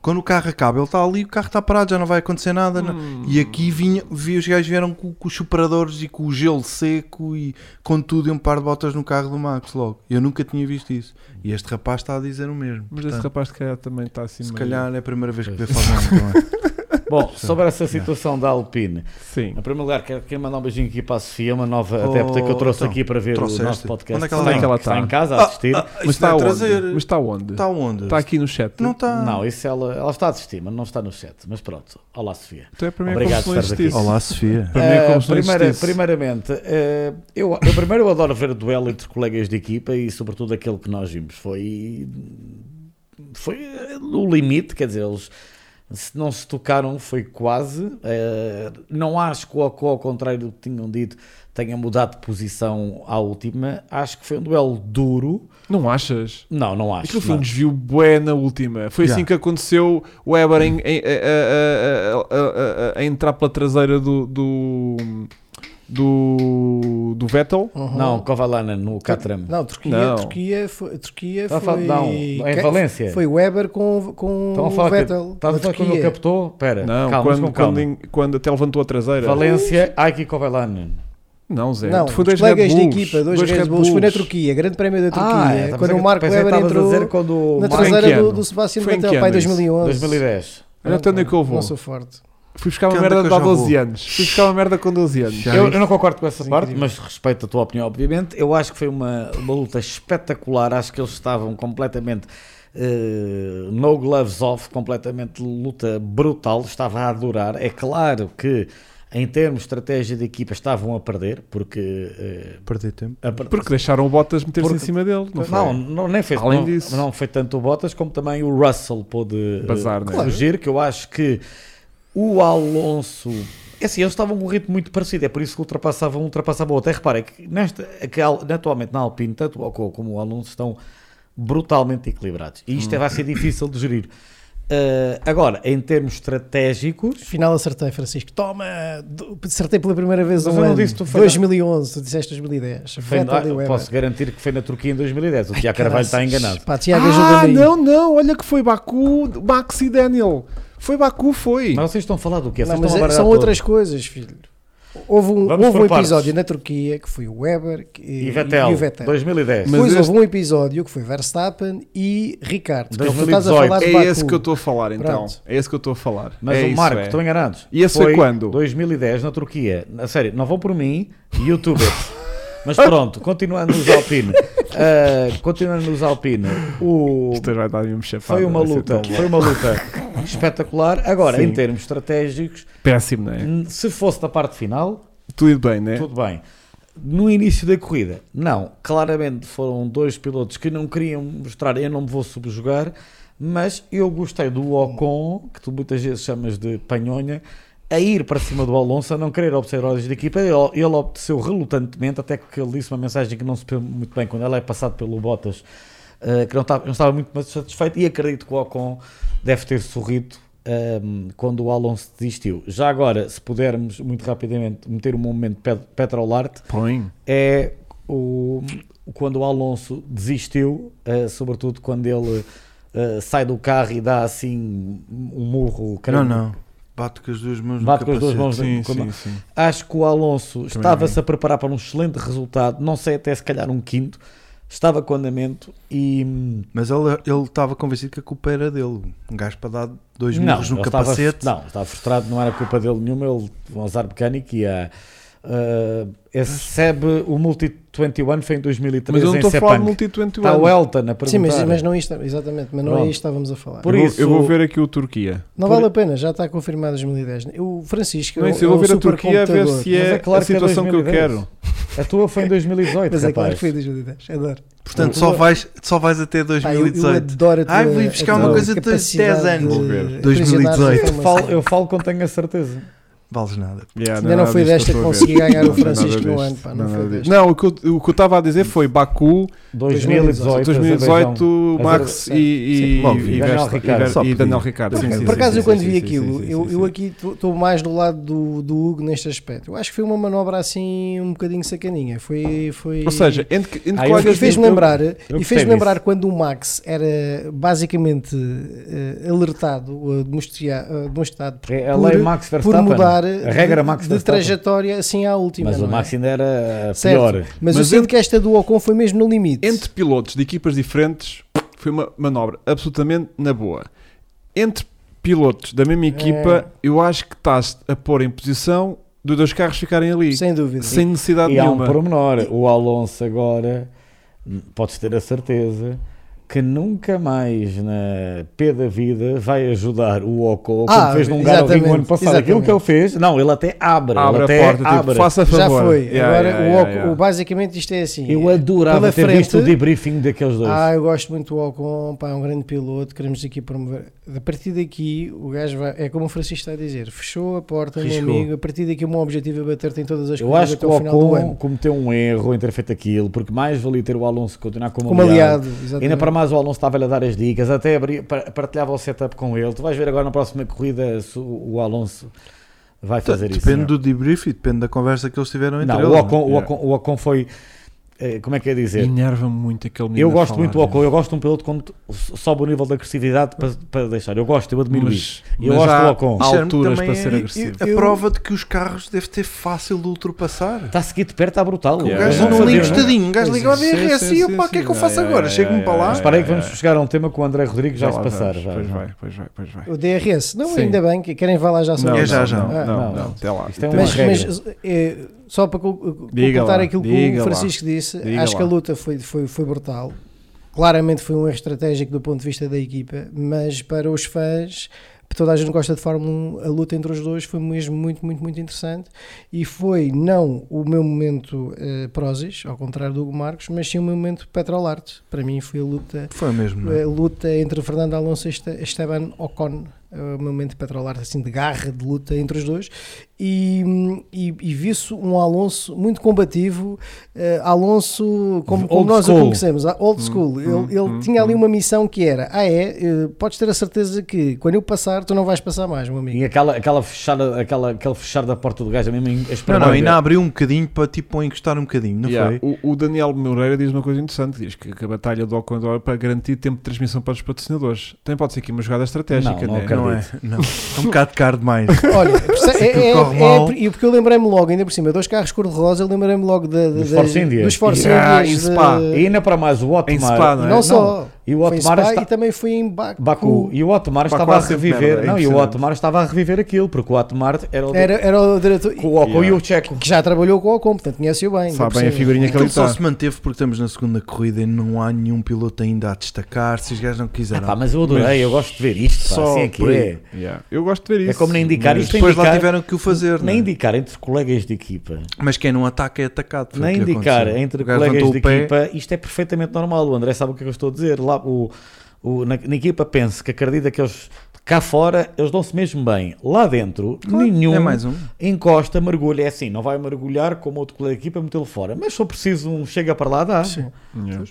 Speaker 1: quando o carro acaba, ele está ali, o carro está parado, já não vai acontecer nada. não- E aqui vinha, vi, os gajos vieram com, com os superadores e com o gelo seco e com tudo e um par de botas no carro do Max logo. Eu nunca tinha visto isso. E este rapaz está a dizer o mesmo.
Speaker 2: Mas
Speaker 1: Portanto,
Speaker 2: esse rapaz, se calhar, também está assim.
Speaker 1: se
Speaker 2: meio-
Speaker 1: calhar é a primeira vez que vê Fórmula é? 1 também.
Speaker 4: Bom, sobre essa situação da Alpine,
Speaker 2: Sim.
Speaker 4: em primeiro lugar, quero, quero mandar um beijinho aqui para a Sofia, uma nova
Speaker 1: Oh,
Speaker 4: adepta que eu trouxe
Speaker 1: então,
Speaker 4: aqui para ver o
Speaker 1: trouxeste.
Speaker 4: nosso podcast.
Speaker 1: Onde é que ela
Speaker 2: está?
Speaker 4: está, em- está em casa a assistir.
Speaker 2: Mas
Speaker 1: Isto não
Speaker 2: está,
Speaker 1: é
Speaker 2: onde?
Speaker 1: trazer.
Speaker 2: mas está onde?
Speaker 1: Está onde?
Speaker 2: Está aqui no chat.
Speaker 1: Não está.
Speaker 4: Não, isso ela, ela está a assistir, mas não está no chat. Mas pronto, olá Sofia.
Speaker 2: Então é para mim é como
Speaker 4: Obrigado
Speaker 2: se não
Speaker 4: por estares aqui.
Speaker 2: existisse.
Speaker 1: Olá, Sofia.
Speaker 2: Para mim é como
Speaker 4: Ah,
Speaker 2: se não
Speaker 4: primeira-
Speaker 2: existisse.
Speaker 4: primeiramente, ah, eu, eu primeiro eu adoro ver o duelo entre colegas de equipa e sobretudo aquele que nós vimos. Foi, foi ah, no limite, quer dizer, eles se não se tocaram foi quase. Ah, não acho que o Ocó, ao contrário do que tinham dito, tenha mudado de posição à última. Acho que foi um duelo duro.
Speaker 2: Não achas?
Speaker 4: Não, não acho.
Speaker 2: Aquilo foi um
Speaker 4: não.
Speaker 2: desvio bué na última. Foi assim
Speaker 1: Yeah.
Speaker 2: que aconteceu o Weber em- em- a, a- a- a- a- a entrar pela traseira do do, do, do Vettel.
Speaker 4: Não, Kovalana no Catrame.
Speaker 3: Não, Turquia,
Speaker 2: um Não.
Speaker 3: Turquia foi. Turquia
Speaker 4: Estão Tá a falar-
Speaker 3: foi
Speaker 4: não, em
Speaker 3: Ca-
Speaker 4: Valência.
Speaker 3: Foi Weber com, com
Speaker 4: Estão a
Speaker 3: o
Speaker 4: falar
Speaker 3: Vettel.
Speaker 4: que, estás a
Speaker 3: na
Speaker 4: falar que
Speaker 2: é-
Speaker 4: não
Speaker 3: Turquia.
Speaker 4: captou?
Speaker 1: É.
Speaker 4: Pera,
Speaker 2: Não,
Speaker 4: calma,
Speaker 2: quando,
Speaker 4: mas com
Speaker 2: quando,
Speaker 4: calma.
Speaker 2: em- quando até levantou a traseira.
Speaker 4: Valência, Aiki Kovalana.
Speaker 2: Não, Zé.
Speaker 3: Não,
Speaker 2: foi
Speaker 3: os
Speaker 2: dois
Speaker 3: colegas
Speaker 2: Red então, Bulls,
Speaker 3: de equipa, dois, Red Bulls. Foi na Turquia, Grande Prémio
Speaker 4: Ah,
Speaker 3: da
Speaker 2: Ah, é,
Speaker 4: é,
Speaker 3: Turquia. quando o Marco Weber entrou
Speaker 4: quando
Speaker 3: na
Speaker 2: Marco- Em que
Speaker 3: traseira do,
Speaker 2: ano?
Speaker 3: do Sebastian
Speaker 2: Foi em
Speaker 3: Vettel,
Speaker 2: que
Speaker 3: pai
Speaker 2: ano isso?
Speaker 3: 2011.
Speaker 4: 2010.
Speaker 2: Olha até onde é que eu vou.
Speaker 3: Não sou forte.
Speaker 2: Fui buscar uma
Speaker 1: Que onda
Speaker 2: merda
Speaker 1: que eu
Speaker 2: há
Speaker 1: já
Speaker 2: 12
Speaker 1: vou.
Speaker 2: anos. Fui buscar uma merda com 12 anos.
Speaker 1: Já.
Speaker 4: Eu, eu não concordo com essa parte,
Speaker 3: é incrível.
Speaker 4: mas respeito a tua opinião, obviamente. Eu acho que foi uma, uma luta espetacular. Acho que eles estavam completamente eh, no gloves off, completamente luta brutal. Estava a adorar. É claro que, em termos de estratégia de equipa, estavam a perder, porque. eh,
Speaker 1: Perder tempo.
Speaker 4: a per-
Speaker 2: Porque deixaram o Bottas meter-se em
Speaker 4: Porque-
Speaker 2: cima dele. Não, foi?
Speaker 4: Não, não, nem foi,
Speaker 2: Além
Speaker 4: não,
Speaker 2: disso-
Speaker 4: não foi tanto o Bottas como também o Russell pôde eh,
Speaker 2: Bazar, né?
Speaker 4: corrigir, que eu acho que o Alonso. É assim, eles estavam com um ritmo muito parecido, é por isso que ultrapassavam um, ultrapassavam o outro. É, repara, é que, nesta, é que al- atualmente na Alpine, tanto o Ocon como o Alonso estão brutalmente equilibrados. E isto é- vai ser difícil de gerir. Eh, agora, em termos estratégicos,
Speaker 3: Final acertei, Francisco. Toma! do- Acertei pela primeira vez
Speaker 4: Mas
Speaker 3: um
Speaker 4: eu não
Speaker 3: ano.
Speaker 4: disse que tu foi na-
Speaker 3: 2011, tu disseste 2010.
Speaker 4: foi-
Speaker 3: Vettel e
Speaker 4: ah,
Speaker 3: Weber.
Speaker 4: posso garantir que foi na Turquia em 2010. O Tiago Carvalho está
Speaker 3: Caraças.
Speaker 4: enganado.
Speaker 3: Pá, Tiago, é
Speaker 2: Ah,
Speaker 3: ajuda-me aí.
Speaker 2: não, não. Olha que foi Baku, Max e Daniel. Foi Baku, foi.
Speaker 4: Mas vocês estão a falar do quê?
Speaker 3: Não,
Speaker 4: Vocês
Speaker 3: mas
Speaker 4: estão
Speaker 3: é- são
Speaker 4: a baralhar todos.
Speaker 3: outras coisas, filho. Houve um,
Speaker 4: Vamos
Speaker 3: houve um
Speaker 4: por partes.
Speaker 3: episódio na Turquia que foi o Weber que-
Speaker 4: E Vettel,
Speaker 3: o Vettel.
Speaker 4: 2010.
Speaker 2: Mas
Speaker 3: Depois
Speaker 2: este-
Speaker 3: houve um episódio que foi Verstappen e Ricardo. Que é o que tu estás a
Speaker 4: 2018.
Speaker 3: falar de
Speaker 2: É
Speaker 3: Baku.
Speaker 2: esse que eu estou a falar, então.
Speaker 3: Pronto.
Speaker 2: É esse que eu estou a falar.
Speaker 4: Mas
Speaker 2: é
Speaker 4: o
Speaker 2: isso,
Speaker 4: Marco,
Speaker 2: é.
Speaker 4: estão enganados.
Speaker 2: E esse foi quando?
Speaker 4: 2010 na Turquia. A sério, não vão por mim, youtubers. Mas pronto, continuando nos Alpine. Ah, continuando nos Alpine. O...
Speaker 2: Isto vai dar mesmo chapada,
Speaker 4: Foi uma
Speaker 2: vai ser
Speaker 4: luta,
Speaker 2: tão bom.
Speaker 4: foi uma luta espetacular. Agora,
Speaker 2: Sim.
Speaker 4: em termos estratégicos,
Speaker 2: Péssimo, não é?
Speaker 4: se fosse na parte final,
Speaker 2: Tudo bem, né?
Speaker 4: tudo bem. No início da corrida, não. Claramente foram dois pilotos que não queriam mostrar, eu não me vou subjugar, mas eu gostei do Ocon, que tu muitas vezes chamas de panhonha, a ir para cima do Alonso, a não querer obedecer ordens de equipa. Ele, ele obteceu relutantemente, até que ele disse uma mensagem que não se percebeu muito bem quando ela é passada pelo Bottas, eh, que não estava, não estava muito satisfeito, e acredito que o Ocon deve ter sorrido um, quando o Alonso desistiu. Já agora, se pudermos muito rapidamente meter um momento pet- Petrolarte,
Speaker 2: Põe.
Speaker 4: é o, quando o Alonso desistiu, uh, sobretudo quando ele uh, sai do carro e dá assim um murro.
Speaker 1: Não,
Speaker 4: creio-
Speaker 1: não. Bato com as duas mãos
Speaker 4: Bate com
Speaker 1: no
Speaker 4: as duas
Speaker 1: capacete.
Speaker 4: mãos
Speaker 2: Sim,
Speaker 4: com a mão.
Speaker 2: sim, sim.
Speaker 4: Acho que o Alonso estava-se a preparar para um excelente resultado, não sei até se calhar um quinto, estava com andamento e. hum,
Speaker 1: Mas ele ele estava convencido que a culpa era dele. Um gajo para dar dois
Speaker 4: Não,
Speaker 1: murros
Speaker 4: ele
Speaker 1: no
Speaker 4: estava-
Speaker 1: capacete.
Speaker 4: não, estava frustrado, não era culpa dele nenhuma, ele um azar mecânico e a. Uh, recebe o Multi 21 foi em 2013
Speaker 2: Mas eu não estou
Speaker 4: em
Speaker 2: a falar de
Speaker 4: Sepang.
Speaker 2: multi-21.
Speaker 4: Está Tá o Elton a perguntar.
Speaker 3: Sim, mas, mas não isto, exatamente, mas não é isto
Speaker 4: Pronto.
Speaker 3: que estávamos a falar.
Speaker 4: Por
Speaker 2: eu,
Speaker 4: isso-
Speaker 2: vou, eu vou ver aqui o Turquia.
Speaker 3: não
Speaker 4: por-
Speaker 3: vale a pena, já está confirmado 2010. O Francisco,
Speaker 2: Não,
Speaker 3: é
Speaker 2: isso eu
Speaker 3: um
Speaker 2: vou ver a Turquia a
Speaker 3: supercomputador.
Speaker 2: ver se
Speaker 4: Mas
Speaker 2: é,
Speaker 4: é claro
Speaker 2: a
Speaker 4: que é
Speaker 2: situação que, eu
Speaker 4: 2010.
Speaker 2: quero.
Speaker 4: A tua foi em 2018,
Speaker 3: Mas é claro que
Speaker 4: rapaz.
Speaker 3: foi 2010, adoro.
Speaker 1: Portanto, só vais, só vais até
Speaker 4: é
Speaker 3: Pá, eu, eu
Speaker 1: 2018.
Speaker 3: adoro a tua,
Speaker 1: Ai, vou ir buscar
Speaker 3: a tua
Speaker 1: uma coisa de
Speaker 3: capacidade
Speaker 1: 10 anos.
Speaker 3: de
Speaker 2: Vou ver.
Speaker 3: aprisionar
Speaker 1: 2018.
Speaker 4: eu, falo,
Speaker 3: informação.
Speaker 4: eu falo quando tenho a certeza.
Speaker 1: vales nada.
Speaker 2: Yeah, é
Speaker 3: Ainda não
Speaker 2: nada
Speaker 3: foi
Speaker 2: disto
Speaker 3: desta
Speaker 2: eu
Speaker 3: que
Speaker 2: estou a ver.
Speaker 3: consegui ganhar
Speaker 2: Não
Speaker 3: o
Speaker 2: é nada
Speaker 3: Francisco no
Speaker 2: disto,
Speaker 3: ano, pá,
Speaker 2: não
Speaker 3: não
Speaker 2: é
Speaker 3: foi
Speaker 2: nada
Speaker 3: desta.
Speaker 2: disto. Não, o que eu- o que eu estava a dizer foi Baku,
Speaker 4: 2018,
Speaker 2: 2018, Max
Speaker 4: Azerbaijão.
Speaker 2: e, e,
Speaker 1: Sim, logo
Speaker 2: e,
Speaker 1: vi.
Speaker 4: Daniel
Speaker 2: Versta-
Speaker 4: Ricciardo.
Speaker 2: e Ver-
Speaker 1: Só
Speaker 2: e
Speaker 1: podia.
Speaker 2: Daniel Ricardo.
Speaker 1: Por-
Speaker 2: Sim, sim,
Speaker 1: sim,
Speaker 3: Por acaso,
Speaker 2: sim,
Speaker 1: sim,
Speaker 3: eu quando
Speaker 2: sim,
Speaker 3: vi
Speaker 2: sim,
Speaker 3: aquilo,
Speaker 2: sim, sim,
Speaker 3: eu,
Speaker 2: sim,
Speaker 3: eu
Speaker 2: sim.
Speaker 3: aqui estou mais do lado do, do Hugo neste aspecto. Eu acho que foi uma manobra assim um bocadinho sacaninha. Foi, foi...
Speaker 2: Ou seja, entre, entre
Speaker 4: Ah, eu
Speaker 3: e
Speaker 2: colegas
Speaker 4: fiz-
Speaker 3: fez-me lembrar, e
Speaker 4: gostei
Speaker 3: fez
Speaker 4: disso.
Speaker 3: lembrar quando o Max era basicamente eh, alertado, ou demonstra- eh, demonstrado por,
Speaker 4: É a lei
Speaker 3: por-
Speaker 4: Max
Speaker 3: por
Speaker 4: Verstappen.
Speaker 3: mudar
Speaker 4: a regra Max
Speaker 3: de, de
Speaker 4: Verstappen.
Speaker 3: trajetória assim à última.
Speaker 4: Mas o
Speaker 3: não é?
Speaker 4: Max ainda era
Speaker 3: Certo.
Speaker 4: pior.
Speaker 3: Mas, eu
Speaker 2: Mas
Speaker 3: sinto
Speaker 2: entre-
Speaker 3: que esta do Ocon foi mesmo no limite.
Speaker 2: entre pilotos de equipas diferentes foi uma manobra absolutamente na boa. Entre pilotos da mesma equipa, eu acho que estás a pôr em posição dos dois carros ficarem ali, sem,
Speaker 3: sem dúvida.
Speaker 2: necessidade
Speaker 4: E há um
Speaker 2: nenhuma.
Speaker 4: pormenor. O Alonso agora, hum, podes ter a certeza que nunca mais na P da vida vai ajudar o Ocon como
Speaker 3: Ah,
Speaker 4: fez num Garovinho
Speaker 3: exatamente,
Speaker 4: ano passado. Aquilo
Speaker 3: exatamente.
Speaker 4: que ele fez, não, ele até abre.
Speaker 2: Abre
Speaker 4: ele
Speaker 2: a
Speaker 4: até
Speaker 2: porta, tipo,
Speaker 4: abre.
Speaker 2: faça
Speaker 3: Já
Speaker 2: favor.
Speaker 3: foi.
Speaker 2: Yeah,
Speaker 3: Agora
Speaker 2: yeah,
Speaker 3: o
Speaker 2: yeah,
Speaker 3: Ocon-
Speaker 2: yeah.
Speaker 3: o- basicamente isto é assim.
Speaker 4: Eu
Speaker 3: Pela
Speaker 4: adorava ter visto o
Speaker 3: frente-
Speaker 4: debriefing daqueles dois.
Speaker 3: Ah, eu gosto muito do Ocon, pá, é um grande piloto, queremos aqui promover. A partir daqui, o gajo vai, é como o Francisco está a dizer, fechou a porta,
Speaker 4: Riscou.
Speaker 3: meu amigo, a partir daqui o meu objetivo é bater-te em todas as
Speaker 4: Eu
Speaker 3: corridas
Speaker 4: acho
Speaker 3: até
Speaker 4: que o
Speaker 3: ao final do
Speaker 4: Ocon
Speaker 3: ano.
Speaker 4: cometeu um erro em ter feito aquilo, porque mais valia ter o Alonso continuar como,
Speaker 3: Como aliado, exatamente.
Speaker 4: um Ainda para mais o Alonso estava-lhe a dar as dicas, até abria- par- partilhava o setup com ele. Tu vais ver agora na próxima corrida se o o Alonso vai
Speaker 2: Tá,
Speaker 4: fazer isso. é?
Speaker 1: Depende do debrief e depende da conversa que eles tiveram entre
Speaker 4: Não,
Speaker 1: eles. é?
Speaker 4: o Ocon, o
Speaker 2: Yeah.
Speaker 4: Ocon, o Ocon foi. eh, Como é que é dizer?
Speaker 2: Enerva-me muito aquele menino.
Speaker 4: Eu
Speaker 2: a
Speaker 4: gosto
Speaker 2: falar,
Speaker 4: muito do
Speaker 2: né?
Speaker 4: Ocon, eu gosto de um piloto quando sobe o nível de agressividade para, para deixar. Eu gosto, eu admiro isso.
Speaker 2: Mas,
Speaker 4: Eu
Speaker 2: mas
Speaker 4: gosto
Speaker 2: há
Speaker 4: do Ocon.
Speaker 2: há
Speaker 1: Isso é-
Speaker 2: alturas
Speaker 1: também
Speaker 2: para
Speaker 1: é-
Speaker 2: ser
Speaker 1: e-
Speaker 2: agressivo.
Speaker 1: A
Speaker 3: Eu-
Speaker 1: prova de que os carros deve ter fácil de ultrapassar.
Speaker 4: Está a seguir de perto, está brutal.
Speaker 2: O
Speaker 1: O
Speaker 2: Yeah,
Speaker 1: gajo
Speaker 2: yeah,
Speaker 1: É, não
Speaker 2: yeah,
Speaker 1: liga
Speaker 2: yeah.
Speaker 1: estadinho, o gajo
Speaker 3: Pois
Speaker 1: liga a
Speaker 2: é, sim,
Speaker 1: DRS
Speaker 2: sim,
Speaker 1: e pá, o
Speaker 2: sim,
Speaker 1: que é que eu
Speaker 2: sim.
Speaker 1: faço
Speaker 2: Yeah,
Speaker 1: agora?
Speaker 2: yeah,
Speaker 1: Chego-me
Speaker 2: yeah,
Speaker 1: para lá.
Speaker 2: yeah,
Speaker 4: Espera aí que vamos chegar a um tema que o André Rodrigues já,
Speaker 2: lá
Speaker 4: se passar.
Speaker 2: vamos,
Speaker 4: já,
Speaker 2: Pois
Speaker 4: já.
Speaker 2: vai, pois vai, pois vai.
Speaker 3: O DRS, não,
Speaker 2: Sim.
Speaker 3: ainda bem, que querem falar já
Speaker 2: Não,
Speaker 3: sobre
Speaker 1: É
Speaker 3: isso.
Speaker 1: já,
Speaker 2: não,
Speaker 1: já.
Speaker 2: Não,
Speaker 3: Ah,
Speaker 2: não,
Speaker 4: não.
Speaker 2: não, até lá.
Speaker 4: Isto é
Speaker 2: até
Speaker 4: uma
Speaker 2: lá.
Speaker 3: Mas,
Speaker 4: regra.
Speaker 3: mas, eh, só para co- co-
Speaker 2: Diga
Speaker 3: completar
Speaker 2: lá,
Speaker 3: aquilo que
Speaker 2: diga
Speaker 3: o
Speaker 2: lá,
Speaker 3: Francisco disse,
Speaker 2: diga
Speaker 3: acho que a
Speaker 2: lá.
Speaker 3: luta foi, foi, foi brutal. Claramente foi um erro estratégico do ponto de vista da equipa, mas para os fãs, que toda a gente gosta de Fórmula 1, a luta entre os dois foi mesmo muito, muito, muito interessante. E foi não o meu momento eh, Prozis, ao contrário do Hugo Marcos, mas sim o meu momento Petrolarte. Para mim foi a luta,
Speaker 1: Foi mesmo. não é?
Speaker 3: a luta entre o Fernando Alonso e Este- Esteban Ocon. É O meu momento Petrolarte, assim, de garra, de luta entre os dois e, e, e vi-se um Alonso muito combativo, eh, Alonso como, como
Speaker 4: Old
Speaker 3: nós
Speaker 4: school.
Speaker 3: o conhecemos, ah, old school. ele
Speaker 2: hum,
Speaker 3: ele
Speaker 2: hum,
Speaker 3: tinha ali
Speaker 2: hum.
Speaker 3: uma missão que era: ah, é, eh, podes ter a certeza que quando eu passar, tu não vais passar mais, meu amigo.
Speaker 4: E aquela, aquela fechada, aquela, aquele fechar da porta do gajo, é mesmo a
Speaker 1: Não,
Speaker 4: esperar.
Speaker 1: não,
Speaker 4: ver.
Speaker 1: ainda abriu um bocadinho para tipo encostar um bocadinho, não
Speaker 2: Yeah,
Speaker 1: foi?
Speaker 2: O, o Daniel Moreira diz uma coisa interessante: diz que, que a batalha do Ocon é para garantir tempo de transmissão para os patrocinadores. Também pode ser aqui uma jogada estratégica,
Speaker 4: Não, não
Speaker 2: né?
Speaker 4: acredito.
Speaker 1: Não é? Não. É um bocado caro demais.
Speaker 3: Olha, perce- é, é,
Speaker 1: corre
Speaker 3: é-
Speaker 1: mal.
Speaker 3: e porque eu lembrei-me logo, ainda por cima, dois carros cor-de-rosa, eu lembrei-me logo da, da,
Speaker 4: Dos Force
Speaker 3: da-
Speaker 4: Indias.
Speaker 3: dos Force
Speaker 2: Yeah,
Speaker 3: Indias,
Speaker 2: em Spa.
Speaker 3: de-
Speaker 4: E ainda para mais o
Speaker 2: Em Spa,
Speaker 4: Otmar.
Speaker 2: não
Speaker 3: não,
Speaker 2: é?
Speaker 3: só.
Speaker 4: E o
Speaker 3: Foi em
Speaker 4: Otmar
Speaker 3: Spa
Speaker 4: está.
Speaker 3: e também foi em Baku.
Speaker 4: Baku. E o Otmar
Speaker 2: Baku
Speaker 4: estava a
Speaker 2: há sempre
Speaker 4: reviver.
Speaker 2: merda, é
Speaker 4: não, e o
Speaker 2: impressionante.
Speaker 4: Otmar estava a reviver aquilo, porque o Otmar era o.
Speaker 3: Era, era o diretor
Speaker 4: com o Ocon
Speaker 2: Yeah.
Speaker 4: e o Checo.
Speaker 3: que já trabalhou com o Ocon, portanto conhece-o bem. ainda
Speaker 2: Sabe
Speaker 3: por
Speaker 2: bem a
Speaker 3: cima.
Speaker 2: figurinha que ele
Speaker 1: Aquilo só
Speaker 2: está.
Speaker 1: se manteve porque estamos na segunda corrida e não há nenhum piloto ainda a destacar. Se os gajos não
Speaker 4: Ah,
Speaker 1: quiseram.
Speaker 4: pá, mas eu adorei, eu gosto de ver isto. Pá,
Speaker 1: Só
Speaker 4: assim é que
Speaker 1: por aí.
Speaker 4: é.
Speaker 2: Yeah. Eu gosto de ver isso.
Speaker 4: É como nem indicar
Speaker 2: Mas-
Speaker 4: isto.
Speaker 1: Depois lá
Speaker 4: indicar-
Speaker 1: tiveram que o fazer.
Speaker 4: Nem
Speaker 1: não é?
Speaker 4: indicar entre colegas de equipa,
Speaker 1: Mas quem não ataca é atacado. foi o
Speaker 4: nem
Speaker 1: que lhe
Speaker 4: indicar é
Speaker 1: aconteceu.
Speaker 4: entre
Speaker 1: O gajo
Speaker 4: colegas
Speaker 1: levantou
Speaker 4: de
Speaker 1: o pé,
Speaker 4: equipa, isto é perfeitamente normal. O André sabe o que é que eu estou a dizer. Lá, o, o- na, na equipa penso que acredita que eles cá fora eles dão-se mesmo bem. Lá dentro, nenhum
Speaker 1: É mais um.
Speaker 4: encosta, mergulha. É assim, não vai mergulhar como outro colega de equipa é metê-lo fora. Mas se for preciso, um chega para lá, dá.
Speaker 3: Sim.
Speaker 2: Yeah.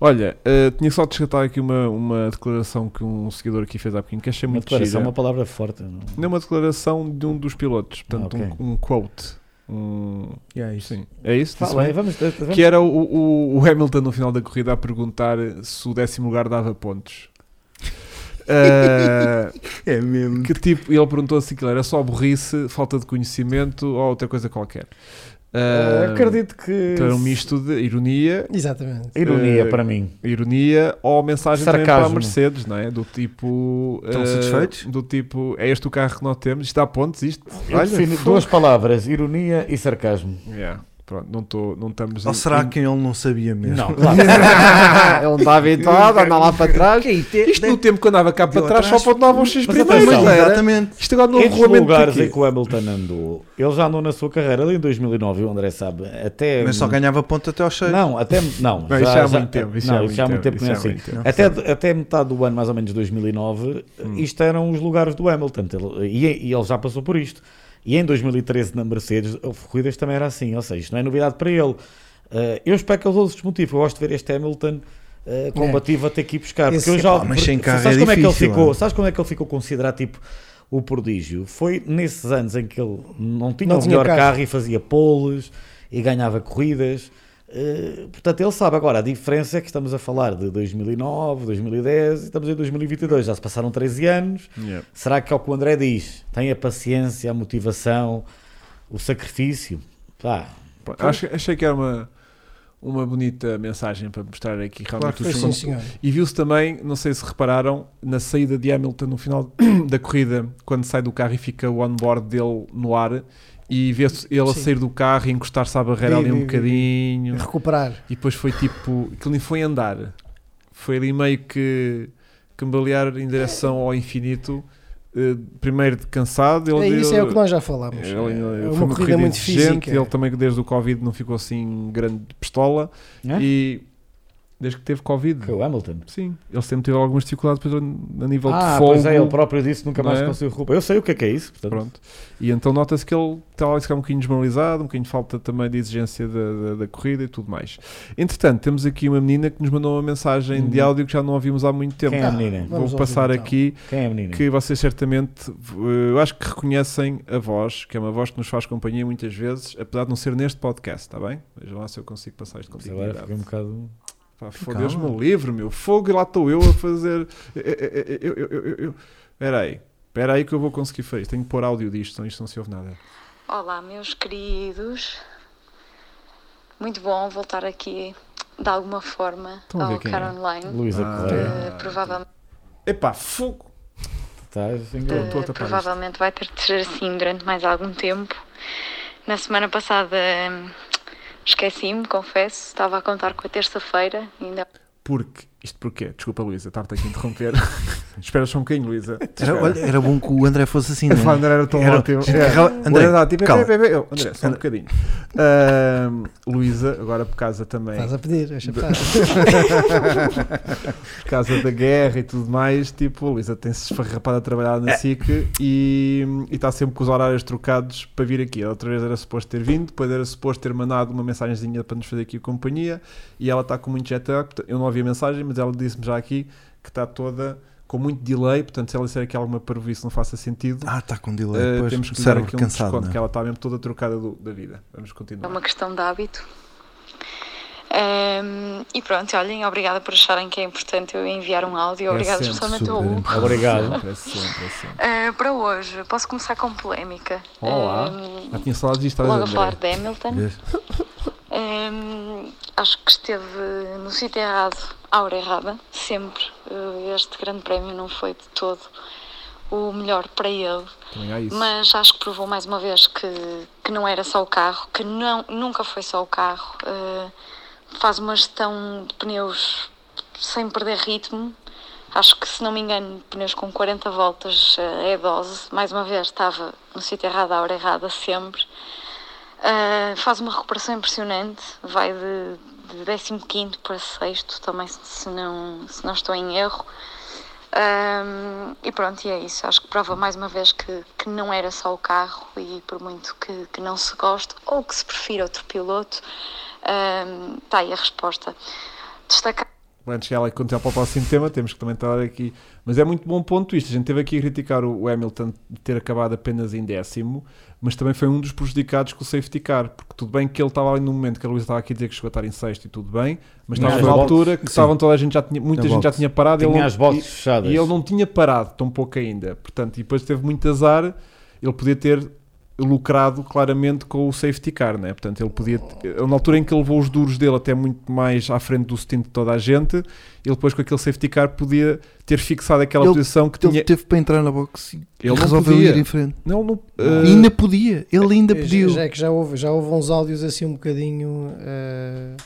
Speaker 2: Olha, eh, tinha só de resgatar aqui uma, uma declaração que um seguidor aqui fez há pouquinho, que achei
Speaker 4: Uma
Speaker 2: é muito
Speaker 4: declaração,
Speaker 2: gira.
Speaker 4: uma palavra forte. não? é?
Speaker 2: Não, uma declaração de um dos pilotos, portanto,
Speaker 4: Ah,
Speaker 2: um-
Speaker 4: ok.
Speaker 2: um, quote. Um- Sim. É isso? Disse
Speaker 4: Fala,
Speaker 2: bem?
Speaker 4: hein, vamos, vamos-
Speaker 2: Que era o, o- o Hamilton no final da corrida a perguntar se o décimo lugar dava pontos. Ah,
Speaker 1: É mesmo.
Speaker 2: que tipo, ele perguntou se aquilo era só burrice, falta de conhecimento ou outra coisa qualquer. Ah,
Speaker 4: Ah, acredito que.
Speaker 2: Então era um misto de ironia,
Speaker 3: Exatamente.
Speaker 4: Ironia
Speaker 2: Eh,
Speaker 4: para mim.
Speaker 2: ironia ou mensagem também para a
Speaker 4: Sarcasmo.
Speaker 2: Mercedes, não é? Do tipo.
Speaker 1: Estão
Speaker 2: ah,
Speaker 1: satisfeitos?
Speaker 2: Do tipo, é este o carro que nós temos, isto dá pontos, isto.
Speaker 4: Eu defino
Speaker 2: fogo.
Speaker 4: duas palavras: ironia e sarcasmo.
Speaker 2: Yeah, Pronto, não, tô, não estamos.
Speaker 1: Ou será que ele não sabia mesmo?
Speaker 4: Não, claro.
Speaker 2: ele não está habituado, anda lá para trás. Isto no tempo que andava cá para
Speaker 1: Deu
Speaker 2: trás só
Speaker 1: atrás.
Speaker 2: pontuavam os 6
Speaker 4: Mas
Speaker 2: primeiros.
Speaker 4: atenção,
Speaker 2: não é? era?
Speaker 4: É
Speaker 1: Exatamente.
Speaker 2: Isto agora no
Speaker 4: Entre os
Speaker 2: regulamento
Speaker 4: lugares
Speaker 2: porquê?
Speaker 4: em que o Hamilton andou, ele já andou na sua carreira ali em 2009, o André sabe, até...
Speaker 1: Mas só ganhava ponto até ao cheio.
Speaker 4: Não, até... Não,
Speaker 2: Não, isto já há muito tempo, isto
Speaker 4: não,
Speaker 2: já há
Speaker 4: isto já há muito tempo que não é
Speaker 2: isto já há
Speaker 4: assim.
Speaker 2: muito tempo.
Speaker 4: Até, até metade do ano, mais ou menos, de 2009, isto eram os lugares do Hamilton. Ele- E, e ele já passou por isto. E em 2013 na Mercedes, houve corridas que também era assim, ou seja, isto não é novidade para ele. Eh, eu espero que ele use este motivo. Eu gosto de ver este Hamilton eh, combativo a ter que ir buscar. Porque
Speaker 3: Esse-
Speaker 4: eu já,
Speaker 1: Pá, mas sem
Speaker 4: porque-
Speaker 1: carro
Speaker 4: sabes
Speaker 1: é
Speaker 4: como é que
Speaker 1: difícil,
Speaker 4: ele ficou?
Speaker 1: mano.
Speaker 4: Sabes quando é que ele ficou considerado tipo o prodígio? Foi nesses anos em que ele não tinha
Speaker 3: Não
Speaker 4: o
Speaker 3: tinha
Speaker 4: melhor
Speaker 3: carro.
Speaker 4: carro. e fazia poles e ganhava corridas. Eh, portanto, ele sabe agora a diferença é que estamos a falar de 2009, 2010 e estamos em 2022. Já se passaram 13 anos.
Speaker 2: Yeah.
Speaker 4: Será que é o que o André diz? Tem a paciência, a motivação, o sacrifício? Pá,
Speaker 2: Pá,
Speaker 3: Então-
Speaker 2: acho- achei que era uma, uma bonita mensagem para mostrar aqui
Speaker 3: Claro
Speaker 2: realmente
Speaker 3: que foi,
Speaker 2: os
Speaker 3: sim,
Speaker 2: segundos.
Speaker 3: senhor.
Speaker 2: E viu-se também, não sei se repararam, na saída de Hamilton no final da corrida, quando sai do carro e fica o onboard dele no ar, e vê-se ele a
Speaker 3: Sim.
Speaker 2: sair do carro e encostar-se à barreira
Speaker 3: Vi,
Speaker 2: ali um
Speaker 3: vi, vi, vi.
Speaker 2: bocadinho.
Speaker 3: Recuperar.
Speaker 2: E depois foi tipo, aquilo nem foi andar, foi ali meio que cambalear em direção ao infinito. eh, Primeiro de cansado, ele
Speaker 3: É isso, é o que
Speaker 2: ele-
Speaker 3: nós já falámos.
Speaker 2: ele-
Speaker 3: É
Speaker 2: ele-
Speaker 3: uma,
Speaker 2: foi uma
Speaker 3: corrida, muito
Speaker 2: exigente,
Speaker 3: física.
Speaker 2: Ele também, desde o Covid, não ficou assim grande pistola.
Speaker 4: É?
Speaker 2: E desde que teve Covid,
Speaker 4: que é o Hamilton.
Speaker 2: sim, ele sempre teve algumas dificuldades depois a nível
Speaker 4: ah,
Speaker 2: de fogo.
Speaker 4: pois é, ele próprio disse nunca mais
Speaker 2: não é?
Speaker 4: conseguiu roupa. Eu sei o que é que é isso, portanto.
Speaker 2: Pronto. E então nota-se que ele está ali a ficar um bocadinho desmoralizado, um bocadinho de falta também de exigência da, da- da corrida e tudo mais. Entretanto, temos aqui uma menina que nos mandou uma mensagem de
Speaker 4: Uhum.
Speaker 2: áudio que já não ouvimos há muito tempo.
Speaker 4: Quem é a menina?
Speaker 2: Vou
Speaker 3: Tá, Vamos ouvir,
Speaker 2: passar
Speaker 3: então.
Speaker 2: aqui
Speaker 4: Quem é a menina?
Speaker 2: que vocês certamente, eh, eu acho que reconhecem a voz, que é uma voz que nos faz companhia muitas vezes, apesar de não ser neste podcast, está bem? Vejam lá se eu consigo passar isto com
Speaker 4: Sei lá,
Speaker 2: dignidade.
Speaker 4: fiquei um bocado.
Speaker 2: Pá, Foderes-me livre, meu. Fogo, e lá estou eu a fazer. eh, Eu- eu- eu- eu- eu- eu- Espera aí. Espera aí que eu vou conseguir fazer isto. Tenho que pôr áudio disto, senão isto não se ouve nada.
Speaker 5: Olá, meus queridos. Muito bom voltar aqui de alguma forma
Speaker 2: Estão a ver
Speaker 5: ao
Speaker 2: quem é?
Speaker 5: Car Online.
Speaker 4: Luísa
Speaker 2: Ah,
Speaker 4: Correia.
Speaker 5: Eh, provavelmente,
Speaker 2: Epá, fogo!
Speaker 4: Estás em
Speaker 2: Estou- estou a
Speaker 5: eh,
Speaker 2: tapar
Speaker 5: provavelmente vai ter de ser assim durante mais algum tempo. Na semana passada hum, esqueci-me, confesso. Estava a contar com a terça-feira. Ainda
Speaker 2: Porque. Isto porquê? Desculpa, Luísa, estar-te aqui a interromper. Espera só um bocadinho, Luísa.
Speaker 1: Era, olha, era bom que o André fosse assim,
Speaker 2: A
Speaker 1: não é?
Speaker 2: Flandre era tão
Speaker 1: Era-
Speaker 2: ótimo.
Speaker 1: Gente,
Speaker 2: É.
Speaker 1: arra-
Speaker 2: O
Speaker 1: André,
Speaker 2: André, dá, tipo,
Speaker 1: calma.
Speaker 2: "Pera, pera, pera." André, só um bocadinho. Ahm, Luísa, agora por causa também.
Speaker 3: Estás a pedir, deixa estar.
Speaker 2: por causa da guerra e tudo mais, tipo, a Luísa tem-se esfarrapado a trabalhar na SIC e e está sempre com os horários trocados para vir aqui. A outra vez era suposto ter vindo, depois era suposto ter mandado uma mensagenzinha para nos fazer aqui a companhia e ela está com muito jet lag. portanto, Eu não ouvi a mensagem, mas ela disse-me já aqui que está toda com muito delay, portanto, se ela disser aqui alguma parvoíce não faça sentido.
Speaker 1: Ah, está com delay.
Speaker 2: eh,
Speaker 1: pois,
Speaker 2: temos que
Speaker 1: o
Speaker 2: lhe dar
Speaker 1: cérebro
Speaker 2: aqui um
Speaker 1: cansado.
Speaker 2: desconto,
Speaker 1: não é?
Speaker 2: que ela está mesmo toda trocada do- da vida. Vamos
Speaker 5: É
Speaker 2: continuar.
Speaker 5: uma questão de hábito. Ehm, e pronto, olhem, obrigada por acharem que é importante eu enviar um áudio. Obrigada
Speaker 2: É sempre
Speaker 5: especialmente ao
Speaker 1: super
Speaker 5: Hugo.
Speaker 4: Obrigado.
Speaker 2: Sempre, é sempre, é sempre.
Speaker 5: Eh, para hoje, posso começar com polémica.
Speaker 2: Olá.
Speaker 5: Ehm,
Speaker 2: Já tinha saudades disto,
Speaker 5: logo
Speaker 2: olha,
Speaker 5: a falar
Speaker 2: André.
Speaker 5: de Hamilton.
Speaker 1: Vês?
Speaker 5: Ehm, acho que esteve no sítio errado, à hora errada, sempre. Eh, este grande prémio não foi de todo o melhor para ele.
Speaker 2: Também há é isso.
Speaker 5: Mas acho que provou mais uma vez que, que não era só o carro, que não, nunca foi só o carro. Eh, faz uma gestão de pneus sem perder ritmo. Acho que, se não me engano, pneus com 40 voltas eh, é dose. Mais uma vez, estava no sítio errado, à hora errada, sempre. Eh, faz uma recuperação impressionante. Vai de, de 15 para 6, também, se- se não, se não estou em erro. Ahm, e pronto, e é isso. Acho que prova mais uma vez que, que não era só o carro e por muito que, que não se goste ou que se prefira outro piloto, está aí a resposta. Destacar
Speaker 2: antes que ela contar para o próximo tema, temos que também estar aqui. Mas é muito bom ponto isto. A gente teve aqui a criticar o o Hamilton de ter acabado apenas em décimo, mas também foi um dos prejudicados com o safety car, porque tudo bem que ele estava ali no momento que a Luísa estava aqui a dizer que chegou a estar em sexto e tudo bem, mas
Speaker 4: Tinha
Speaker 2: estava
Speaker 4: as
Speaker 2: numa
Speaker 4: boxes.
Speaker 2: altura que estavam toda a gente já tinha, muita
Speaker 1: Na
Speaker 2: gente já
Speaker 1: box.
Speaker 2: tinha parado ele
Speaker 4: Tinha
Speaker 2: não-
Speaker 4: as boxes
Speaker 2: e-
Speaker 4: fechadas.
Speaker 2: e ele não tinha parado tão pouco ainda. Portanto, e depois teve muito azar, ele podia ter lucrado claramente com o safety car, né? Portanto, ele podia, na altura em que ele levou os duros dele até muito mais à frente do stint de toda a gente, ele depois com aquele safety car podia ter fixado aquela
Speaker 1: Ele-
Speaker 2: posição que
Speaker 1: Ele
Speaker 2: tinha.
Speaker 1: teve para entrar na box e
Speaker 2: Ele não
Speaker 1: resolveu
Speaker 2: podia.
Speaker 1: ir em frente.
Speaker 2: Não, não,
Speaker 1: E
Speaker 2: eh,
Speaker 1: ainda podia, ele ainda
Speaker 3: Já-
Speaker 1: pediu.
Speaker 3: Já é que já houve, já houve uns áudios assim um bocadinho. eh,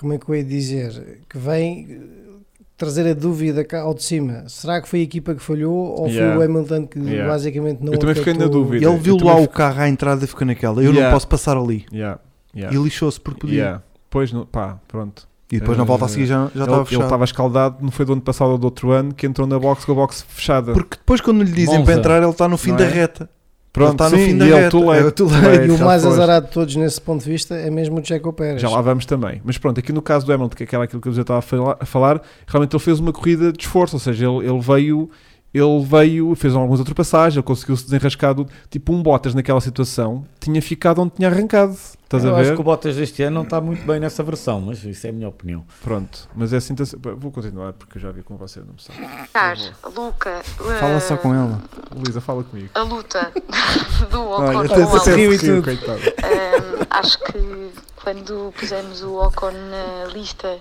Speaker 3: como é que eu ia dizer? Que vem eh, trazer a dúvida cá ao de cima. Será que foi a equipa que falhou ou
Speaker 2: Yeah.
Speaker 3: foi o Hamilton que
Speaker 2: Yeah.
Speaker 3: basicamente não
Speaker 2: Eu também fiquei na
Speaker 3: afetou-
Speaker 2: dúvida.
Speaker 1: Ele viu
Speaker 2: Eu
Speaker 1: lá
Speaker 2: também
Speaker 1: o carro à entrada e ficou naquela. Eu
Speaker 2: Yeah.
Speaker 1: não posso passar ali.
Speaker 2: yeah, yeah,
Speaker 1: E lixou-se porque podia.
Speaker 2: yeah. Pois, não, pá, pronto.
Speaker 1: E depois na volta a seguir já, já
Speaker 2: Ele-
Speaker 1: estava
Speaker 2: ele
Speaker 1: fechado.
Speaker 2: estava escaldado, não foi do ano passado ou do outro ano que entrou na box com a box fechada.
Speaker 1: Porque depois quando lhe dizem
Speaker 4: Monza.
Speaker 1: para entrar, ele está no fim
Speaker 2: Não
Speaker 1: da
Speaker 2: é?
Speaker 1: reta. Ele está no fim da
Speaker 2: e ele
Speaker 1: reta.
Speaker 2: too
Speaker 1: É
Speaker 2: late,
Speaker 1: o too
Speaker 2: too
Speaker 1: late.
Speaker 2: late,
Speaker 3: E o
Speaker 2: já
Speaker 3: mais
Speaker 2: foste.
Speaker 3: azarado de todos nesse ponto de vista é mesmo o Checo Pérez.
Speaker 2: Já lá vamos também. Mas pronto, aqui no caso do Hamilton, que é aquela aquilo que eu já estava a fala- a falar, realmente ele fez uma corrida de esforço, ou seja, ele, ele veio, ele veio, fez algumas ultrapassagens, ele conseguiu se desenrascar do, tipo um Bottas naquela situação, tinha ficado onde tinha arrancado. Estás
Speaker 4: É, Eu
Speaker 2: a
Speaker 4: acho
Speaker 2: ver?
Speaker 4: que o Bottas deste ano não está muito bem nessa versão, mas isso é a minha opinião.
Speaker 2: Pronto, mas é assim. tá- Vou continuar porque eu já vi com você, não me sabe.
Speaker 5: Car, Luca, eh,
Speaker 1: Ah, Fala só com ela.
Speaker 2: Luísa, fala comigo.
Speaker 5: a luta do Ocon
Speaker 1: Olha,
Speaker 5: com
Speaker 1: até-
Speaker 5: o
Speaker 1: até-
Speaker 5: Alonso.
Speaker 1: Rio e tudo.
Speaker 2: coitado.
Speaker 5: Ahm, acho que quando pusemos o Ocon na lista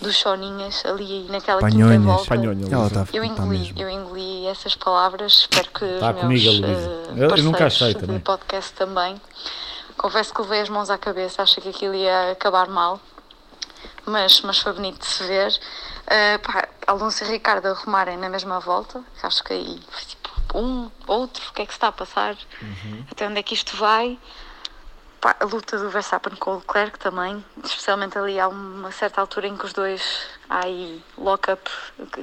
Speaker 5: dos soninhas, ali naquela
Speaker 1: Panhonhas.
Speaker 5: quinta volta,
Speaker 2: Panhonha, Luísa.
Speaker 1: Ela está
Speaker 5: eu
Speaker 1: tá
Speaker 5: engoli,
Speaker 1: mesmo.
Speaker 5: eu engoli essas palavras, espero que
Speaker 4: Tá
Speaker 5: os
Speaker 4: comigo,
Speaker 5: meus
Speaker 4: a Luísa.
Speaker 5: eh,
Speaker 4: Eu- eu nunca
Speaker 5: parceiros
Speaker 4: achei
Speaker 5: de
Speaker 4: também.
Speaker 5: podcast também. Confesso que levei as mãos à cabeça, achei que aquilo ia acabar mal, mas, mas foi bonito de se ver. Eh, pá, Alonso e Ricardo arrumarem na mesma volta, que acho que aí foi tipo um, outro, o que é que se está a passar,
Speaker 4: Uhum.
Speaker 5: até onde é que isto vai. Pá, a luta do Verstappen com o Leclerc também, especialmente ali há uma certa altura em que os dois há aí lock-up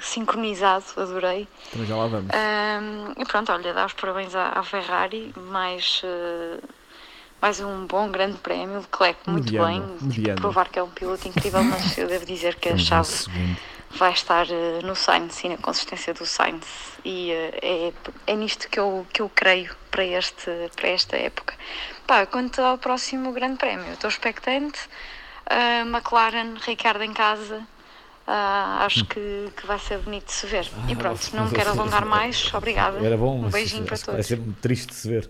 Speaker 5: sincronizado, adorei.
Speaker 2: Também já lá vamos.
Speaker 5: Ahm, e pronto, olha, dar os parabéns à, à Ferrari, mais, eh, mais um bom grande prémio, Leclerc
Speaker 2: Um
Speaker 5: muito
Speaker 2: Mediano,
Speaker 5: bem, tipo,
Speaker 2: mediano.
Speaker 5: provar que é um piloto incrível, mas eu devo dizer que a chave vai estar eh, no Sainz e na consistência do Sainz e eh, é, é nisto que eu, que eu creio para, este, para esta época. Pá, quanto ao próximo grande prémio, eu estou expectante, Ah, McLaren, Ricardo em casa, ah, acho que, que vai ser bonito de se ver. E pronto, não me quero alongar mais, obrigada.
Speaker 4: Era bom,
Speaker 5: um
Speaker 4: mas
Speaker 5: beijinho para
Speaker 4: vai
Speaker 5: todos.
Speaker 4: ser muito triste de se ver.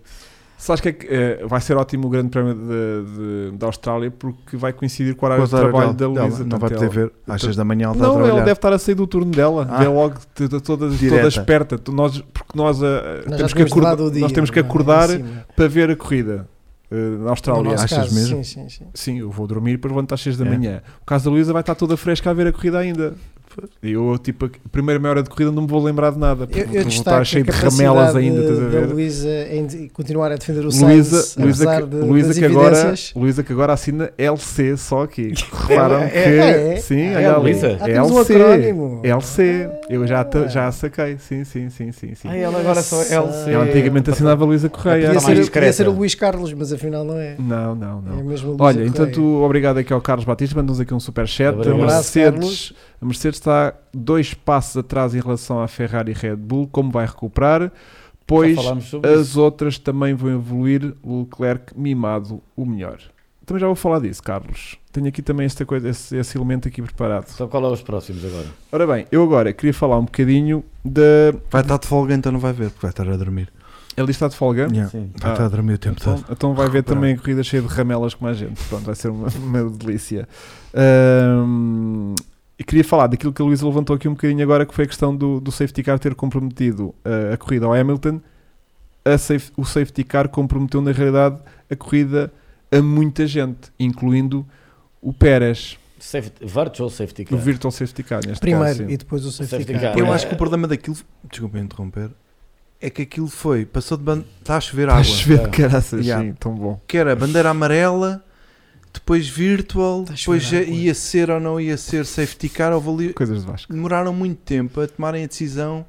Speaker 2: Sabes que, é que eh, vai ser ótimo o Grande Prémio de- de- da Austrália porque vai coincidir com o horário de
Speaker 1: Vou dar
Speaker 2: trabalho
Speaker 1: aquela-
Speaker 2: da Luísa.
Speaker 1: Não vai
Speaker 2: portanto,
Speaker 1: poder
Speaker 2: ela-
Speaker 1: ver. Às
Speaker 2: portanto-
Speaker 1: 6 da manhã ela está a
Speaker 2: Não, ela
Speaker 1: trabalhar.
Speaker 2: deve estar a sair do turno dela.
Speaker 1: Ah.
Speaker 2: Vê logo t- t- toda, toda
Speaker 1: Direta.
Speaker 2: esperta. Tu- Nós, porque nós, ah,
Speaker 3: Nós já
Speaker 2: temos, que
Speaker 3: tínhamos
Speaker 2: acordar,
Speaker 3: dado o dia,
Speaker 2: nós temos que
Speaker 3: não é?
Speaker 2: acordar
Speaker 3: Em cima.
Speaker 2: para ver a corrida eh, na
Speaker 3: No
Speaker 2: Austrália.
Speaker 3: nosso
Speaker 1: achas
Speaker 3: caso,
Speaker 1: mesmo?
Speaker 3: Sim, sim, sim.
Speaker 2: Sim, eu vou dormir para levantar às 6 da
Speaker 1: É.
Speaker 2: manhã. O caso da Luísa vai estar toda fresca a ver a corrida ainda. E eu, tipo, a primeira meia hora de corrida não me vou lembrar de nada. porque
Speaker 3: Eu, eu
Speaker 2: vou
Speaker 3: destaco
Speaker 2: estar
Speaker 3: a
Speaker 2: cheio de
Speaker 3: capacidade
Speaker 2: ramelas ainda, estás a
Speaker 3: da
Speaker 2: ver?
Speaker 3: Luísa em de- continuar a defender o Sainz,
Speaker 2: Luísa, Luísa,
Speaker 3: apesar
Speaker 2: que,
Speaker 3: de,
Speaker 2: Luísa,
Speaker 3: das
Speaker 2: que agora,
Speaker 3: evidências.
Speaker 2: Luísa que agora assina LC só aqui. Reparam
Speaker 3: É,
Speaker 2: que.
Speaker 3: é, é.
Speaker 2: Sim,
Speaker 4: É
Speaker 2: olha
Speaker 4: a
Speaker 2: ali.
Speaker 4: Luísa?
Speaker 3: Ah, temos um
Speaker 2: LC.
Speaker 3: acrónimo.
Speaker 2: LC. Eu já, te- já a saquei. Sim, sim, sim, sim. sim.
Speaker 4: Ai, ela agora só é LC.
Speaker 2: Ela antigamente assinava Luísa Correia.
Speaker 4: Tá
Speaker 3: Podia
Speaker 4: mais
Speaker 3: ser,
Speaker 4: discreta.
Speaker 3: podia ser o Luís Carlos, mas afinal não é.
Speaker 2: Não, não, não.
Speaker 3: É mesmo o Luís
Speaker 2: Olha,
Speaker 3: Correia.
Speaker 2: entanto, obrigado aqui ao Carlos Batista, mandou-nos aqui um super chat. A
Speaker 4: Obrigado.
Speaker 2: Mercedes,
Speaker 3: Carlos.
Speaker 2: a Mercedes está dois passos atrás em relação à Ferrari e Red Bull, como vai recuperar, pois
Speaker 4: Já falámos sobre isso.
Speaker 2: as outras também vão evoluir, o Leclerc mimado o melhor. Também já vou falar disso, Carlos. Tenho aqui também esta coisa, esse, esse elemento aqui preparado.
Speaker 4: Então qual é os próximos agora?
Speaker 2: Ora bem, eu agora queria falar um bocadinho da...
Speaker 1: Vai estar de folga, então não vai ver, porque vai estar a dormir.
Speaker 2: Ele está de folga?
Speaker 1: Yeah.
Speaker 4: Sim.
Speaker 1: Vai
Speaker 2: Ah.
Speaker 1: estar a dormir o tempo
Speaker 2: Então,
Speaker 1: todo.
Speaker 2: então vai ver
Speaker 1: Recuperar.
Speaker 2: também a corrida cheia de ramelas como a gente. Pronto, vai ser uma, uma delícia. Ahm, e queria falar daquilo que a Luísa levantou aqui um bocadinho agora, que foi a questão do, do safety car ter comprometido ah, a corrida ao Hamilton. A safe- o safety car comprometeu, na realidade, a corrida a muita gente, incluindo o Pérez,
Speaker 4: Safety, virtual Safety
Speaker 2: o
Speaker 4: Car.
Speaker 2: virtual safety car. Neste
Speaker 3: Primeiro
Speaker 2: caso, sim.
Speaker 3: e depois o safety
Speaker 4: safety
Speaker 3: car.
Speaker 4: car.
Speaker 1: Eu
Speaker 4: É.
Speaker 1: acho que o problema daquilo, desculpa interromper, é que aquilo foi, passou de bandeira, está Tá a chover
Speaker 2: Está a
Speaker 1: água.
Speaker 2: chover de caraças,
Speaker 1: Yeah.
Speaker 2: sim, tão bom.
Speaker 1: Que era bandeira amarela, depois virtual,
Speaker 3: Está a chover
Speaker 1: depois já
Speaker 3: água.
Speaker 1: ia ser ou não ia ser safety car, houve ali-
Speaker 2: Coisas de Vasco.
Speaker 1: demoraram muito tempo a tomarem a decisão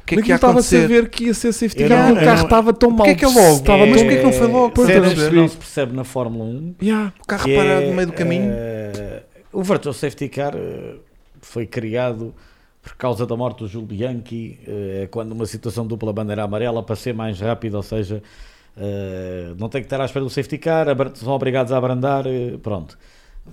Speaker 1: o que é
Speaker 2: Mas
Speaker 1: que ia
Speaker 2: não estava a
Speaker 1: acontecer.
Speaker 2: saber que ia ser safety
Speaker 4: Eu
Speaker 2: car,
Speaker 4: não-
Speaker 2: porque o
Speaker 4: eu
Speaker 2: carro
Speaker 4: não-
Speaker 2: estava tão mal.
Speaker 1: Porquê é que é logo?
Speaker 2: Estava
Speaker 1: É-
Speaker 2: mas
Speaker 1: mas
Speaker 2: porquê
Speaker 1: porquê que não foi logo?
Speaker 2: Pois,
Speaker 4: cenas
Speaker 2: estás a
Speaker 4: que
Speaker 2: ver?
Speaker 4: não se percebe na Fórmula 1.
Speaker 2: Yeah.
Speaker 1: O carro
Speaker 4: que
Speaker 1: parado
Speaker 4: é,
Speaker 1: no meio do caminho.
Speaker 4: eh, o Virtual Safety Car eh, foi criado por causa da morte do Júlio Bianchi, eh, quando uma situação dupla bandeira amarela para ser mais rápido, ou seja, eh, não tem que estar à espera do safety car, abra- são obrigados a abrandar, eh, pronto.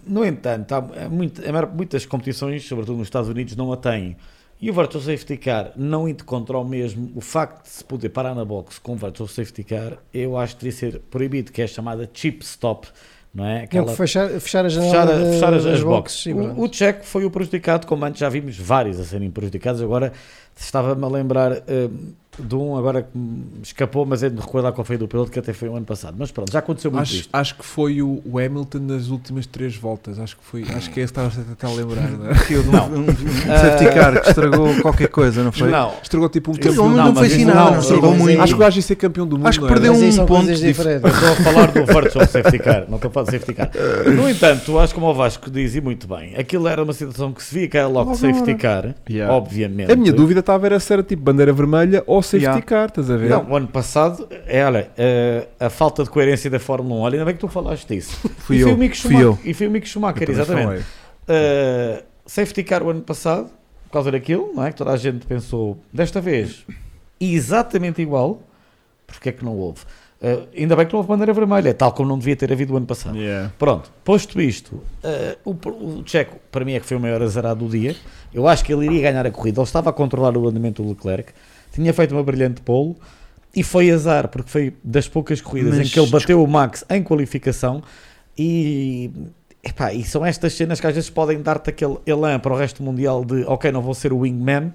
Speaker 4: No entanto, há é muito- a maior- muitas competições, sobretudo nos Estados Unidos, não a têm. E o Virtual Safety Car não indo contra o mesmo, o facto de se poder parar na box com o Virtual Safety Car, eu acho que devia ser proibido, que é a chamada chip stop, não é?
Speaker 3: Tinham que fechar, fechar a janela
Speaker 4: fechar,
Speaker 3: de-
Speaker 4: fechar as,
Speaker 3: das
Speaker 4: as
Speaker 3: boxes.
Speaker 4: boxes.
Speaker 3: e pronto.
Speaker 4: O, o Checo foi o prejudicado, como antes já vimos vários a serem prejudicados. Agora estava-me a lembrar hum, de um agora que me escapou, mas é de me recordar qual foi do piloto que até foi o ano passado. Mas pronto, já aconteceu muito
Speaker 2: Acho,
Speaker 4: isto.
Speaker 2: acho que foi o, o Hamilton nas últimas três voltas. Acho que foi. Acho que é esse que estava a tentar lembrar. não é?
Speaker 1: Aquilo, Um, um, safety car que estragou qualquer coisa, não foi?
Speaker 4: Não,
Speaker 2: Estragou tipo um
Speaker 4: Mas
Speaker 1: Aquilo
Speaker 2: campeão.
Speaker 1: não,
Speaker 4: Não, mas
Speaker 1: foi
Speaker 4: isso
Speaker 1: assim
Speaker 4: não,
Speaker 1: nada, não
Speaker 4: sim,
Speaker 1: estragou
Speaker 3: mas
Speaker 1: muito.
Speaker 3: isso-
Speaker 2: Acho que o gajo ia ser campeão do mundo.
Speaker 1: Acho que
Speaker 2: não é? era?
Speaker 1: perdeu
Speaker 3: Mas aí
Speaker 1: um
Speaker 3: são
Speaker 1: ponto
Speaker 3: coisas
Speaker 1: dif-
Speaker 3: diferentes.
Speaker 4: estou a falar do virtual safety car, não estou a falar de safety car. No entanto, acho que como o Vasco diz e muito bem, aquilo era uma situação que se via que era logo de safety car,
Speaker 2: Yeah. É
Speaker 4: obviamente.
Speaker 2: A minha dúvida estava era se era tipo bandeira vermelha ou safety
Speaker 1: Yeah.
Speaker 2: car, estás a ver?
Speaker 4: Não, o ano passado, é, olha, eh, a falta de coerência da Fórmula 1, olha, ainda bem que tu falaste disso.
Speaker 1: Fui
Speaker 4: e
Speaker 1: eu,
Speaker 4: foi o Mick
Speaker 1: fui
Speaker 4: Schumacher,
Speaker 1: eu.
Speaker 4: E foi o Mick Schumacher,
Speaker 2: Eu também
Speaker 4: exatamente.
Speaker 2: falei.
Speaker 4: Uh, safety car o ano passado, por causa daquilo, não é? Que toda a gente pensou, desta vez, exatamente igual, porque é que não houve? Uh, ainda bem que não houve bandeira vermelha, tal como não devia ter havido o ano passado.
Speaker 2: Yeah.
Speaker 4: Pronto, posto isto, uh, o, pro- o Checo, para mim, é que foi o maior azarado do dia. Eu acho que ele iria ganhar a corrida. Ele estava a controlar o andamento do Leclerc, tinha feito uma brilhante pole e foi azar, porque foi das poucas corridas
Speaker 1: Mas-
Speaker 4: em que ele bateu o Max em qualificação e. epá, e são estas cenas que às vezes podem dar-te aquele elan para o resto do Mundial de ok, não vou ser o wingman,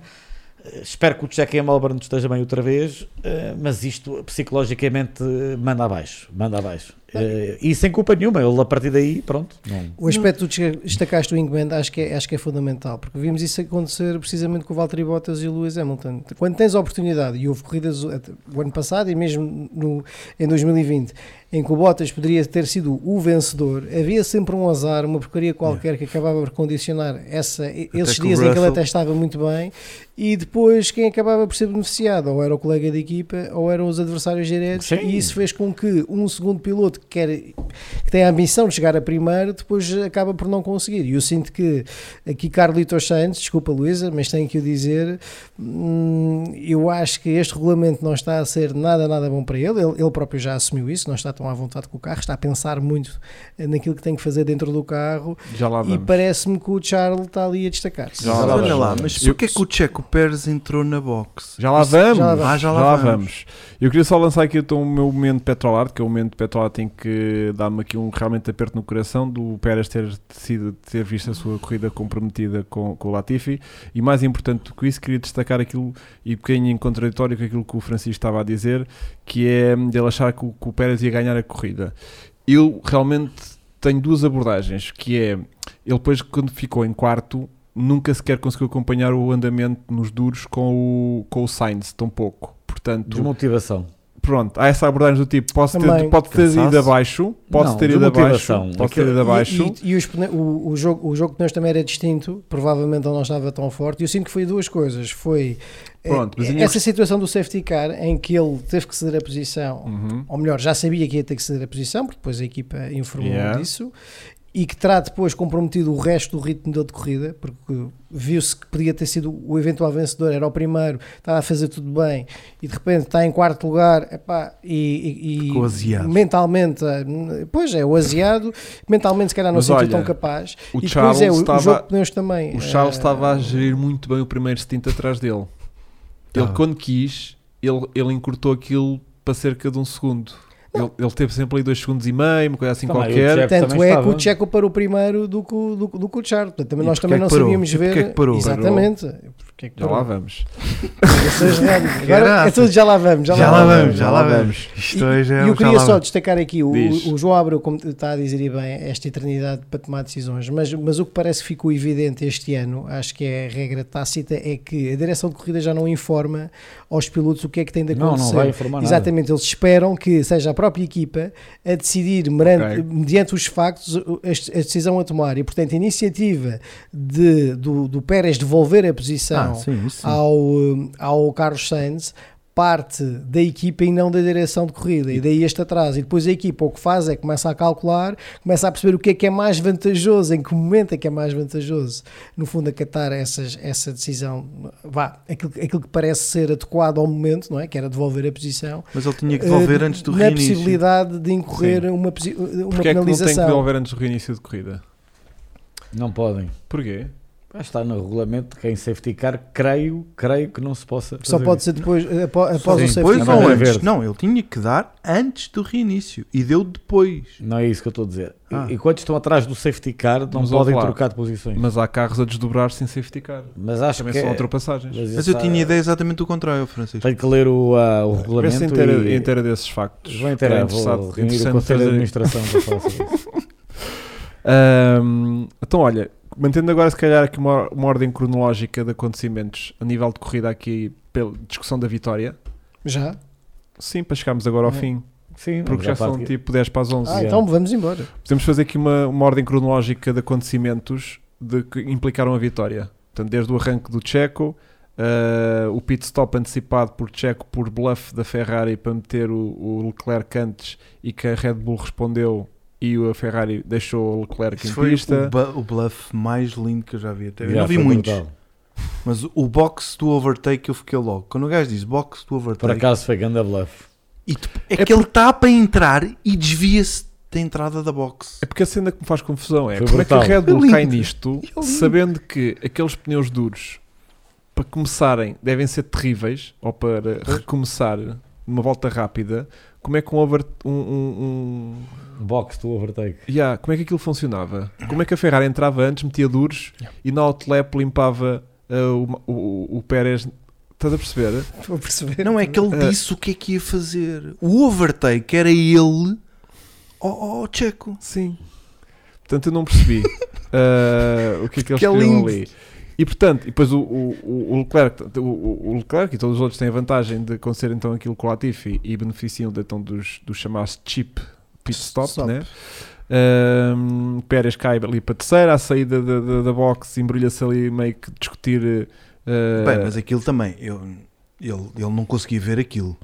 Speaker 4: eh, espero que o Checo em Melbourne esteja bem outra vez, eh, mas isto psicologicamente eh, manda abaixo, manda abaixo. Eh, E sem culpa nenhuma, ele a partir daí, pronto. não-
Speaker 3: O aspecto que tu destacaste do Ingman acho que, é, acho que é fundamental, porque vimos isso acontecer precisamente com o Valtteri Bottas e o Lewis Hamilton. Quando tens a oportunidade, e houve corridas até o ano passado e mesmo no, em 2020, em que o Bottas poderia ter sido o vencedor, havia sempre um azar, uma porcaria qualquer que acabava por condicionar essa, esses
Speaker 1: que o
Speaker 3: dias em que ele
Speaker 1: Russell-
Speaker 3: até estava muito bem, e depois quem acabava por ser beneficiado ou era o colega de equipa ou eram os adversários diretos,
Speaker 4: Sim.
Speaker 3: e isso fez com que um segundo piloto que quer que tem a ambição de chegar a primeiro, depois acaba por não conseguir. E eu sinto que aqui Carlitos Sainz, desculpa Luísa, mas tenho que o dizer, hum, eu acho que este regulamento não está a ser nada, nada bom para ele. ele. Ele próprio já assumiu isso, não está tão à vontade com o carro, está a pensar muito eh, naquilo que tem que fazer dentro do carro
Speaker 2: Já lá
Speaker 3: e
Speaker 2: Ah, vamos.
Speaker 3: parece-me que o Charles está ali a destacar-se.
Speaker 2: Já lá
Speaker 1: Mas
Speaker 2: vamos.
Speaker 1: Olha lá, mas
Speaker 2: Eu-
Speaker 1: porquê que o Checo Pérez entrou na box?
Speaker 2: Já lá
Speaker 3: Isso- já
Speaker 2: vamos.
Speaker 3: lá
Speaker 1: vamos. Ah, já lá
Speaker 2: vamos. Eu queria só lançar aqui então, o meu momento de Petrolarte, que é o momento de Petrolarte em que dá-me aqui um realmente aperto no coração do Pérez ter, sido, ter visto a sua corrida comprometida com, com o Latifi. E mais importante do que isso, queria destacar aquilo, e um bocadinho em contraditório com aquilo que o Francisco estava a dizer, que é hum, ele achar que o, que o Pérez ia ganhar a corrida. Eu realmente tenho duas abordagens, que é, ele depois quando ficou em quarto, nunca sequer conseguiu acompanhar o andamento nos duros com o, com o Sainz, tão pouco. Portanto,
Speaker 4: Desmotivação.
Speaker 2: pronto, há essa abordagem do tipo, posso ter,
Speaker 3: Também.
Speaker 2: pode ter ido
Speaker 1: Cansaço.
Speaker 2: abaixo, posso
Speaker 4: Não,
Speaker 2: ter ido abaixo,
Speaker 4: desmotivação.
Speaker 2: posso ter
Speaker 4: Aquilo-
Speaker 2: ido abaixo.
Speaker 3: E, e- e os pne- o, o jogo, o jogo de pneus também era distinto, provavelmente ele não estava tão forte. E eu sinto que foi duas coisas: foi eh,
Speaker 2: Pronto, mas ainda-
Speaker 3: essa situação do safety car em que ele teve que ceder a posição,
Speaker 2: Uhum.
Speaker 3: ou melhor, já sabia que ia ter que ceder a posição, porque depois a equipa informou
Speaker 2: Yeah.
Speaker 3: disso. E que terá depois comprometido o resto do ritmo dele de corrida, porque viu-se que podia ter sido o eventual vencedor, era o primeiro, estava a fazer tudo bem, e de repente está em quarto lugar, epá, e, e- e
Speaker 1: Ficou aziado.
Speaker 3: mentalmente, ah, n- pois é, o aziado, mentalmente se calhar não
Speaker 2: Mas
Speaker 3: se sentiu
Speaker 2: olha,
Speaker 3: tão capaz.
Speaker 2: o
Speaker 3: e
Speaker 2: Charles
Speaker 3: depois é, o,
Speaker 2: estava-
Speaker 3: o jogo de pneus também.
Speaker 2: O Charles
Speaker 3: eh,
Speaker 2: estava a gerir muito bem o primeiro stint atrás dele. Ele,
Speaker 1: Ah.
Speaker 2: quando quis, ele, ele encurtou aquilo para cerca de um segundo. Ele, ele teve sempre ali dois segundos e meio, uma coisa assim
Speaker 4: Também, o
Speaker 2: qualquer.
Speaker 4: Checo
Speaker 3: Tanto
Speaker 4: também
Speaker 3: é que
Speaker 4: estava.
Speaker 3: o Checo parou primeiro do que o, do, que- do que o Charles. Portanto, também
Speaker 1: E
Speaker 3: nós
Speaker 1: porque
Speaker 3: também
Speaker 1: é que
Speaker 3: não
Speaker 1: parou?
Speaker 3: sabíamos
Speaker 1: E
Speaker 3: ver.
Speaker 1: porque é que parou?
Speaker 3: Exatamente. Porque é que
Speaker 2: Já lá
Speaker 3: parou?
Speaker 2: vamos.
Speaker 3: Vocês erraram. Agora é
Speaker 1: Caraças.
Speaker 3: tudo já lá vamos. Já,
Speaker 1: Já
Speaker 3: lá
Speaker 1: lá
Speaker 3: vamos.
Speaker 1: vamos, já lá vamos.
Speaker 3: E,
Speaker 1: Isto hoje é
Speaker 3: e eu
Speaker 1: um já
Speaker 3: queria
Speaker 1: lá
Speaker 3: só
Speaker 1: vamos.
Speaker 3: destacar aqui, o,
Speaker 2: Diz.
Speaker 3: o João Abreu, como está a dizer e bem, esta eternidade para tomar decisões, mas, mas o que parece que ficou evidente este ano, acho que é a regra tácita, é que a direção de corrida já não informa aos pilotos o que é que tem de
Speaker 4: Não, não
Speaker 3: acontecer.
Speaker 4: vai informar nada.
Speaker 3: Exatamente, eles esperam que seja a própria equipa a decidir, merante-
Speaker 2: Ok.
Speaker 3: mediante os factos, o- a a decisão a tomar. E, portanto, a iniciativa de, do, do Pérez devolver a posição
Speaker 1: Ah, sim, isso sim.
Speaker 3: Então, ao, hum, ao Carlos Sainz parte da equipa e não da direção de corrida e daí este atraso e depois a equipa o que faz é começa a calcular começa a perceber o que é que é mais vantajoso em que momento é que é mais vantajoso no fundo acatar essas, essa decisão vá, aquilo, aquilo que parece ser adequado ao momento, não é? que era devolver a posição
Speaker 1: Mas ele tinha que devolver
Speaker 3: eh,
Speaker 1: antes do
Speaker 3: na
Speaker 1: reinício.
Speaker 3: possibilidade de incorrer
Speaker 2: Sim.
Speaker 3: uma, posi- uma
Speaker 2: Porquê é que não tem que
Speaker 3: penalização
Speaker 2: devolver antes do reinício de corrida?
Speaker 4: Não podem.
Speaker 2: Porquê?
Speaker 4: Ah, Está no regulamento que é em safety car, creio, creio que não se possa.
Speaker 3: só
Speaker 4: fazer
Speaker 3: pode ser depois eh, apo- após
Speaker 4: Sim,
Speaker 3: o safety
Speaker 1: Depois
Speaker 4: Não,
Speaker 3: car.
Speaker 1: ou
Speaker 4: não é
Speaker 1: antes?
Speaker 4: verde.
Speaker 1: Não, ele tinha que dar antes do reinício. E deu depois.
Speaker 4: Não é isso que eu estou a dizer. E-
Speaker 1: Ah.
Speaker 4: Enquanto estão atrás do safety car, não
Speaker 2: Vamos ao
Speaker 4: podem
Speaker 2: claro.
Speaker 4: trocar de posições. Mas,
Speaker 2: Mas há carros a desdobrar sem safety car.
Speaker 4: acho
Speaker 2: Também
Speaker 4: que.
Speaker 2: são
Speaker 4: é-
Speaker 2: ultrapassagens.
Speaker 1: Mas eu
Speaker 4: está-
Speaker 1: tinha ideia exatamente do contrário, Francisco.
Speaker 4: Tenho que ler o, ah, o
Speaker 2: Vê se
Speaker 4: regulamento.
Speaker 2: inteira,
Speaker 4: e...
Speaker 2: inteira desses factos.
Speaker 4: Vou
Speaker 2: que era
Speaker 4: inteirar,
Speaker 2: interessado-
Speaker 4: vou reunir o
Speaker 2: interessante
Speaker 4: Conselho de
Speaker 2: fazer-
Speaker 4: Administração para falar sobre isso.
Speaker 2: Ahm, então, olha, mantendo agora se calhar aqui uma, uma ordem cronológica de acontecimentos a nível de corrida aqui pela discussão da vitória.
Speaker 3: já?
Speaker 2: Sim, para chegarmos agora ao
Speaker 4: Hum.
Speaker 2: fim,
Speaker 4: Sim,
Speaker 2: porque já são tipo 10 para as 11.
Speaker 3: Ah,
Speaker 4: Sim.
Speaker 3: então vamos embora
Speaker 2: Podemos fazer aqui uma, uma ordem cronológica de acontecimentos de que implicaram a vitória. Portanto, desde o arranque do Checo Uh, o pit stop antecipado por Checo por bluff da Ferrari para meter o, o Leclerc antes e que a Red Bull respondeu e a Ferrari deixou o Leclerc
Speaker 1: Isso
Speaker 2: em
Speaker 1: foi
Speaker 2: pista.
Speaker 1: o, bu- o bluff mais lindo que eu já vi até. eu
Speaker 4: Yeah,
Speaker 1: não vi
Speaker 4: foi
Speaker 1: muitos,
Speaker 4: brutal.
Speaker 1: mas o box do overtake eu fiquei logo. Quando o gajo diz box do
Speaker 4: Por
Speaker 1: overtake,
Speaker 4: acaso foi ganda bluff.
Speaker 1: e tu- é, que ele está para entrar e desvia-se da entrada da box.
Speaker 2: É porque a cena que me faz confusão é
Speaker 4: Foi
Speaker 2: como é que a
Speaker 4: brutal.
Speaker 2: Red Bull
Speaker 1: Eu
Speaker 2: cai
Speaker 1: lindo.
Speaker 2: nisto,
Speaker 1: Eu lindo.
Speaker 2: sabendo que aqueles pneus duros, para começarem, devem ser terríveis, ou para recomeçar numa volta rápida, como é que um over... Um, um, um-
Speaker 4: Box do overtake.
Speaker 2: Yeah, como é que aquilo funcionava? Como é que a Ferrari entrava antes, metia duros, e na outlap limpava uh, o, o, o Pérez... Estás a perceber?
Speaker 3: Vou perceber.
Speaker 1: Não é que ele
Speaker 2: Ah.
Speaker 1: disse o que é que ia fazer. O overtake era ele ao, ao Checo.
Speaker 2: Sim. Portanto, eu não percebi ah, o que é que eles
Speaker 1: Que é
Speaker 2: queriam
Speaker 1: lindo.
Speaker 2: ali. E portanto, e depois o, o, o- o Leclerc, portanto, o- o, o Leclerc e todos os outros têm a vantagem de acontecer então aquilo com o Latifi e beneficiam de, então, dos, dos chamados chip pit stop,
Speaker 3: Stop.
Speaker 2: né? Ahm, Pérez cai ali para a terceira, à saída da, da, da box, embrulha-se ali meio que discutir. ah,
Speaker 1: Bem, mas aquilo também, eu, ele, ele não conseguia ver aquilo.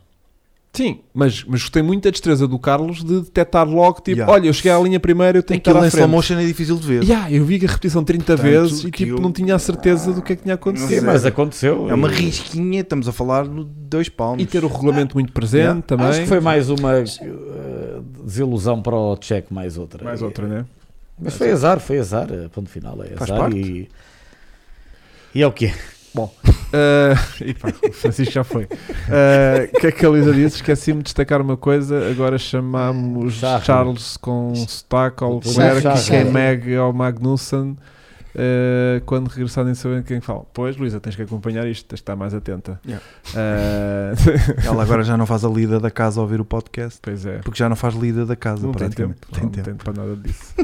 Speaker 2: Sim, mas, mas gostei muito da destreza do Carlos de detectar logo, tipo,
Speaker 1: Yeah.
Speaker 2: olha, eu cheguei à linha primeiro, eu tenho que
Speaker 1: Aquilo
Speaker 2: estar
Speaker 1: em
Speaker 2: à
Speaker 1: slow
Speaker 2: frente.
Speaker 1: motion é difícil de ver.
Speaker 2: Yeah, eu vi a repetição 30
Speaker 1: Portanto,
Speaker 2: vezes e
Speaker 1: que
Speaker 2: tipo,
Speaker 1: eu-
Speaker 2: não tinha a certeza do que é que tinha acontecido.
Speaker 1: Sim,
Speaker 4: Sim, mas aconteceu.
Speaker 1: É uma
Speaker 4: E-
Speaker 1: risquinha, estamos a falar no dois palmos.
Speaker 2: E ter o regulamento muito presente
Speaker 1: Yeah.
Speaker 2: também.
Speaker 4: Acho que foi mais uma eh, desilusão para o Checo, mais outra.
Speaker 2: mais
Speaker 4: E-
Speaker 2: outra, né?
Speaker 4: Mas foi azar, foi azar. eh, Ponto final, é
Speaker 1: Faz
Speaker 4: azar.
Speaker 1: parte.
Speaker 4: E... e é o quê?
Speaker 2: Ah, e pá, o Francisco já foi. Ah, O que é que a Luísa disse? Esqueci-me de destacar uma coisa. Agora chamamos
Speaker 4: Charles.
Speaker 2: Charles com sotaque ao
Speaker 4: Charles,
Speaker 2: Leclerc e
Speaker 3: Charles.
Speaker 2: quem Meg ao Magnussen. ah, quando regressar, nem sabem quem fala. Pois, Luísa, tens que acompanhar isto, tens de estar mais atenta.
Speaker 1: Yeah.
Speaker 2: Ah,
Speaker 1: Ela agora já não faz a lida da casa ao ouvir o podcast.
Speaker 2: pois é.
Speaker 1: Porque já não faz lida da casa,
Speaker 2: Não tem tempo,
Speaker 1: praticamente. Tem
Speaker 2: não
Speaker 1: tempo.
Speaker 2: tem para nada disso.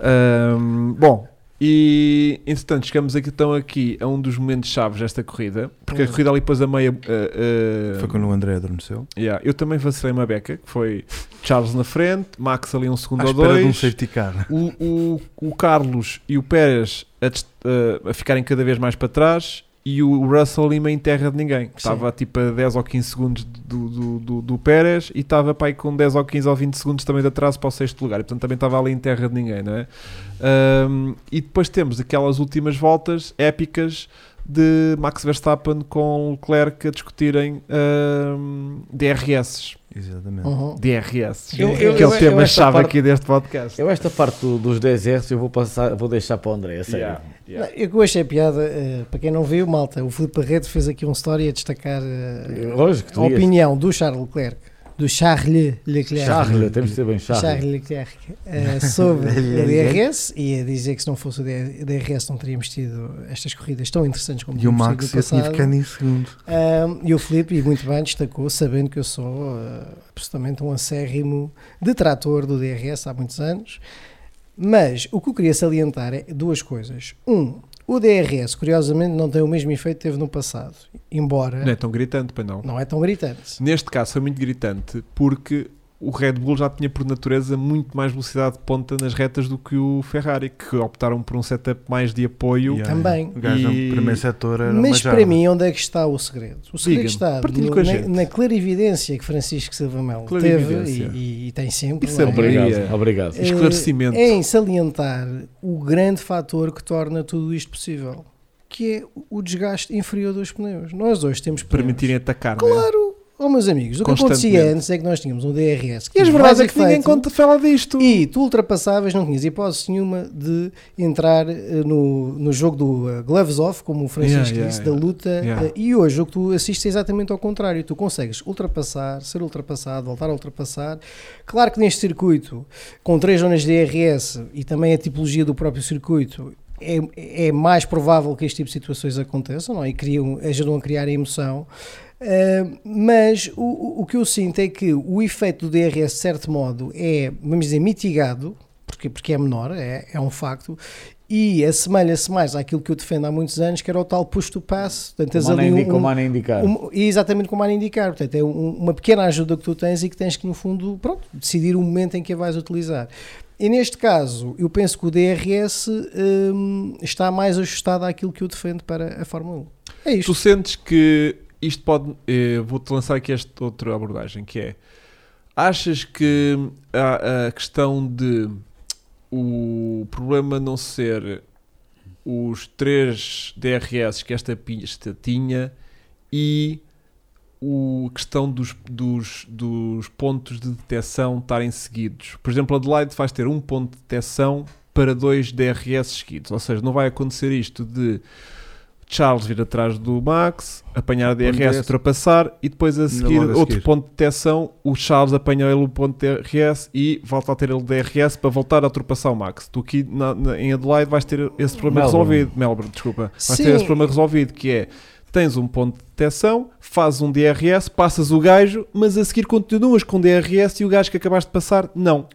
Speaker 2: Ahm, bom, e entretanto, chegamos aqui, então aqui a um dos momentos chaves desta corrida, porque a corrida ali pôs a meia. ah, ah,
Speaker 1: Hum. Foi quando o André adormeceu.
Speaker 2: yeah, eu também vacilei uma beca, que foi Charles na frente, Max ali um segundo
Speaker 1: À
Speaker 2: ou
Speaker 1: espera de um
Speaker 2: dois.
Speaker 1: safety car.
Speaker 2: o, o, o Carlos e o Pérez a, dest- a- a ficarem cada vez mais para trás e o Russell Lima em terra de ninguém. Estava tipo a 10 ou 15 segundos do, do, do, do Pérez e estava pai com 10 ou 15 ou 20 segundos também de atraso para o sexto lugar. E, portanto também estava ali em terra de ninguém, não é? Ahm, e depois temos aquelas últimas voltas épicas de Max Verstappen com Leclerc a discutirem ahm, DRS.
Speaker 1: Exatamente.
Speaker 2: Oh,
Speaker 3: Uhum.
Speaker 2: DRS.
Speaker 4: Eu- eu-
Speaker 2: que é
Speaker 4: eu-
Speaker 2: o
Speaker 4: eu esta
Speaker 2: tema-chave
Speaker 4: parte-
Speaker 2: aqui deste podcast.
Speaker 4: Eu esta parte do- dos desertos eu vou, passar, vou deixar para o André, é sério.
Speaker 2: Yeah, yeah.
Speaker 3: Não, eu que eu achei piada, eh, para quem não viu, malta, o Filipe Barreto fez aqui um story a destacar eh,
Speaker 4: Hoje que
Speaker 3: a
Speaker 4: tu ias.
Speaker 3: opinião do Charles Leclerc, do Charles Leclerc,
Speaker 4: Charles, temos de ser bem Charles.
Speaker 3: Charles Leclerc eh, sobre a DRS e a dizer que se não fosse o DRS não teríamos tido estas corridas tão interessantes como
Speaker 1: E o
Speaker 3: tínhamos tido
Speaker 1: Max
Speaker 3: no
Speaker 1: eu tinha
Speaker 3: passado.
Speaker 1: ficado em segundo.
Speaker 3: Ahm, e o Filipe, e muito bem, destacou, sabendo que eu sou ah, absolutamente um acérrimo detrator do DRS há muitos anos. Mas o que eu queria salientar é duas coisas. Um, o DRS, curiosamente, não tem o mesmo efeito que teve no passado, embora
Speaker 2: Não
Speaker 3: não,
Speaker 2: é tão gritante para não.
Speaker 3: é tão gritante.
Speaker 2: Neste caso foi muito gritante porque o Red Bull já tinha por natureza muito mais velocidade de ponta nas retas do que o Ferrari, que optaram por um setup mais de apoio.
Speaker 1: Yeah.
Speaker 3: Também.
Speaker 1: O gajo
Speaker 2: E-
Speaker 1: no primeiro setor era uma
Speaker 3: Mas
Speaker 1: jarda.
Speaker 3: para mim, onde é que está o segredo? O
Speaker 2: Diga-me,
Speaker 3: segredo está
Speaker 2: partilhe
Speaker 3: no-
Speaker 2: com a
Speaker 3: na,
Speaker 2: gente.
Speaker 3: na clarividência que Francisco Silva Melo teve
Speaker 2: Clarividência.
Speaker 3: e, e- e tem sempre.
Speaker 2: Isso é
Speaker 3: não
Speaker 2: Maria.
Speaker 4: Obrigado, obrigado.
Speaker 2: É. Esclarecimento.
Speaker 3: É em salientar o grande fator que torna tudo isto possível, que é o- o desgaste inferior dos pneus. Nós hoje temos pneus.
Speaker 2: Permitirem atacar. né?
Speaker 3: Claro! Oh, meus amigos, o que acontecia
Speaker 2: Constantemente.
Speaker 3: antes é que nós tínhamos um DRS.
Speaker 2: E as
Speaker 3: tinha
Speaker 2: verdades
Speaker 3: mais
Speaker 2: é que ninguém
Speaker 3: efeito
Speaker 2: conta fala disto.
Speaker 3: E tu ultrapassavas, não tinhas hipótese nenhuma de entrar eh, no, no jogo do eh, gloves off, como o Francisco
Speaker 2: Yeah, yeah,
Speaker 3: disse,
Speaker 2: yeah.
Speaker 3: da luta.
Speaker 2: Yeah.
Speaker 3: eh, e hoje o que tu assistes é exatamente ao contrário. Tu consegues ultrapassar, ser ultrapassado, voltar a ultrapassar. Claro que neste circuito, com três zonas de DRS e também a tipologia do próprio circuito. É, é mais provável que este tipo de situações aconteçam não é? e criam, ajudam a criar a emoção, Uh, mas o- o, o que eu sinto é que o efeito do DRS, de certo modo, é, vamos dizer, mitigado, porque, porque é menor, é, é um facto, e assemelha-se mais àquilo que eu defendo há muitos anos, que era o tal push to pass. Portanto, tens
Speaker 4: Como Ana
Speaker 3: ali
Speaker 4: indica,
Speaker 3: um,
Speaker 4: como Ana
Speaker 1: É.
Speaker 4: indicar.
Speaker 3: um- e exatamente como a Ana indicar, portanto, é um- uma pequena ajuda que tu tens e que tens que, no fundo, pronto, decidir o momento em que a vais utilizar. E neste caso, eu penso que o DRS hum, está mais ajustado àquilo que eu defendo para a Fórmula 1. É isto.
Speaker 2: Tu sentes que isto pode. eh, Vou-te lançar aqui esta outra abordagem que é. Achas que a, a questão de o problema não ser os três DRS que esta pista tinha e o- a questão dos, dos, dos pontos de detecção estarem seguidos. Por exemplo, Adelaide vais ter um ponto de detecção para dois DRS seguidos. Ou seja, não vai acontecer isto de Charles vir atrás do Max, apanhar a
Speaker 1: Ponto
Speaker 2: DRS,
Speaker 1: DRS.
Speaker 2: ultrapassar e depois a seguir
Speaker 1: logo a
Speaker 2: outro
Speaker 1: seguir.
Speaker 2: ponto de detecção. O Charles apanha ele o ponto de DRS e volta a ter ele DRS para voltar a ultrapassar o Max. Tu aqui na- na- em Adelaide vais ter esse problema
Speaker 4: Melbourne.
Speaker 2: resolvido. Melbourne, desculpa. Vais ter
Speaker 3: Sim.
Speaker 2: esse problema resolvido que é tens um ponto de detecção, fazes um DRS, passas o gajo, mas a seguir continuas com DRS e o gajo que acabaste de passar, não.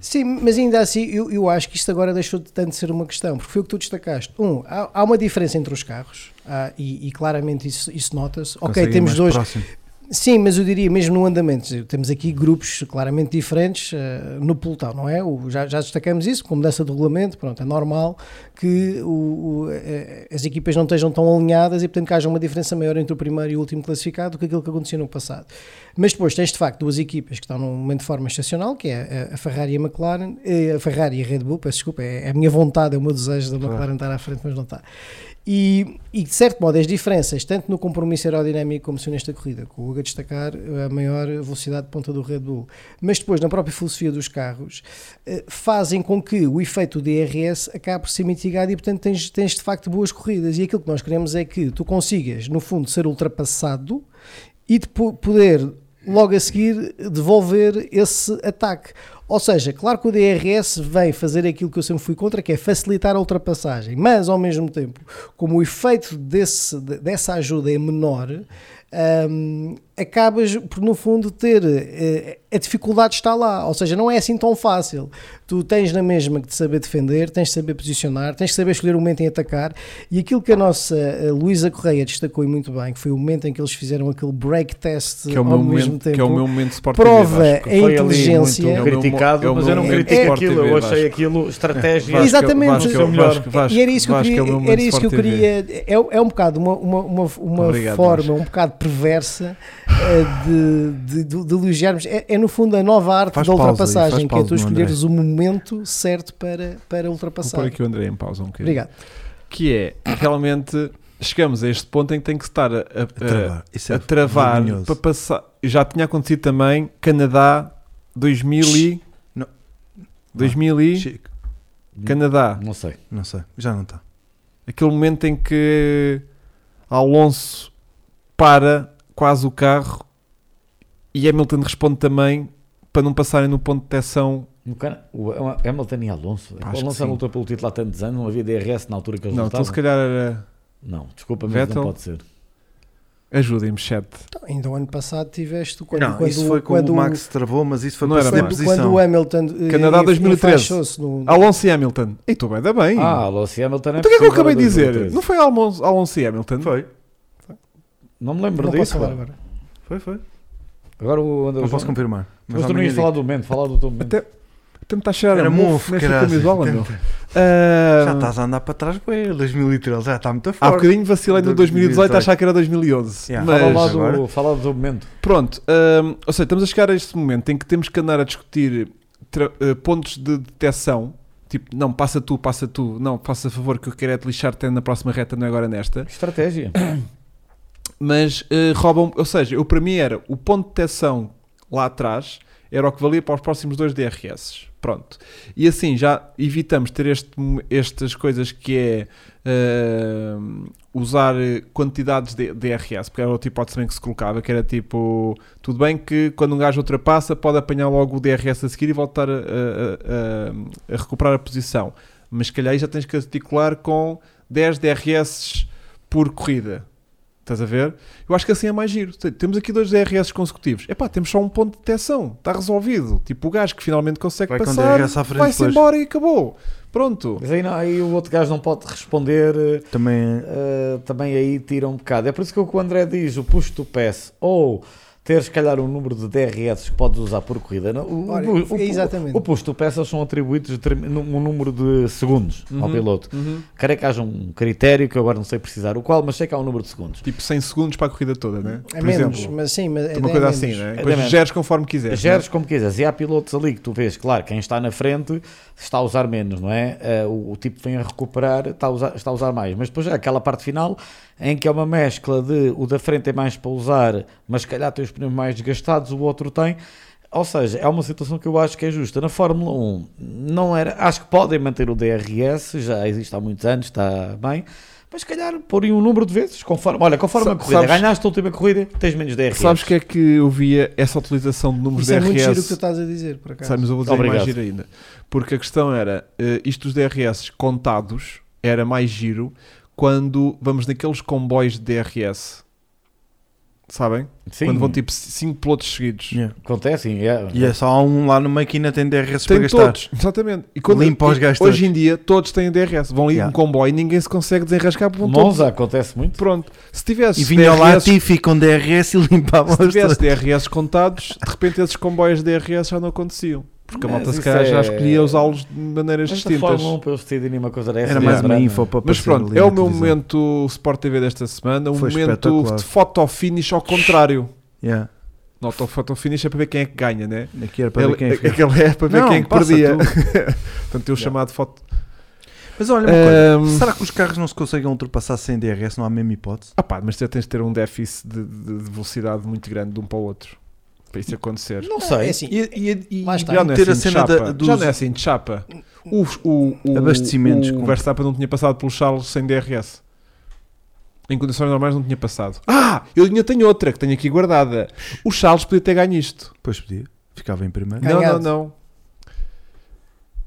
Speaker 3: Sim, mas ainda assim, eu, eu acho que isto agora deixou de tanto ser uma questão, porque foi o que tu destacaste. Um, há, há uma diferença entre os carros, há- e, e claramente isso, isso nota-se. Ok,
Speaker 1: Conseguem
Speaker 3: temos
Speaker 1: mais
Speaker 3: dois.
Speaker 1: próximo.
Speaker 3: Sim, mas eu diria mesmo no andamento, temos aqui grupos claramente diferentes eh, no pelotão, não é? O- já, já destacamos isso, com mudança de regulamento, pronto, é normal que o- o- eh, as equipas não estejam tão alinhadas e, portanto, que haja uma diferença maior entre o primeiro e o último classificado do que aquilo que acontecia no passado. Mas depois tens, de facto, duas equipas que estão num momento de forma excepcional, que é a- a Ferrari e a McLaren, eh, a Ferrari e a Red Bull, peço desculpa, é é a minha vontade, é o meu desejo da McLaren estar à frente, mas não está. E, e, de certo modo as diferenças, tanto no compromisso aerodinâmico como se nesta corrida, com o Hugo a destacar eh, a maior velocidade de ponta do Red Bull, mas depois na própria filosofia dos carros, eh, fazem com que o efeito DRS acabe por ser mitigado e portanto tens, tens de facto boas corridas. E aquilo que nós queremos é que tu consigas, no fundo, ser ultrapassado e de po- poder logo a seguir devolver esse ataque. Ou seja, claro que o DRS vem fazer aquilo que eu sempre fui contra, que é facilitar a ultrapassagem, mas ao mesmo tempo, como o efeito desse, de- dessa ajuda é menor, hum, acabas por, no fundo, ter eh, a dificuldade está lá. Ou seja, não é assim tão fácil. Tu tens na mesma que te saber defender, tens de saber posicionar, tens de saber escolher o momento em atacar. E aquilo que a nossa eh, Luísa Correia destacou e muito bem, que foi o momento em que eles fizeram aquele break test
Speaker 2: Que é o
Speaker 3: ao
Speaker 2: meu
Speaker 3: mesmo
Speaker 2: momento,
Speaker 3: tempo
Speaker 2: que é o meu momento de Sport TV,
Speaker 3: prova é-
Speaker 2: acho que-
Speaker 3: a
Speaker 4: foi ali
Speaker 3: inteligência.
Speaker 4: muito
Speaker 2: meu-
Speaker 4: criticado,
Speaker 2: é o
Speaker 4: mas
Speaker 2: meu
Speaker 4: eu não
Speaker 2: momento
Speaker 4: critico
Speaker 2: Sport
Speaker 4: aquilo,
Speaker 2: TV,
Speaker 4: eu
Speaker 2: Vasco.
Speaker 4: achei aquilo estratégia.
Speaker 2: Vasco,
Speaker 3: Exatamente. é
Speaker 2: Vasco,
Speaker 4: Seu melhor.
Speaker 2: Vasco, Vasco,
Speaker 3: e era isso que eu
Speaker 2: Vasco, é
Speaker 3: queria,
Speaker 2: o meu momento
Speaker 3: era isso que eu
Speaker 2: Sport TV.
Speaker 3: queria é, é um bocado uma, uma, uma, uma
Speaker 2: Obrigado,
Speaker 3: forma
Speaker 2: Vasco.
Speaker 3: um bocado perversa eh, de, de, de- de elogiarmos, é, é no fundo a nova arte
Speaker 1: Faz
Speaker 3: da
Speaker 1: pausa aí,
Speaker 3: ultrapassagem,
Speaker 1: faz
Speaker 3: que é tu
Speaker 1: pausa, meu
Speaker 3: escolheres o momento certo para, para
Speaker 2: Vou
Speaker 3: ultrapassar
Speaker 2: pôr aqui o André em pausa um bocadinho.
Speaker 3: obrigado,
Speaker 2: que é realmente chegamos a este ponto em que tem que estar a, a- a-
Speaker 1: Travar. Isso é
Speaker 2: Eh, a travar
Speaker 1: vergonhoso.
Speaker 2: para passar. Já tinha acontecido também Canadá 2000 e
Speaker 1: Não.
Speaker 2: 2000 e
Speaker 1: Chico,
Speaker 2: Canadá.
Speaker 4: Não sei.
Speaker 1: Não sei, já não está.
Speaker 2: Aquele momento em que Alonso para quase o carro e Hamilton responde também para não passarem no ponto de detecção.
Speaker 4: No Cana- O Ham- Hamilton e Alonso. é
Speaker 2: Acho
Speaker 4: o
Speaker 2: que
Speaker 4: Alonso
Speaker 2: sim.
Speaker 4: não lutou pelo título há tantos anos, não havia DRS na altura que eles
Speaker 2: Não, então
Speaker 4: lutavam.
Speaker 2: se calhar eh, era.
Speaker 4: Não, desculpa, mas
Speaker 2: Vettel?
Speaker 4: não pode ser.
Speaker 2: Ajudem-me, chat.
Speaker 3: então, ainda o ano passado tiveste quando,
Speaker 1: Não,
Speaker 3: quando,
Speaker 1: isso foi quando,
Speaker 3: quando
Speaker 1: o Max travou, mas isso foi
Speaker 2: Não
Speaker 1: para
Speaker 2: era
Speaker 1: ser
Speaker 2: Max.
Speaker 3: quando,
Speaker 1: posição.
Speaker 3: quando o Hamilton eh,
Speaker 2: Canadá
Speaker 3: enf-
Speaker 2: 2013.
Speaker 3: enfaixou-se no,
Speaker 2: Alonso e Hamilton. E tu bem, dá bem.
Speaker 4: Ah, Alonso e Hamilton é
Speaker 2: Então o que é que eu
Speaker 4: possível,
Speaker 2: acabei de
Speaker 4: era
Speaker 2: dizer?
Speaker 4: 2013.
Speaker 2: Não foi Alonso, Alonso e Hamilton?
Speaker 1: Foi,
Speaker 4: Não me lembro
Speaker 3: não posso
Speaker 4: disso.
Speaker 3: falar
Speaker 4: pá.
Speaker 3: agora
Speaker 1: foi, foi.
Speaker 4: Agora o André.
Speaker 1: Não posso
Speaker 4: João-
Speaker 1: confirmar.
Speaker 4: Mas
Speaker 1: há
Speaker 4: tu não
Speaker 1: ninguém
Speaker 4: ias falar
Speaker 1: diz.
Speaker 4: do momento, falar do teu momento.
Speaker 2: Até- Até me está a cheirar
Speaker 1: Era
Speaker 2: a
Speaker 1: mofo,
Speaker 2: mofo nesta
Speaker 1: caralho.
Speaker 2: camisola, meu.
Speaker 1: Já
Speaker 2: Ah,
Speaker 1: estás a andar para trás, pô, 2013 já está muito
Speaker 2: Há
Speaker 1: forte.
Speaker 2: bocadinho vacilei no 2018 a achar que era 2011.
Speaker 1: Yeah.
Speaker 2: Mas
Speaker 4: Fala lá
Speaker 1: agora-
Speaker 4: do, fala do teu momento.
Speaker 2: pronto, ah, ou seja, estamos a chegar a este momento em que temos que andar a discutir tra- ah, pontos de detecção. Tipo, não, passa tu, passa tu, não, passa a favor que eu quero é te lixar até na próxima reta, não é agora nesta.
Speaker 4: Estratégia.
Speaker 2: mas eh, roubam, ou seja, eu para mim era o ponto de detecção lá atrás era o que valia para os próximos dois DRS. Pronto. E assim já evitamos ter este, estas coisas que é eh, usar eh, quantidades de DRS, porque era outra hipótese também que se colocava, que era tipo, tudo bem que quando um gajo ultrapassa pode apanhar logo o DRS a seguir e voltar a, a- a- a recuperar a posição. Mas se calhar aí já tens que articular com 10 DRS por corrida. Estás a ver? Eu acho que assim é mais giro. T- Temos aqui dois DRS consecutivos. Epá, temos só um ponto de detecção. Está resolvido. Tipo, o gajo que finalmente consegue
Speaker 1: Vai com
Speaker 2: passar,
Speaker 1: DRS à frente
Speaker 2: vai-se
Speaker 1: depois.
Speaker 2: embora e acabou. Pronto.
Speaker 4: Mas aí, não, aí o outro gajo não pode responder. eh,
Speaker 1: Também
Speaker 4: Uh, também aí tira um bocado. É por isso que o que o André diz, o push to pass, ou teres, se calhar, um número de DRS que podes usar por corrida. Não? O,
Speaker 3: Olha,
Speaker 4: o, o,
Speaker 3: é exatamente.
Speaker 4: o posto peças são atribuídos determin- num- um número de segundos ao
Speaker 3: Uhum,
Speaker 4: piloto. Quero é que haja um critério que eu agora não sei precisar o qual, mas sei que há um número de segundos.
Speaker 2: Tipo 100 segundos para a corrida toda, né?
Speaker 3: É
Speaker 2: Por
Speaker 3: menos,
Speaker 2: exemplo.
Speaker 3: mas sim, mas
Speaker 2: Uma
Speaker 3: é é
Speaker 2: coisa
Speaker 3: menos.
Speaker 2: assim, né?
Speaker 4: É
Speaker 2: Depois
Speaker 4: menos.
Speaker 2: geres conforme quiseres. né?
Speaker 4: Geres como quiseres, e há pilotos ali que tu vês, claro, quem está na frente está a usar menos, não é? Eh, o, o tipo que vem a recuperar está a, usar, está a usar mais, mas depois há aquela parte final em que é uma mescla de o da frente é mais para usar, mas se calhar tem os pneus mais desgastados, o outro tem. Ou seja, é uma situação que eu acho que é justa. Na Fórmula 1, não era, acho que podem manter o DRS, já existe há muitos anos, está bem. Mas se calhar porem um número de vezes, conforme, olha, conforme
Speaker 2: Sa-
Speaker 4: a corrida,
Speaker 2: sabes-
Speaker 4: ganhaste a última corrida, tens menos DRS.
Speaker 2: Sabes que é que eu via essa utilização de números
Speaker 3: Isso é
Speaker 2: DRS?
Speaker 3: muito giro o que tu tá- estás a dizer, por acaso.
Speaker 2: Sabe, mas eu vou dizer é mais
Speaker 4: Obrigado.
Speaker 2: giro ainda. Porque a questão era, eh, isto dos DRS contados era mais giro quando vamos naqueles comboios de DRS. Sabem?
Speaker 4: Sim,
Speaker 2: Quando vão tipo 5 pilotos seguidos.
Speaker 1: Yeah.
Speaker 4: acontece, sim, é-
Speaker 1: E é só há um lá numa máquina tem DRS para
Speaker 2: Tem
Speaker 1: gastar.
Speaker 2: todos, exatamente. E quando,
Speaker 1: Limpa os
Speaker 2: e
Speaker 1: gajos todos.
Speaker 2: hoje em dia todos têm DRS. Vão ali
Speaker 1: Yeah.
Speaker 2: um comboio e ninguém se consegue desenrascar porque vão todos.
Speaker 4: Monza acontece muito.
Speaker 2: Pronto. Se tivesse
Speaker 1: E vinha lá a
Speaker 2: DRS,
Speaker 1: Tiffy com DRS e limpava
Speaker 2: se
Speaker 1: os
Speaker 2: tivesse
Speaker 1: todos.
Speaker 2: DRS contados, de repente esses comboios de DRS já não aconteciam. Porque a
Speaker 4: Mas
Speaker 2: malta se
Speaker 4: isso
Speaker 2: calhar já
Speaker 4: é-
Speaker 2: escolhia usá-los de maneiras
Speaker 4: Mas a
Speaker 2: distintas.
Speaker 4: Fórmula 1 para eles decidirem uma coisa dessa.
Speaker 1: Era mais
Speaker 2: Yeah.
Speaker 1: uma info para
Speaker 2: Mas
Speaker 1: aparecer
Speaker 2: pronto,
Speaker 1: ali
Speaker 2: é
Speaker 1: na
Speaker 2: o meu
Speaker 1: televisão.
Speaker 2: momento Sport TV desta semana, um
Speaker 1: Foi
Speaker 2: momento
Speaker 1: espetacular.
Speaker 2: de foto finish ao contrário.
Speaker 1: Yeah.
Speaker 2: Não, o foto finish é para ver quem é que ganha, né?
Speaker 1: Aqui era para
Speaker 2: Ele-
Speaker 1: ver quem é que
Speaker 2: Aquele é para ver
Speaker 1: Não,
Speaker 2: quem é que
Speaker 1: passa
Speaker 2: perdia.
Speaker 1: tu.
Speaker 2: Portanto, eu chamado foto.
Speaker 1: Mas olha uma coisa.
Speaker 2: Ahm,
Speaker 1: Será que os carros não se conseguem ultrapassar sem DRS? Não há a mesma hipótese?
Speaker 2: Ah pá, mas tu tens de ter um déficit de, de- de velocidade muito grande de um para o outro para isso acontecer.
Speaker 4: Não sei.
Speaker 3: É assim,
Speaker 1: E, e- e-
Speaker 3: lá está.
Speaker 2: Já não é
Speaker 1: ter
Speaker 2: assim
Speaker 1: a
Speaker 2: de
Speaker 1: cena
Speaker 2: chapa.
Speaker 1: da- dos-
Speaker 2: Já não é assim de chapa. O, o, o,
Speaker 1: Abastecimentos
Speaker 2: O
Speaker 1: com-
Speaker 2: Verstappen não tinha passado pelo Charles sem DRS. Em condições normais não tinha passado. Ah, eu ainda tenho outra que tenho aqui guardada. O Charles podia ter ganho isto.
Speaker 1: Pois podia. Ficava em primeiro.
Speaker 2: Não, não,
Speaker 3: Ganhado.
Speaker 2: não.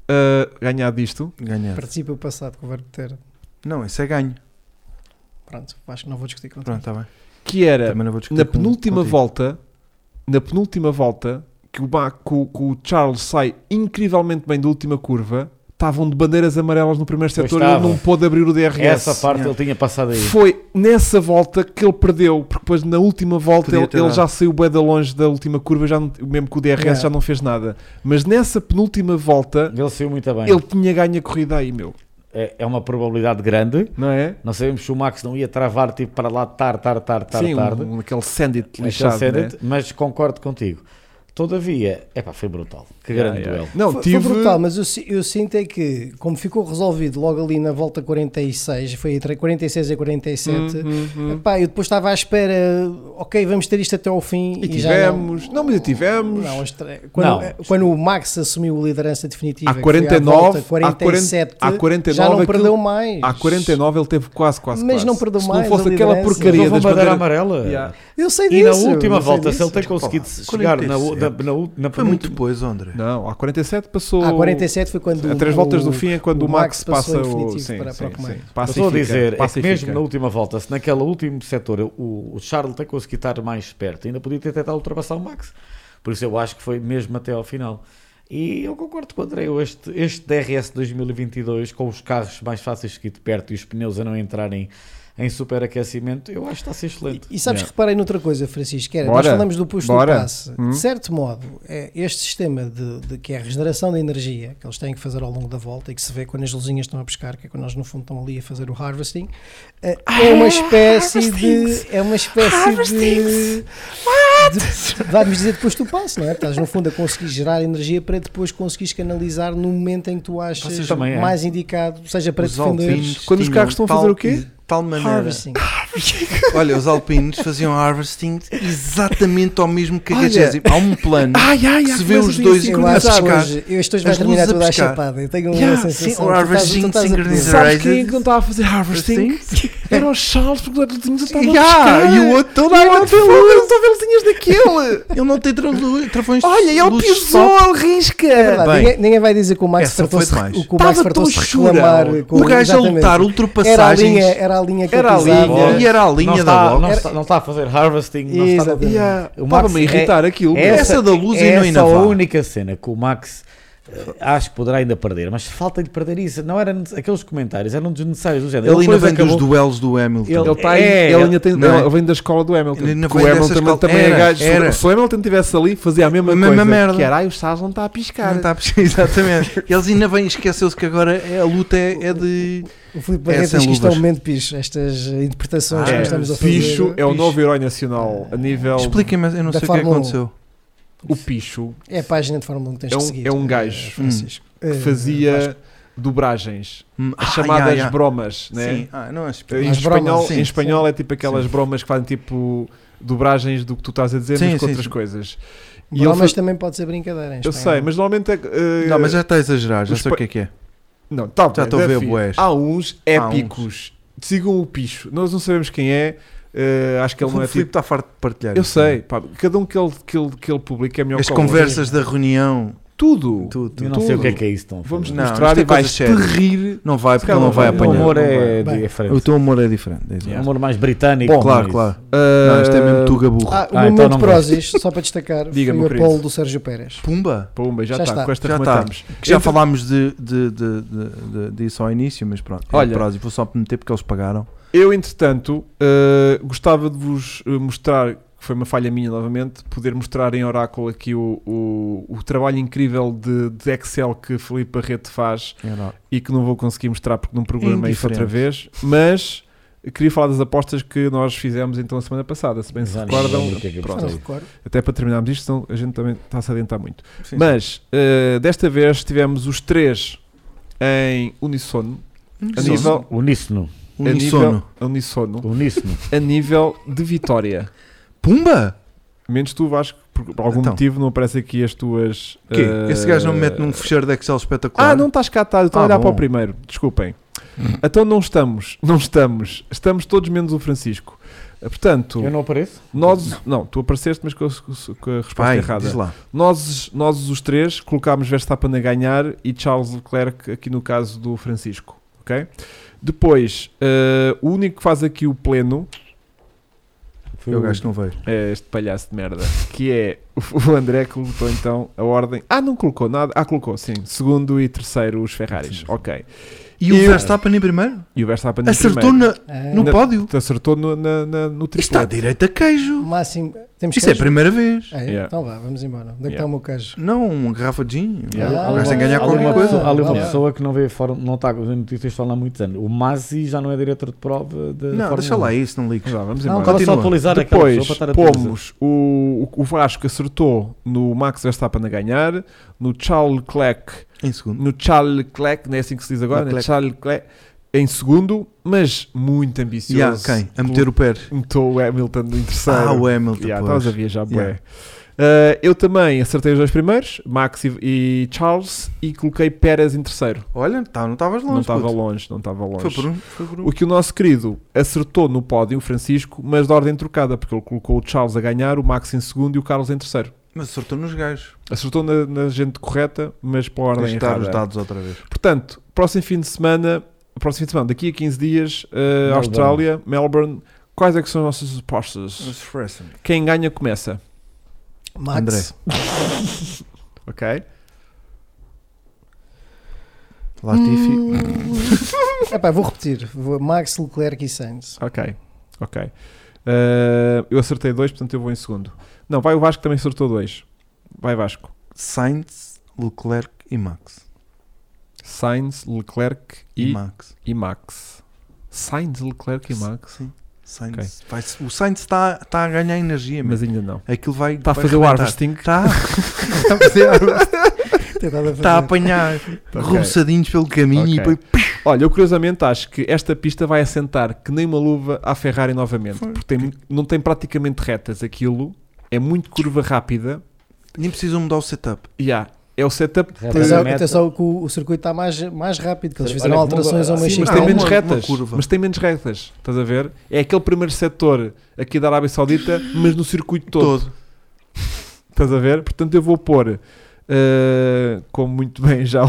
Speaker 2: Ah, ganhado isto.
Speaker 1: Ganhar.
Speaker 3: Participa o passado com o verbo ter.
Speaker 1: Não, isso é ganho.
Speaker 3: Pronto, acho que não vou discutir contigo.
Speaker 1: Pronto, está bem.
Speaker 2: Que era
Speaker 1: Também não vou discutir
Speaker 2: na
Speaker 1: com-
Speaker 2: penúltima
Speaker 1: contigo.
Speaker 2: volta, na penúltima volta, que o, Ma- que o- que o Charles sai incrivelmente bem da última curva, estavam de bandeiras amarelas no primeiro
Speaker 4: Pois
Speaker 2: setor e ele
Speaker 4: estava.
Speaker 2: não pôde abrir o DRS.
Speaker 4: Essa parte
Speaker 1: Yeah.
Speaker 4: ele tinha passado aí.
Speaker 2: Foi nessa volta que ele perdeu, porque depois na última volta
Speaker 1: Podia
Speaker 2: ele,
Speaker 1: ter
Speaker 2: ele
Speaker 1: dado.
Speaker 2: já saiu bué da longe da última curva, já não- mesmo que o DRS
Speaker 3: Yeah.
Speaker 2: já não fez nada. Mas nessa penúltima volta
Speaker 4: Ele saiu muito bem.
Speaker 2: ele tinha ganho a corrida aí, meu.
Speaker 4: É, é uma probabilidade grande.
Speaker 2: Não é?
Speaker 4: Não sabemos se o Max não ia travar tipo para lá tar, tar, tar, tar,
Speaker 2: Sim,
Speaker 4: tarde.
Speaker 2: um, um- aquele sandit
Speaker 4: Aquele
Speaker 2: lixado,
Speaker 4: Senna,
Speaker 2: né?
Speaker 4: Mas concordo contigo. Todavia, epá, foi brutal. Que grande
Speaker 2: Yeah, yeah.
Speaker 4: duelo.
Speaker 2: Não,
Speaker 3: foi, foi
Speaker 2: tive...
Speaker 3: brutal, mas eu, si- eu sinto é que, como ficou resolvido logo ali na volta 46, foi entre 46 e 47,
Speaker 2: Hum, hum, hum.
Speaker 3: epá, eu depois estava à espera, ok, vamos ter isto até ao fim.
Speaker 2: E
Speaker 3: já não-
Speaker 2: tivemos. Não, mas e tivemos.
Speaker 3: Não, as tre- quando, eh,
Speaker 4: Não.
Speaker 3: quando o Max assumiu a liderança definitiva,
Speaker 2: Há
Speaker 3: que foi à
Speaker 2: 49,
Speaker 3: volta
Speaker 2: há
Speaker 3: 47,
Speaker 2: 40, há 49,
Speaker 3: já não
Speaker 2: aquilo-
Speaker 3: perdeu mais.
Speaker 2: Há 49 ele teve quase, quase.
Speaker 3: Mas
Speaker 2: quase.
Speaker 3: não perdeu
Speaker 2: Se
Speaker 3: mais
Speaker 2: não fosse
Speaker 3: a
Speaker 2: aquela
Speaker 3: liderança.
Speaker 2: porcaria
Speaker 4: Não vão
Speaker 2: das
Speaker 4: bandeira
Speaker 2: bandeiras.
Speaker 4: amarela.
Speaker 2: Yeah.
Speaker 3: Eu sei
Speaker 4: E
Speaker 3: disso.
Speaker 4: na última
Speaker 3: eu sei
Speaker 4: volta, se
Speaker 3: disso.
Speaker 4: ele tem conseguido
Speaker 1: Desculpa lá,
Speaker 4: chegar na, u-
Speaker 1: 47.
Speaker 4: na, na, u- na
Speaker 1: Foi muito
Speaker 4: penúltima-
Speaker 1: depois, André.
Speaker 2: Não, há 47 passou.
Speaker 3: Há 47 foi quando
Speaker 2: A
Speaker 3: o-
Speaker 2: três voltas do fim é quando o, Max,
Speaker 3: passou
Speaker 2: passa
Speaker 3: em
Speaker 2: o.
Speaker 3: definitivo
Speaker 2: Sim,
Speaker 3: para,
Speaker 2: sim,
Speaker 3: para o comando.
Speaker 2: sim.
Speaker 4: Eu Estou a
Speaker 2: Pacifica,
Speaker 4: dizer, é que
Speaker 2: pacifica.
Speaker 4: mesmo na última volta, se naquela último setor o, o Charles tem conseguido estar mais perto, ainda podia ter tentado ultrapassar o Max. Por isso eu acho que foi mesmo até ao final. E eu concordo com o André, eu este, este DRS 2022, com os carros mais fáceis de seguir de perto e os pneus a não entrarem em superaquecimento, eu acho que está a ser excelente.
Speaker 3: E sabes
Speaker 2: Yeah.
Speaker 3: que reparei noutra coisa, Francisco, que era,
Speaker 2: Bora.
Speaker 3: nós falamos do posto
Speaker 2: Bora.
Speaker 3: do passe. De certo modo, é, este sistema de, de- que é a regeneração de energia que eles têm que fazer ao longo da volta e que se vê quando as luzinhas estão a pescar, que é quando nós no fundo estão ali a fazer o harvesting, é, é uma espécie de. É uma espécie de. de vamos dizer depois do passo, não é? Estás no fundo a conseguir gerar energia para depois conseguires canalizar no momento em que tu achas
Speaker 4: Vocês também, é.
Speaker 3: mais indicado, seja para
Speaker 1: Os
Speaker 3: defender.
Speaker 1: alpinos
Speaker 2: Quando os
Speaker 1: tinham
Speaker 2: carros estão a fazer
Speaker 1: tal-
Speaker 2: o quê?
Speaker 1: Tal maneira.
Speaker 3: Harvesting.
Speaker 1: Olha, os alpinos faziam harvesting exatamente ao mesmo que a
Speaker 2: Olha.
Speaker 1: gagésimo. Há um plano.
Speaker 2: Ai, ai, ai,
Speaker 1: Se vê
Speaker 2: começa
Speaker 1: os
Speaker 2: a
Speaker 1: dois
Speaker 2: dizer-
Speaker 3: Eu
Speaker 1: Sincronizar
Speaker 3: acho que
Speaker 1: os
Speaker 3: assim. hoje, eu hoje vai
Speaker 1: As
Speaker 3: terminar
Speaker 1: luzes a
Speaker 3: toda a
Speaker 1: pescar.
Speaker 3: chapada. Eu tenho
Speaker 1: Yeah,
Speaker 3: uma sensação.
Speaker 1: sim, o
Speaker 3: Tu estás- tu
Speaker 1: harvesting
Speaker 3: estás a perder.
Speaker 1: sincronizado.
Speaker 2: Sabes
Speaker 1: Raised.
Speaker 2: quem é que não estava a fazer harvesting? Era o Charles, porque o Adelzinho estava a
Speaker 1: Yeah,
Speaker 2: pescar.
Speaker 1: e o outro todo
Speaker 2: E o
Speaker 1: lá
Speaker 2: outro
Speaker 1: na
Speaker 2: falou, "Eu sou velozinhas daquele.
Speaker 1: Ele não tem travões travões de
Speaker 2: Olha, ele
Speaker 1: luz
Speaker 2: pisou,
Speaker 1: só.
Speaker 2: ele risca.
Speaker 3: Verdade,
Speaker 1: Bem,
Speaker 3: ninguém, ninguém vai dizer que o Max
Speaker 1: essa foi
Speaker 3: fartou-se
Speaker 1: demais.
Speaker 3: o que o Max
Speaker 2: Estava
Speaker 3: fartou-se de
Speaker 2: tão chura.
Speaker 3: reclamar. com-
Speaker 1: O gajo a
Speaker 3: exatamente.
Speaker 1: lutar
Speaker 3: Era a linha,
Speaker 1: ultrapassagens.
Speaker 3: era a linha que
Speaker 2: Era a
Speaker 3: eu pisava.
Speaker 2: linha.
Speaker 1: E era a
Speaker 4: não,
Speaker 1: linha da
Speaker 4: está,
Speaker 1: logo.
Speaker 4: não, está, não está a fazer harvesting, não está a
Speaker 3: Exatamente.
Speaker 2: Yeah.
Speaker 4: O Max
Speaker 2: Estava-me a
Speaker 4: é-
Speaker 2: irritar aquilo.
Speaker 1: essa da luz e não
Speaker 4: essa é a
Speaker 1: inovar.
Speaker 4: única cena que o Max eh, acho que poderá ainda perder, mas falta-lhe perder isso. Não eram aqueles comentários, eram desnecessários do género.
Speaker 1: Ele ainda
Speaker 4: depois
Speaker 1: vem dos
Speaker 4: acabou-
Speaker 1: duelos do Hamilton.
Speaker 4: Ele-
Speaker 2: Ele, tá aí,
Speaker 4: É,
Speaker 2: ele
Speaker 4: ele-
Speaker 2: ainda tem,
Speaker 1: não é?
Speaker 2: ele vem da escola do Hamilton.
Speaker 1: Ele não
Speaker 2: que o
Speaker 1: vem dessa
Speaker 2: Hamilton
Speaker 1: escola-
Speaker 2: também
Speaker 1: era,
Speaker 2: é gajo. Se-
Speaker 1: era.
Speaker 2: Se o Hamilton estivesse ali, fazia a mesma,
Speaker 1: A mesma
Speaker 2: coisa.
Speaker 1: merda.
Speaker 2: Que era, ai, o Charles não está a piscar.
Speaker 1: Não tá a perceber, Exatamente. Eles ainda bem esqueceu-se que agora é- a luta é, é de.
Speaker 3: O Filipe
Speaker 1: É,
Speaker 3: Barreto
Speaker 1: sem
Speaker 3: diz que isto é um
Speaker 1: luvas.
Speaker 3: momento picho, estas eh, interpretações que
Speaker 2: é,
Speaker 3: nós estamos a fazer.
Speaker 2: Picho é o
Speaker 1: Picho.
Speaker 2: novo herói nacional a nível.
Speaker 1: Expliquem-me, eu não
Speaker 3: Da
Speaker 1: sei o que é que
Speaker 3: Fórmula um.
Speaker 1: aconteceu.
Speaker 2: O Picho
Speaker 3: É a página de Fórmula 1 que tens
Speaker 2: É
Speaker 3: de
Speaker 2: um-
Speaker 3: seguir.
Speaker 2: é um gajo,
Speaker 3: eh, Francisco.
Speaker 2: que
Speaker 3: Eh, Vasco.
Speaker 2: fazia dobragens,
Speaker 1: Hum,
Speaker 2: as
Speaker 1: É, ah,
Speaker 2: chamadas
Speaker 1: yeah, yeah.
Speaker 2: bromas, né?
Speaker 1: Sim, ah, não acho.
Speaker 2: Em
Speaker 3: As
Speaker 2: espanhol,
Speaker 3: bromas,
Speaker 1: sim.
Speaker 2: em espanhol é tipo aquelas bromas que fazem tipo dobragens do que tu estás a dizer,
Speaker 1: Sim,
Speaker 2: mas com
Speaker 1: sim,
Speaker 2: outras
Speaker 1: sim.
Speaker 2: coisas. E ele
Speaker 3: Bromas
Speaker 2: faz-
Speaker 3: também pode ser brincadeira. em
Speaker 2: Eu
Speaker 3: espanhol.
Speaker 2: sei, mas normalmente é. eh,
Speaker 1: Não, mas já está a exagerar, já
Speaker 2: Os
Speaker 1: sei
Speaker 2: pa-
Speaker 1: o que é que é.
Speaker 2: Não, tá
Speaker 1: Já
Speaker 2: bem,
Speaker 1: estou a ver
Speaker 2: enfim,
Speaker 1: bués.
Speaker 2: Há
Speaker 1: Há
Speaker 2: uns
Speaker 1: uns.
Speaker 2: épicos. Sigam o picho. Nós não sabemos quem é. eh, acho que ele não
Speaker 1: O
Speaker 2: é
Speaker 1: Filipe
Speaker 2: tipo.
Speaker 1: está farto de partilhar.
Speaker 2: Eu
Speaker 1: isto, não é?
Speaker 2: sei, pá, cada um que ele, que ele, que ele publica é melhor
Speaker 1: As
Speaker 2: que o outro.
Speaker 1: conversas da reunião,
Speaker 2: Tudo.
Speaker 1: tudo.
Speaker 4: Eu não sei o
Speaker 2: tudo.
Speaker 4: que é que é isso. Não,
Speaker 2: Vamos
Speaker 1: Não,
Speaker 2: mostrar
Speaker 1: isto é
Speaker 2: e vais te
Speaker 1: coisa séria.
Speaker 2: rir.
Speaker 1: Não vai, porque
Speaker 2: calhar
Speaker 1: ele não
Speaker 2: não
Speaker 1: vai
Speaker 2: vai.
Speaker 1: apanhar.
Speaker 4: o humor
Speaker 1: não
Speaker 4: é
Speaker 3: vai.
Speaker 4: diferente.
Speaker 1: vai. O teu humor é diferente. é
Speaker 4: É um
Speaker 1: exato.
Speaker 4: humor mais britânico.
Speaker 1: Bom,
Speaker 4: não
Speaker 1: claro,
Speaker 4: é
Speaker 1: claro.
Speaker 2: Eh,
Speaker 1: Não, isto é mesmo tuga burro.
Speaker 3: Ah, o
Speaker 4: Ah, então
Speaker 3: momento
Speaker 4: não
Speaker 3: Prozis, só para destacar, foi
Speaker 2: Diga-me,
Speaker 3: o
Speaker 2: querido.
Speaker 3: Apolo do Sérgio Pérez.
Speaker 1: ah, Pumba!
Speaker 2: Pumba, já
Speaker 3: Já
Speaker 2: está.
Speaker 3: está.
Speaker 2: Com esta
Speaker 1: Já está.
Speaker 2: rematamos.
Speaker 1: Que já
Speaker 2: Entra-
Speaker 1: falámos de, de, de, de, de- disso ao início, mas pronto.
Speaker 2: Olha.
Speaker 1: Olha, prazo, vou só meter porque eles pagaram.
Speaker 2: Eu, entretanto, eh, gostava de vos eh, mostrar, que foi uma falha minha novamente, poder mostrar em Oráculo aqui o, o, o trabalho incrível de, de Excel que Felipe Barreto faz e que não vou conseguir mostrar porque não programei isso outra vez, mas queria falar das apostas que nós fizemos então a semana passada, se bem se
Speaker 4: Já não
Speaker 2: recordam,
Speaker 4: lembro o que é que eu
Speaker 2: Pronto.
Speaker 3: Não
Speaker 4: Sim.
Speaker 3: recordo.
Speaker 2: até para terminarmos isto, senão a gente também está a se adiantar muito.
Speaker 1: Sim,
Speaker 2: Mas eh, desta vez tivemos os três em unissono, a
Speaker 1: Unissono.
Speaker 2: nível,
Speaker 4: Uníssono.
Speaker 1: Um
Speaker 2: a nível-
Speaker 1: Unissono.
Speaker 2: a unissono,
Speaker 4: Uníssono.
Speaker 2: a nível de vitória.
Speaker 1: Pumba!
Speaker 2: Menos tu, Vasco, por, por algum
Speaker 1: Então.
Speaker 2: motivo não aparece aqui as tuas.
Speaker 1: O quê?
Speaker 2: eh,
Speaker 1: Esse gajo não me mete num fecheiro de Excel espetacular.
Speaker 2: Ah, não estás cá, tá, estou a
Speaker 1: Ah,
Speaker 2: olhar
Speaker 1: bom. Hum.
Speaker 2: para o primeiro. Desculpem. então não estamos, não estamos. Estamos todos menos o Francisco. Eh, Portanto,
Speaker 4: Eu não apareço?
Speaker 2: nós. Não. tu apareceste, mas com, a- com a resposta
Speaker 1: Vai,
Speaker 2: errada.
Speaker 1: diz lá.
Speaker 2: Nós, nós os três colocámos Verstappen a ganhar e Charles Leclerc aqui no caso do Francisco, ok? Depois, eh, o único que faz aqui o pleno
Speaker 4: Foi
Speaker 1: Eu gajo que não vejo.
Speaker 2: é este palhaço de merda, que é o André que colocou então a ordem... Ah, não colocou nada? Ah, colocou, sim. Segundo e terceiro os Ferraris, ok.
Speaker 1: E o
Speaker 2: Eu-
Speaker 1: Verstappen em primeiro?
Speaker 2: E o Verstappen em
Speaker 1: Acertou
Speaker 2: primeiro.
Speaker 1: na,
Speaker 3: Ah,
Speaker 1: no
Speaker 2: Na- Tipo,
Speaker 1: pódio.
Speaker 2: Acertou no, na, na- no
Speaker 1: Isto está
Speaker 2: triplete.
Speaker 1: direito a queijo.
Speaker 3: Máximo. Temos
Speaker 1: Isto é a
Speaker 3: queijo?
Speaker 1: primeira vez.
Speaker 3: É,
Speaker 2: Yeah.
Speaker 3: Então vá, vamos embora. Onde é que
Speaker 2: Yeah.
Speaker 3: está o meu queijo?
Speaker 1: Não, uma garrafa de gin.
Speaker 3: Yeah.
Speaker 1: O gajo tem que ganhar
Speaker 4: Há ali
Speaker 1: qualquer
Speaker 4: uma
Speaker 1: coisa.
Speaker 4: pessoa- há ali uma
Speaker 3: Ah,
Speaker 4: pessoa que não vê fora, não está com as notícias falam há muitos anos. O Masi já não é diretor de prova da
Speaker 1: Não,
Speaker 4: Fórmula
Speaker 1: deixa
Speaker 4: 1.
Speaker 1: lá isso, não ligues.
Speaker 2: Já, Ah, vamos
Speaker 4: Não,
Speaker 2: embora.
Speaker 4: estava só a
Speaker 1: Continua.
Speaker 4: atualizar aquela
Speaker 2: Depois
Speaker 4: pessoa para estar a atualizar.
Speaker 2: pomos o, o Vasco acertou no Max Verstappen a ganhar, no Charles Leclerc,
Speaker 1: Em segundo.
Speaker 2: no Charles Leclerc, não é assim que se diz agora, né?
Speaker 1: Leclerc.
Speaker 2: Charles Leclerc em segundo, mas muito ambicioso.
Speaker 1: Yeah, quem? A meter o pé.
Speaker 2: Metou o Hamilton em terceiro.
Speaker 1: Ah, o Hamilton.
Speaker 2: Yeah,
Speaker 1: pois.
Speaker 2: Estavas a viajar, bué.
Speaker 1: Yeah.
Speaker 2: Uh, eu também acertei os dois primeiros, Max e, e Charles, e coloquei Pérez em terceiro.
Speaker 1: Olha, tá, não estavas longe.
Speaker 2: não estava
Speaker 1: puto.
Speaker 2: longe, não estava longe.
Speaker 1: Foi por um. Foi por um.
Speaker 2: O que o nosso querido acertou no pódio, o Francisco, mas de ordem trocada, porque ele colocou o Charles a ganhar, o Max em segundo e o Carlos em terceiro.
Speaker 1: Mas acertou nos gajos.
Speaker 2: Acertou na, na gente correta, mas para a ordem
Speaker 1: Ajustar os
Speaker 2: errada.
Speaker 1: dados outra vez.
Speaker 2: Portanto, próximo fim de semana, próximo fim de semana, daqui a 15 dias, eh, Austrália, Melbourne, quais é que são as nossas apostas? Quem ganha começa,
Speaker 3: Max.
Speaker 1: André.
Speaker 2: ok?
Speaker 1: Latifi.
Speaker 3: Epá, vou repetir. Vou- Max, Leclerc e Sainz.
Speaker 2: Ok, ok. Eh, eu acertei dois, portanto eu vou em segundo. Não, vai o Vasco também acertou dois. Vai Vasco.
Speaker 1: Sainz, Leclerc e Max.
Speaker 2: Sainz, Leclerc
Speaker 1: E,
Speaker 2: e
Speaker 1: Max.
Speaker 2: e Max. Sainz, Leclerc e Max.
Speaker 1: Sim. Sainz. vai- o Sainz está tá a ganhar energia,
Speaker 2: Mas
Speaker 1: mas
Speaker 2: ainda não.
Speaker 1: aquilo vai.
Speaker 2: É Está a
Speaker 1: vai
Speaker 2: fazer o
Speaker 1: rebentar.
Speaker 2: harvesting.
Speaker 1: Está Está a fazer harvest-
Speaker 3: Tentado fazer-
Speaker 1: Está tá a apanhar
Speaker 2: Ok.
Speaker 1: roçadinhos pelo caminho
Speaker 2: Ok.
Speaker 1: e depois.
Speaker 2: Olha, eu curiosamente acho que esta pista vai assentar que nem uma luva à Ferrari novamente. Porque tem- não tem praticamente retas aquilo. É muito curva rápida.
Speaker 1: Nem precisam mudar o setup.
Speaker 2: E há- é o setup.
Speaker 4: Já
Speaker 2: de-
Speaker 4: tem
Speaker 3: Atenção,
Speaker 4: meta.
Speaker 3: atenção que o, o circuito está mais, mais rápido, que eles
Speaker 4: Olha,
Speaker 3: fizeram
Speaker 4: muda-
Speaker 3: alterações ao
Speaker 4: sim,
Speaker 3: meu
Speaker 1: mas
Speaker 2: Mas
Speaker 1: Ah,
Speaker 2: tem
Speaker 1: uma-
Speaker 2: menos
Speaker 1: uma
Speaker 2: retas.
Speaker 1: curva.
Speaker 2: Mas tem menos retas. Estás a ver? É aquele primeiro setor aqui da Arábia Saudita, mas no circuito todo.
Speaker 1: Todo.
Speaker 2: Estás a ver? Portanto, eu vou pôr. eh, como muito bem já o,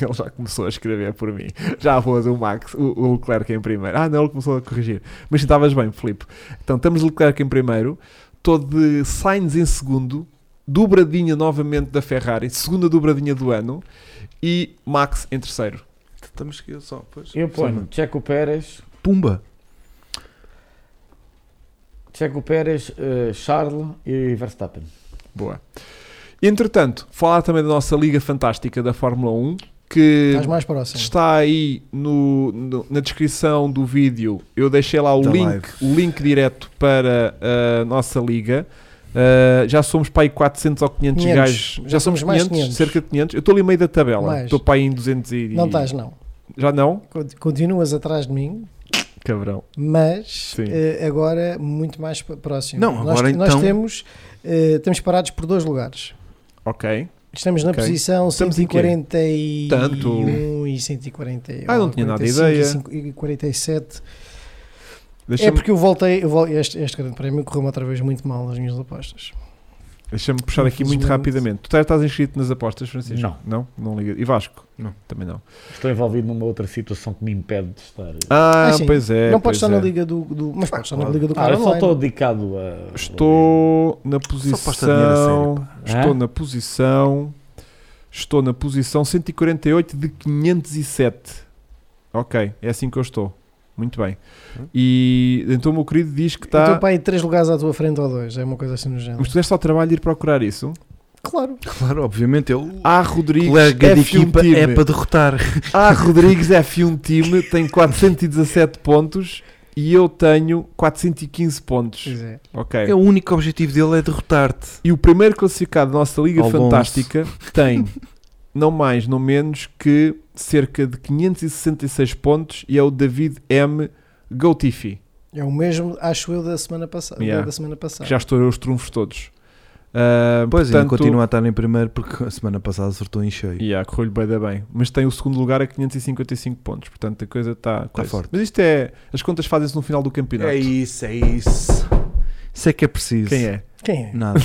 Speaker 2: ele já começou a escrever por mim. Já vou o Max, o, o Leclerc em primeiro. Ah, não, ele começou a corrigir. Mas sim, estavas bem, Filipe. Então, estamos Leclerc em primeiro, estou de Sainz em segundo dobradinha novamente da Ferrari, segunda dobradinha do ano, e Max em terceiro.
Speaker 1: Estamos aqui só. Pois.
Speaker 4: Eu ponho Checo Pérez,
Speaker 1: É Pumba.
Speaker 4: Checo Pérez, eh, Charles e Verstappen.
Speaker 2: Boa. Entretanto, falar também da nossa Liga Fantástica da Fórmula 1, que
Speaker 3: Estás mais assim. próximo.
Speaker 2: está aí no- no- na descrição do vídeo. Eu deixei lá o
Speaker 1: Da
Speaker 2: link,
Speaker 1: live.
Speaker 2: o link direto para a nossa liga. Ah, já somos para aí 400 ou 500
Speaker 3: 500.
Speaker 2: gajos. Já,
Speaker 3: Já
Speaker 2: somos
Speaker 3: somos mais
Speaker 2: 500,
Speaker 3: 500.
Speaker 2: cerca de 500. Eu estou ali meio da tabela.
Speaker 3: Mais.
Speaker 2: Estou para aí em 200 e...
Speaker 3: Não estás, não.
Speaker 2: Já não?
Speaker 3: Con- Continuas atrás de mim,
Speaker 2: Cabrão.
Speaker 3: mas
Speaker 2: Sim.
Speaker 3: eh, agora muito mais p- próximo.
Speaker 1: Não,
Speaker 3: nós,
Speaker 1: agora
Speaker 3: nós
Speaker 1: então-
Speaker 3: temos, eh, estamos parados por dois lugares.
Speaker 2: Ok.
Speaker 3: Estamos na
Speaker 2: Ok.
Speaker 3: posição
Speaker 2: Estamos em quê?
Speaker 3: 141
Speaker 2: Tanto.
Speaker 3: e 141.
Speaker 2: Ah, não tinha nada
Speaker 3: 45
Speaker 2: ideia.
Speaker 3: e cinco- E 47. É
Speaker 2: Deixa-me
Speaker 3: porque eu voltei. Eu vol- este, este grande prémio correu-me outra vez muito mal nas minhas apostas.
Speaker 2: deixa-me puxar aqui muito
Speaker 3: Infelizmente.
Speaker 2: rapidamente. Tu estás inscrito nas apostas, Francisco?
Speaker 4: Não.
Speaker 2: Não? Não liga. E Vasco?
Speaker 1: Não.
Speaker 2: Também não.
Speaker 4: Estou envolvido numa outra situação que me impede de estar.
Speaker 2: Ah,
Speaker 3: Ah, sim.
Speaker 2: pois é.
Speaker 3: não
Speaker 2: pois
Speaker 3: podes estar
Speaker 2: é.
Speaker 3: na liga do, do- Mas podes estar na liga do
Speaker 4: Ah,
Speaker 3: cara
Speaker 4: eu só
Speaker 3: online.
Speaker 4: estou dedicado a.
Speaker 2: Estou na
Speaker 1: posta dinheiro a sério,
Speaker 2: posição. Estou
Speaker 4: Hã?
Speaker 2: na posição. Estou na posição 148 de 507. Ok, é assim que eu estou. Muito bem.
Speaker 1: Hum.
Speaker 2: E então o meu querido diz que
Speaker 3: Eu
Speaker 2: está.
Speaker 3: estou para aí 3 é lugares à tua frente ou dois. É uma coisa assim no género.
Speaker 2: Mas tu deste ao trabalho de ir procurar isso?
Speaker 3: Claro.
Speaker 1: Claro, obviamente ele. é
Speaker 2: A Rodrigues
Speaker 1: Ah, colega de
Speaker 2: F1
Speaker 1: equipa
Speaker 2: time.
Speaker 1: é para derrotar.
Speaker 2: A Rodrigues F1 time tem 417 pontos e eu tenho 415 pontos.
Speaker 3: Pois é.
Speaker 2: Ok.
Speaker 1: É o único objetivo dele é derrotar-te.
Speaker 2: E o primeiro classificado da nossa Liga
Speaker 1: Alonso.
Speaker 2: Fantástica tem não mais, não menos que cerca de 566 pontos e é o David M. Gautifi,
Speaker 3: É o mesmo, acho eu, da semana passada.
Speaker 2: Yeah.
Speaker 3: Da semana passada.
Speaker 2: que já estourou os trunfos todos. Ah,
Speaker 1: Tá. Pois ainda
Speaker 2: portanto,
Speaker 1: continua a estar em primeiro porque a semana passada acertou em cheio.
Speaker 2: Yeah, correu-lhe bem, da bem, mas tem o segundo lugar a 555 pontos, portanto a coisa está coisa.
Speaker 1: Tá forte.
Speaker 2: Mas isto é, as contas fazem-se no final do campeonato.
Speaker 1: É isso, é isso. Isso é que é preciso.
Speaker 2: Quem é?
Speaker 3: Quem é?
Speaker 1: Nada.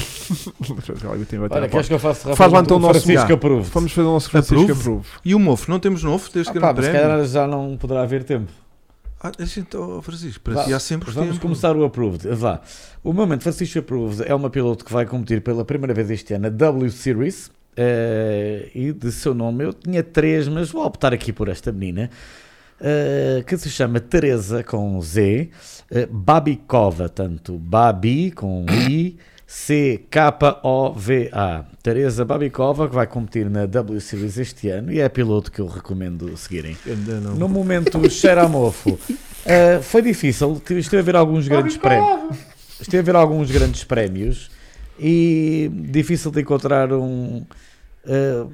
Speaker 4: Olha, queres que eu faça
Speaker 2: Faz lá então o nosso
Speaker 4: Francisco
Speaker 2: lugar.
Speaker 4: Aprovo.
Speaker 2: Vamos fazer o nosso Francisco
Speaker 1: Approve?
Speaker 2: Approve.
Speaker 1: E o mofo? Não temos novo deste
Speaker 4: Ah, pá,
Speaker 1: grande
Speaker 4: mas se
Speaker 1: prémio?
Speaker 4: calhar já não poderá haver tempo.
Speaker 1: Ah, a gente, oh, Francisco, para
Speaker 4: Vá,
Speaker 1: ti há sempre
Speaker 4: Vamos
Speaker 1: tempo.
Speaker 4: começar o Approved. Vá. O momento Francisco Approved é uma piloto que vai competir pela primeira vez este ano a W Series. eh, e de seu nome eu tinha três, mas vou optar aqui por esta menina eh, que se chama Teresa com um Z eh, Babikova, tanto Babi com um I C-K-O-V-A Teresa Babikova que vai competir na W Series este ano e é a piloto que eu recomendo seguirem
Speaker 1: Ainda não.
Speaker 4: no momento cheira a mofo. Uh, foi difícil, tive- esteve a ver alguns grandes prémios. Esteve a ver alguns grandes prémios e difícil de encontrar um uh,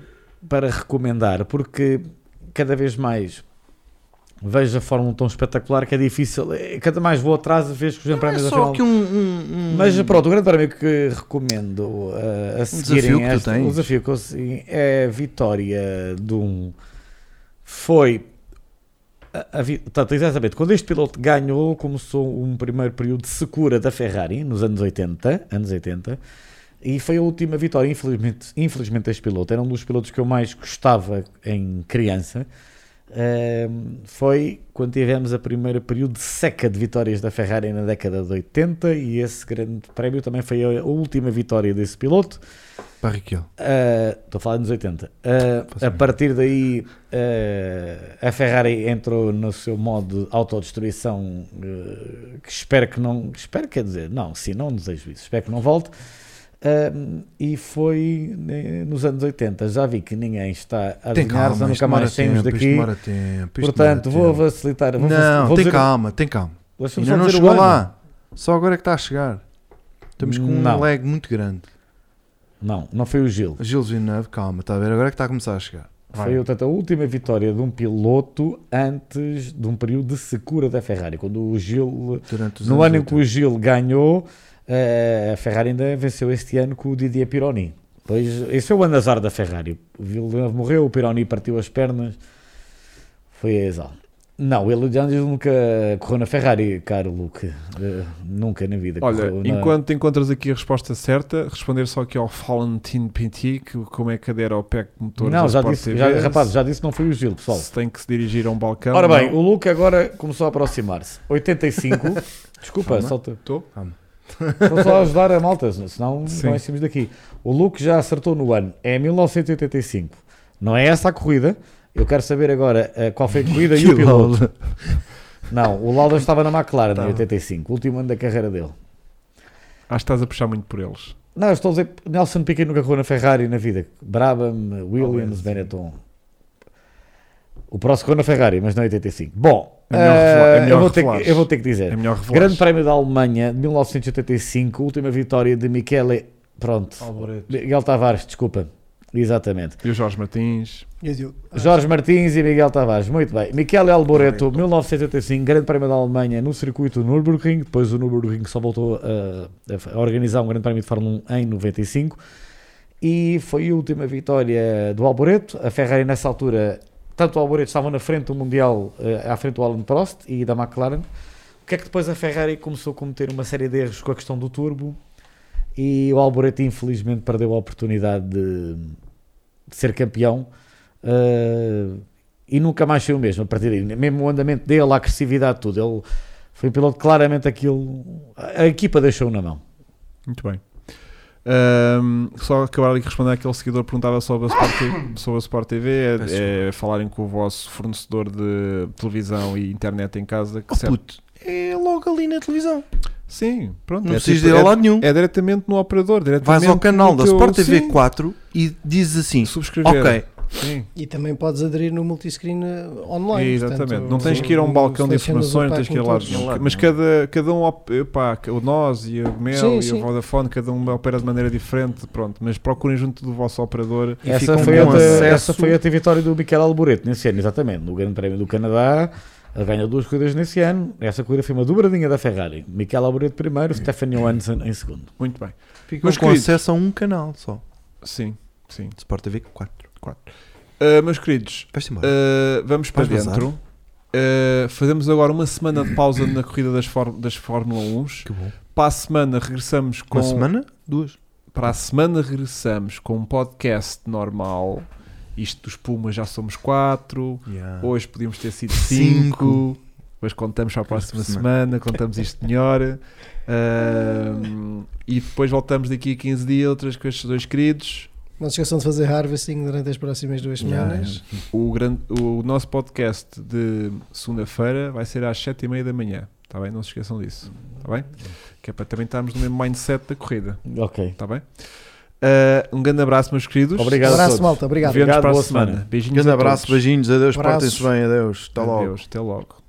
Speaker 4: para recomendar, porque cada vez mais vejo a Fórmula tão espetacular que é difícil. eh, Cada mais vou atrás e vejo que os
Speaker 1: Não é
Speaker 4: prémios da
Speaker 1: só
Speaker 4: Fórmula
Speaker 1: que um, um- um-
Speaker 4: mas pronto, o grande prémio que recomendo uh, a seguir
Speaker 1: desafio que tu tens.
Speaker 4: o desafio que eu segui é a vitória de um. Foi. A, a, vi- portanto, exatamente, quando este piloto ganhou, começou um primeiro período de secura da Ferrari nos anos 80. Anos 80 e foi a última vitória, infelizmente, infelizmente este piloto era um dos pilotos que eu mais gostava em criança. Ahm, foi quando tivemos a primeira período de seca de vitórias da Ferrari na década de 80 e esse grande prémio também foi a última vitória desse piloto.
Speaker 1: Barrichello.
Speaker 4: Ah, Estou a falar dos 80. Ah, a partir daí, ah, a Ferrari entrou no seu modo de autodestruição. ah, que espero que não. Espero, quer dizer, não, sim, não desejo isso. Espero que não volte. Ah, e foi né, nos anos 80. Já vi que ninguém está a
Speaker 1: Tem
Speaker 4: adivinhar,
Speaker 1: calma,
Speaker 4: já
Speaker 1: isto
Speaker 4: nunca
Speaker 1: demora
Speaker 4: mais saímos
Speaker 1: tempo, isto
Speaker 4: daqui.
Speaker 1: demora tempo. isto
Speaker 4: Portanto,
Speaker 1: demora
Speaker 4: vou
Speaker 1: tempo.
Speaker 4: facilitar. Vou
Speaker 1: Não,
Speaker 4: vou
Speaker 1: tem
Speaker 4: dizer-
Speaker 1: calma, tem calma.
Speaker 4: deixa-me só
Speaker 1: Ainda não
Speaker 4: dizer o
Speaker 1: chegou
Speaker 4: ano.
Speaker 1: lá. Só agora é que está a chegar. Estamos com
Speaker 4: Não.
Speaker 1: um lag muito grande.
Speaker 4: Não, não foi o Gil.
Speaker 1: Gil Villeneuve, calma, está a ver? Agora é que está a começar a chegar. Vai.
Speaker 4: Foi portanto, a última vitória de um piloto antes de um período de secura da Ferrari. Quando o Gil,
Speaker 1: Durante os
Speaker 4: no
Speaker 1: anos
Speaker 4: ano em que o
Speaker 1: 80.
Speaker 4: Gil ganhou, eh, a Ferrari ainda venceu este ano com o Didier Pironi. Pois, esse é o ano azar da Ferrari. O Villeneuve morreu, o Pironi partiu as pernas. Foi a exal. Não, o Hélio de Andes nunca correu na Ferrari, caro Luke. Eh, nunca na vida.
Speaker 2: Olha,
Speaker 4: correu na-
Speaker 2: enquanto encontras aqui a resposta certa, responder só aqui ao Valentino Petit, que como é cadeira ao PEC Motores
Speaker 4: Não,
Speaker 2: da
Speaker 4: já
Speaker 2: Sport
Speaker 4: disse,
Speaker 2: TV,
Speaker 4: já, rapaz, já disse que não foi o Gil, pessoal.
Speaker 2: se tem que se dirigir a um balcão.
Speaker 4: Ora bem,
Speaker 2: não.
Speaker 4: o Luke agora começou a aproximar-se. 85. Desculpa,
Speaker 1: Calma.
Speaker 4: solta.
Speaker 2: Tô?
Speaker 1: Calma.
Speaker 4: Vou só ajudar a malta, senão
Speaker 2: Sim.
Speaker 4: não saímos daqui. O Luke já acertou no ano, é 1985. Não é essa a corrida. Eu quero saber agora eh, qual foi a corrida e o piloto. Não, o Lauda estava na McLaren em
Speaker 1: Estava.
Speaker 4: 85, último ano da carreira dele.
Speaker 2: Acho que estás a puxar muito por eles.
Speaker 4: Não, eu estou a dizer Nelson Piquet nunca correu na Ferrari na vida. Brabham, Williams, Benetton. O próximo correu na Ferrari, mas não em 85. Bom,
Speaker 2: É melhor
Speaker 4: eh,
Speaker 2: refla- é melhor
Speaker 4: eu, vou ter
Speaker 2: reflares.
Speaker 4: que, eu vou ter que dizer.
Speaker 2: É melhor revelar.
Speaker 4: Grande Prémio da Alemanha de 1985, última vitória de Michele. Pronto. Miguel Tavares, desculpa. Exatamente.
Speaker 2: E o Jorge Martins.
Speaker 3: Eu digo, ah,
Speaker 4: Jorge Martins e Miguel Tavares, muito bem. Michele Alboreto, 1985, Grande Prémio da Alemanha no circuito Nürburgring. Depois o Nürburgring só voltou a, a organizar um Grande Prémio de Fórmula 1 em 95. E foi a última vitória do Alboreto. A Ferrari, nessa altura, tanto o Alboreto estavam na frente do Mundial, eh, à frente do Alan Prost e da McLaren. O que é que depois a Ferrari começou a cometer uma série de erros com a questão do turbo e o Alboreto infelizmente perdeu a oportunidade de, de ser campeão eh, e nunca mais foi o mesmo a partir daí. Mesmo o andamento dele, a agressividade, tudo. Ele foi um piloto claramente aquilo. A a equipa deixou na mão.
Speaker 2: Muito bem. Ahm, só acabar de responder àquele seguidor que perguntava sobre a Sport TV. Sobre a Sport TV
Speaker 1: Peço
Speaker 2: é, é falarem com o vosso fornecedor de televisão e internet em casa. Que
Speaker 1: Oh,
Speaker 2: serve-
Speaker 1: puto, é logo ali na televisão.
Speaker 2: Sim, pronto.
Speaker 1: Não
Speaker 2: é
Speaker 1: precisas
Speaker 2: tipo-
Speaker 1: de ir a
Speaker 2: é-
Speaker 1: lado nenhum.
Speaker 2: É diretamente no operador. Diretamente
Speaker 1: Vais ao canal
Speaker 2: no
Speaker 1: da
Speaker 2: teu-
Speaker 1: Sport TV
Speaker 2: sim,
Speaker 1: 4 e dizes assim:
Speaker 2: Subscrever.
Speaker 1: Ok,
Speaker 2: Sim.
Speaker 3: E também podes aderir no multiscreen eh, online.
Speaker 2: Exatamente.
Speaker 3: portanto,
Speaker 2: não tens que ir a um
Speaker 3: o-
Speaker 2: balcão de
Speaker 3: selecionas o
Speaker 2: informações,
Speaker 3: pack
Speaker 2: tens que ir a lá. um
Speaker 3: com
Speaker 1: nenhum.
Speaker 3: todos.
Speaker 1: todos.
Speaker 2: Mas cada, cada um, op- epá, o nós e o Mel
Speaker 3: é? Sim,
Speaker 2: e
Speaker 3: sim.
Speaker 2: o Vodafone, cada um opera de maneira diferente. Pronto, mas procurem junto do vosso operador.
Speaker 1: E
Speaker 4: Essa
Speaker 1: ficam
Speaker 4: foi,
Speaker 1: com
Speaker 4: outra,
Speaker 1: acesso-
Speaker 4: essa foi outra vitória do Miquel Alboreto nesse ano, exatamente. No Grande Prémio do Canadá, ele ganhou duas corridas nesse ano. Essa corrida foi uma dobradinha da Ferrari. Miquel Alboreto primeiro, Stefano Hansen em segundo.
Speaker 2: Muito bem.
Speaker 1: ficam
Speaker 2: Meus
Speaker 1: com
Speaker 2: queridos.
Speaker 1: acesso a um canal só.
Speaker 2: Sim, sim.
Speaker 1: de Sport TV 4.
Speaker 2: Ah, meus queridos,
Speaker 1: Vais-te embora.
Speaker 2: ah, vamos para
Speaker 1: Vais vazar?
Speaker 2: dentro. Ah, fazemos agora uma semana de pausa na corrida das, fór- das Fórmula 1.
Speaker 1: que bom.
Speaker 2: Para a semana regressamos com.
Speaker 1: Uma semana? Duas.
Speaker 2: Para a semana regressamos com um podcast normal. Isto dos Pumas já somos quatro. Hoje podíamos ter sido Ah. cinco.
Speaker 1: Cinco.
Speaker 2: Mas contamos para a próxima
Speaker 1: Próxima
Speaker 2: semana, contamos isto melhor. Ahm, e depois voltamos daqui a 15 dias, outras com estes dois queridos.
Speaker 3: Não se esqueçam de fazer harvesting durante as próximas duas
Speaker 1: Yeah,
Speaker 3: semanas.
Speaker 2: O, grande, o nosso podcast de segunda-feira vai ser às 7h30 da manhã. Está bem? Não se esqueçam disso. Está bem? Que é para também estarmos no mesmo mindset da corrida.
Speaker 4: Ok.
Speaker 2: Está bem? Ah, um grande abraço, meus queridos.
Speaker 4: Obrigado.
Speaker 3: Um
Speaker 4: a todos.
Speaker 3: abraço, malta. Obrigado.
Speaker 2: Vemo-nos
Speaker 4: Obrigado,
Speaker 2: para a
Speaker 4: boa
Speaker 2: semana.
Speaker 4: semana.
Speaker 2: Beijinhos.
Speaker 1: Grande
Speaker 2: a
Speaker 1: abraço,
Speaker 2: todos.
Speaker 1: beijinhos, adeus,
Speaker 3: Abraços.
Speaker 1: portem-se bem, adeus. Até logo.
Speaker 2: Adeus, até logo.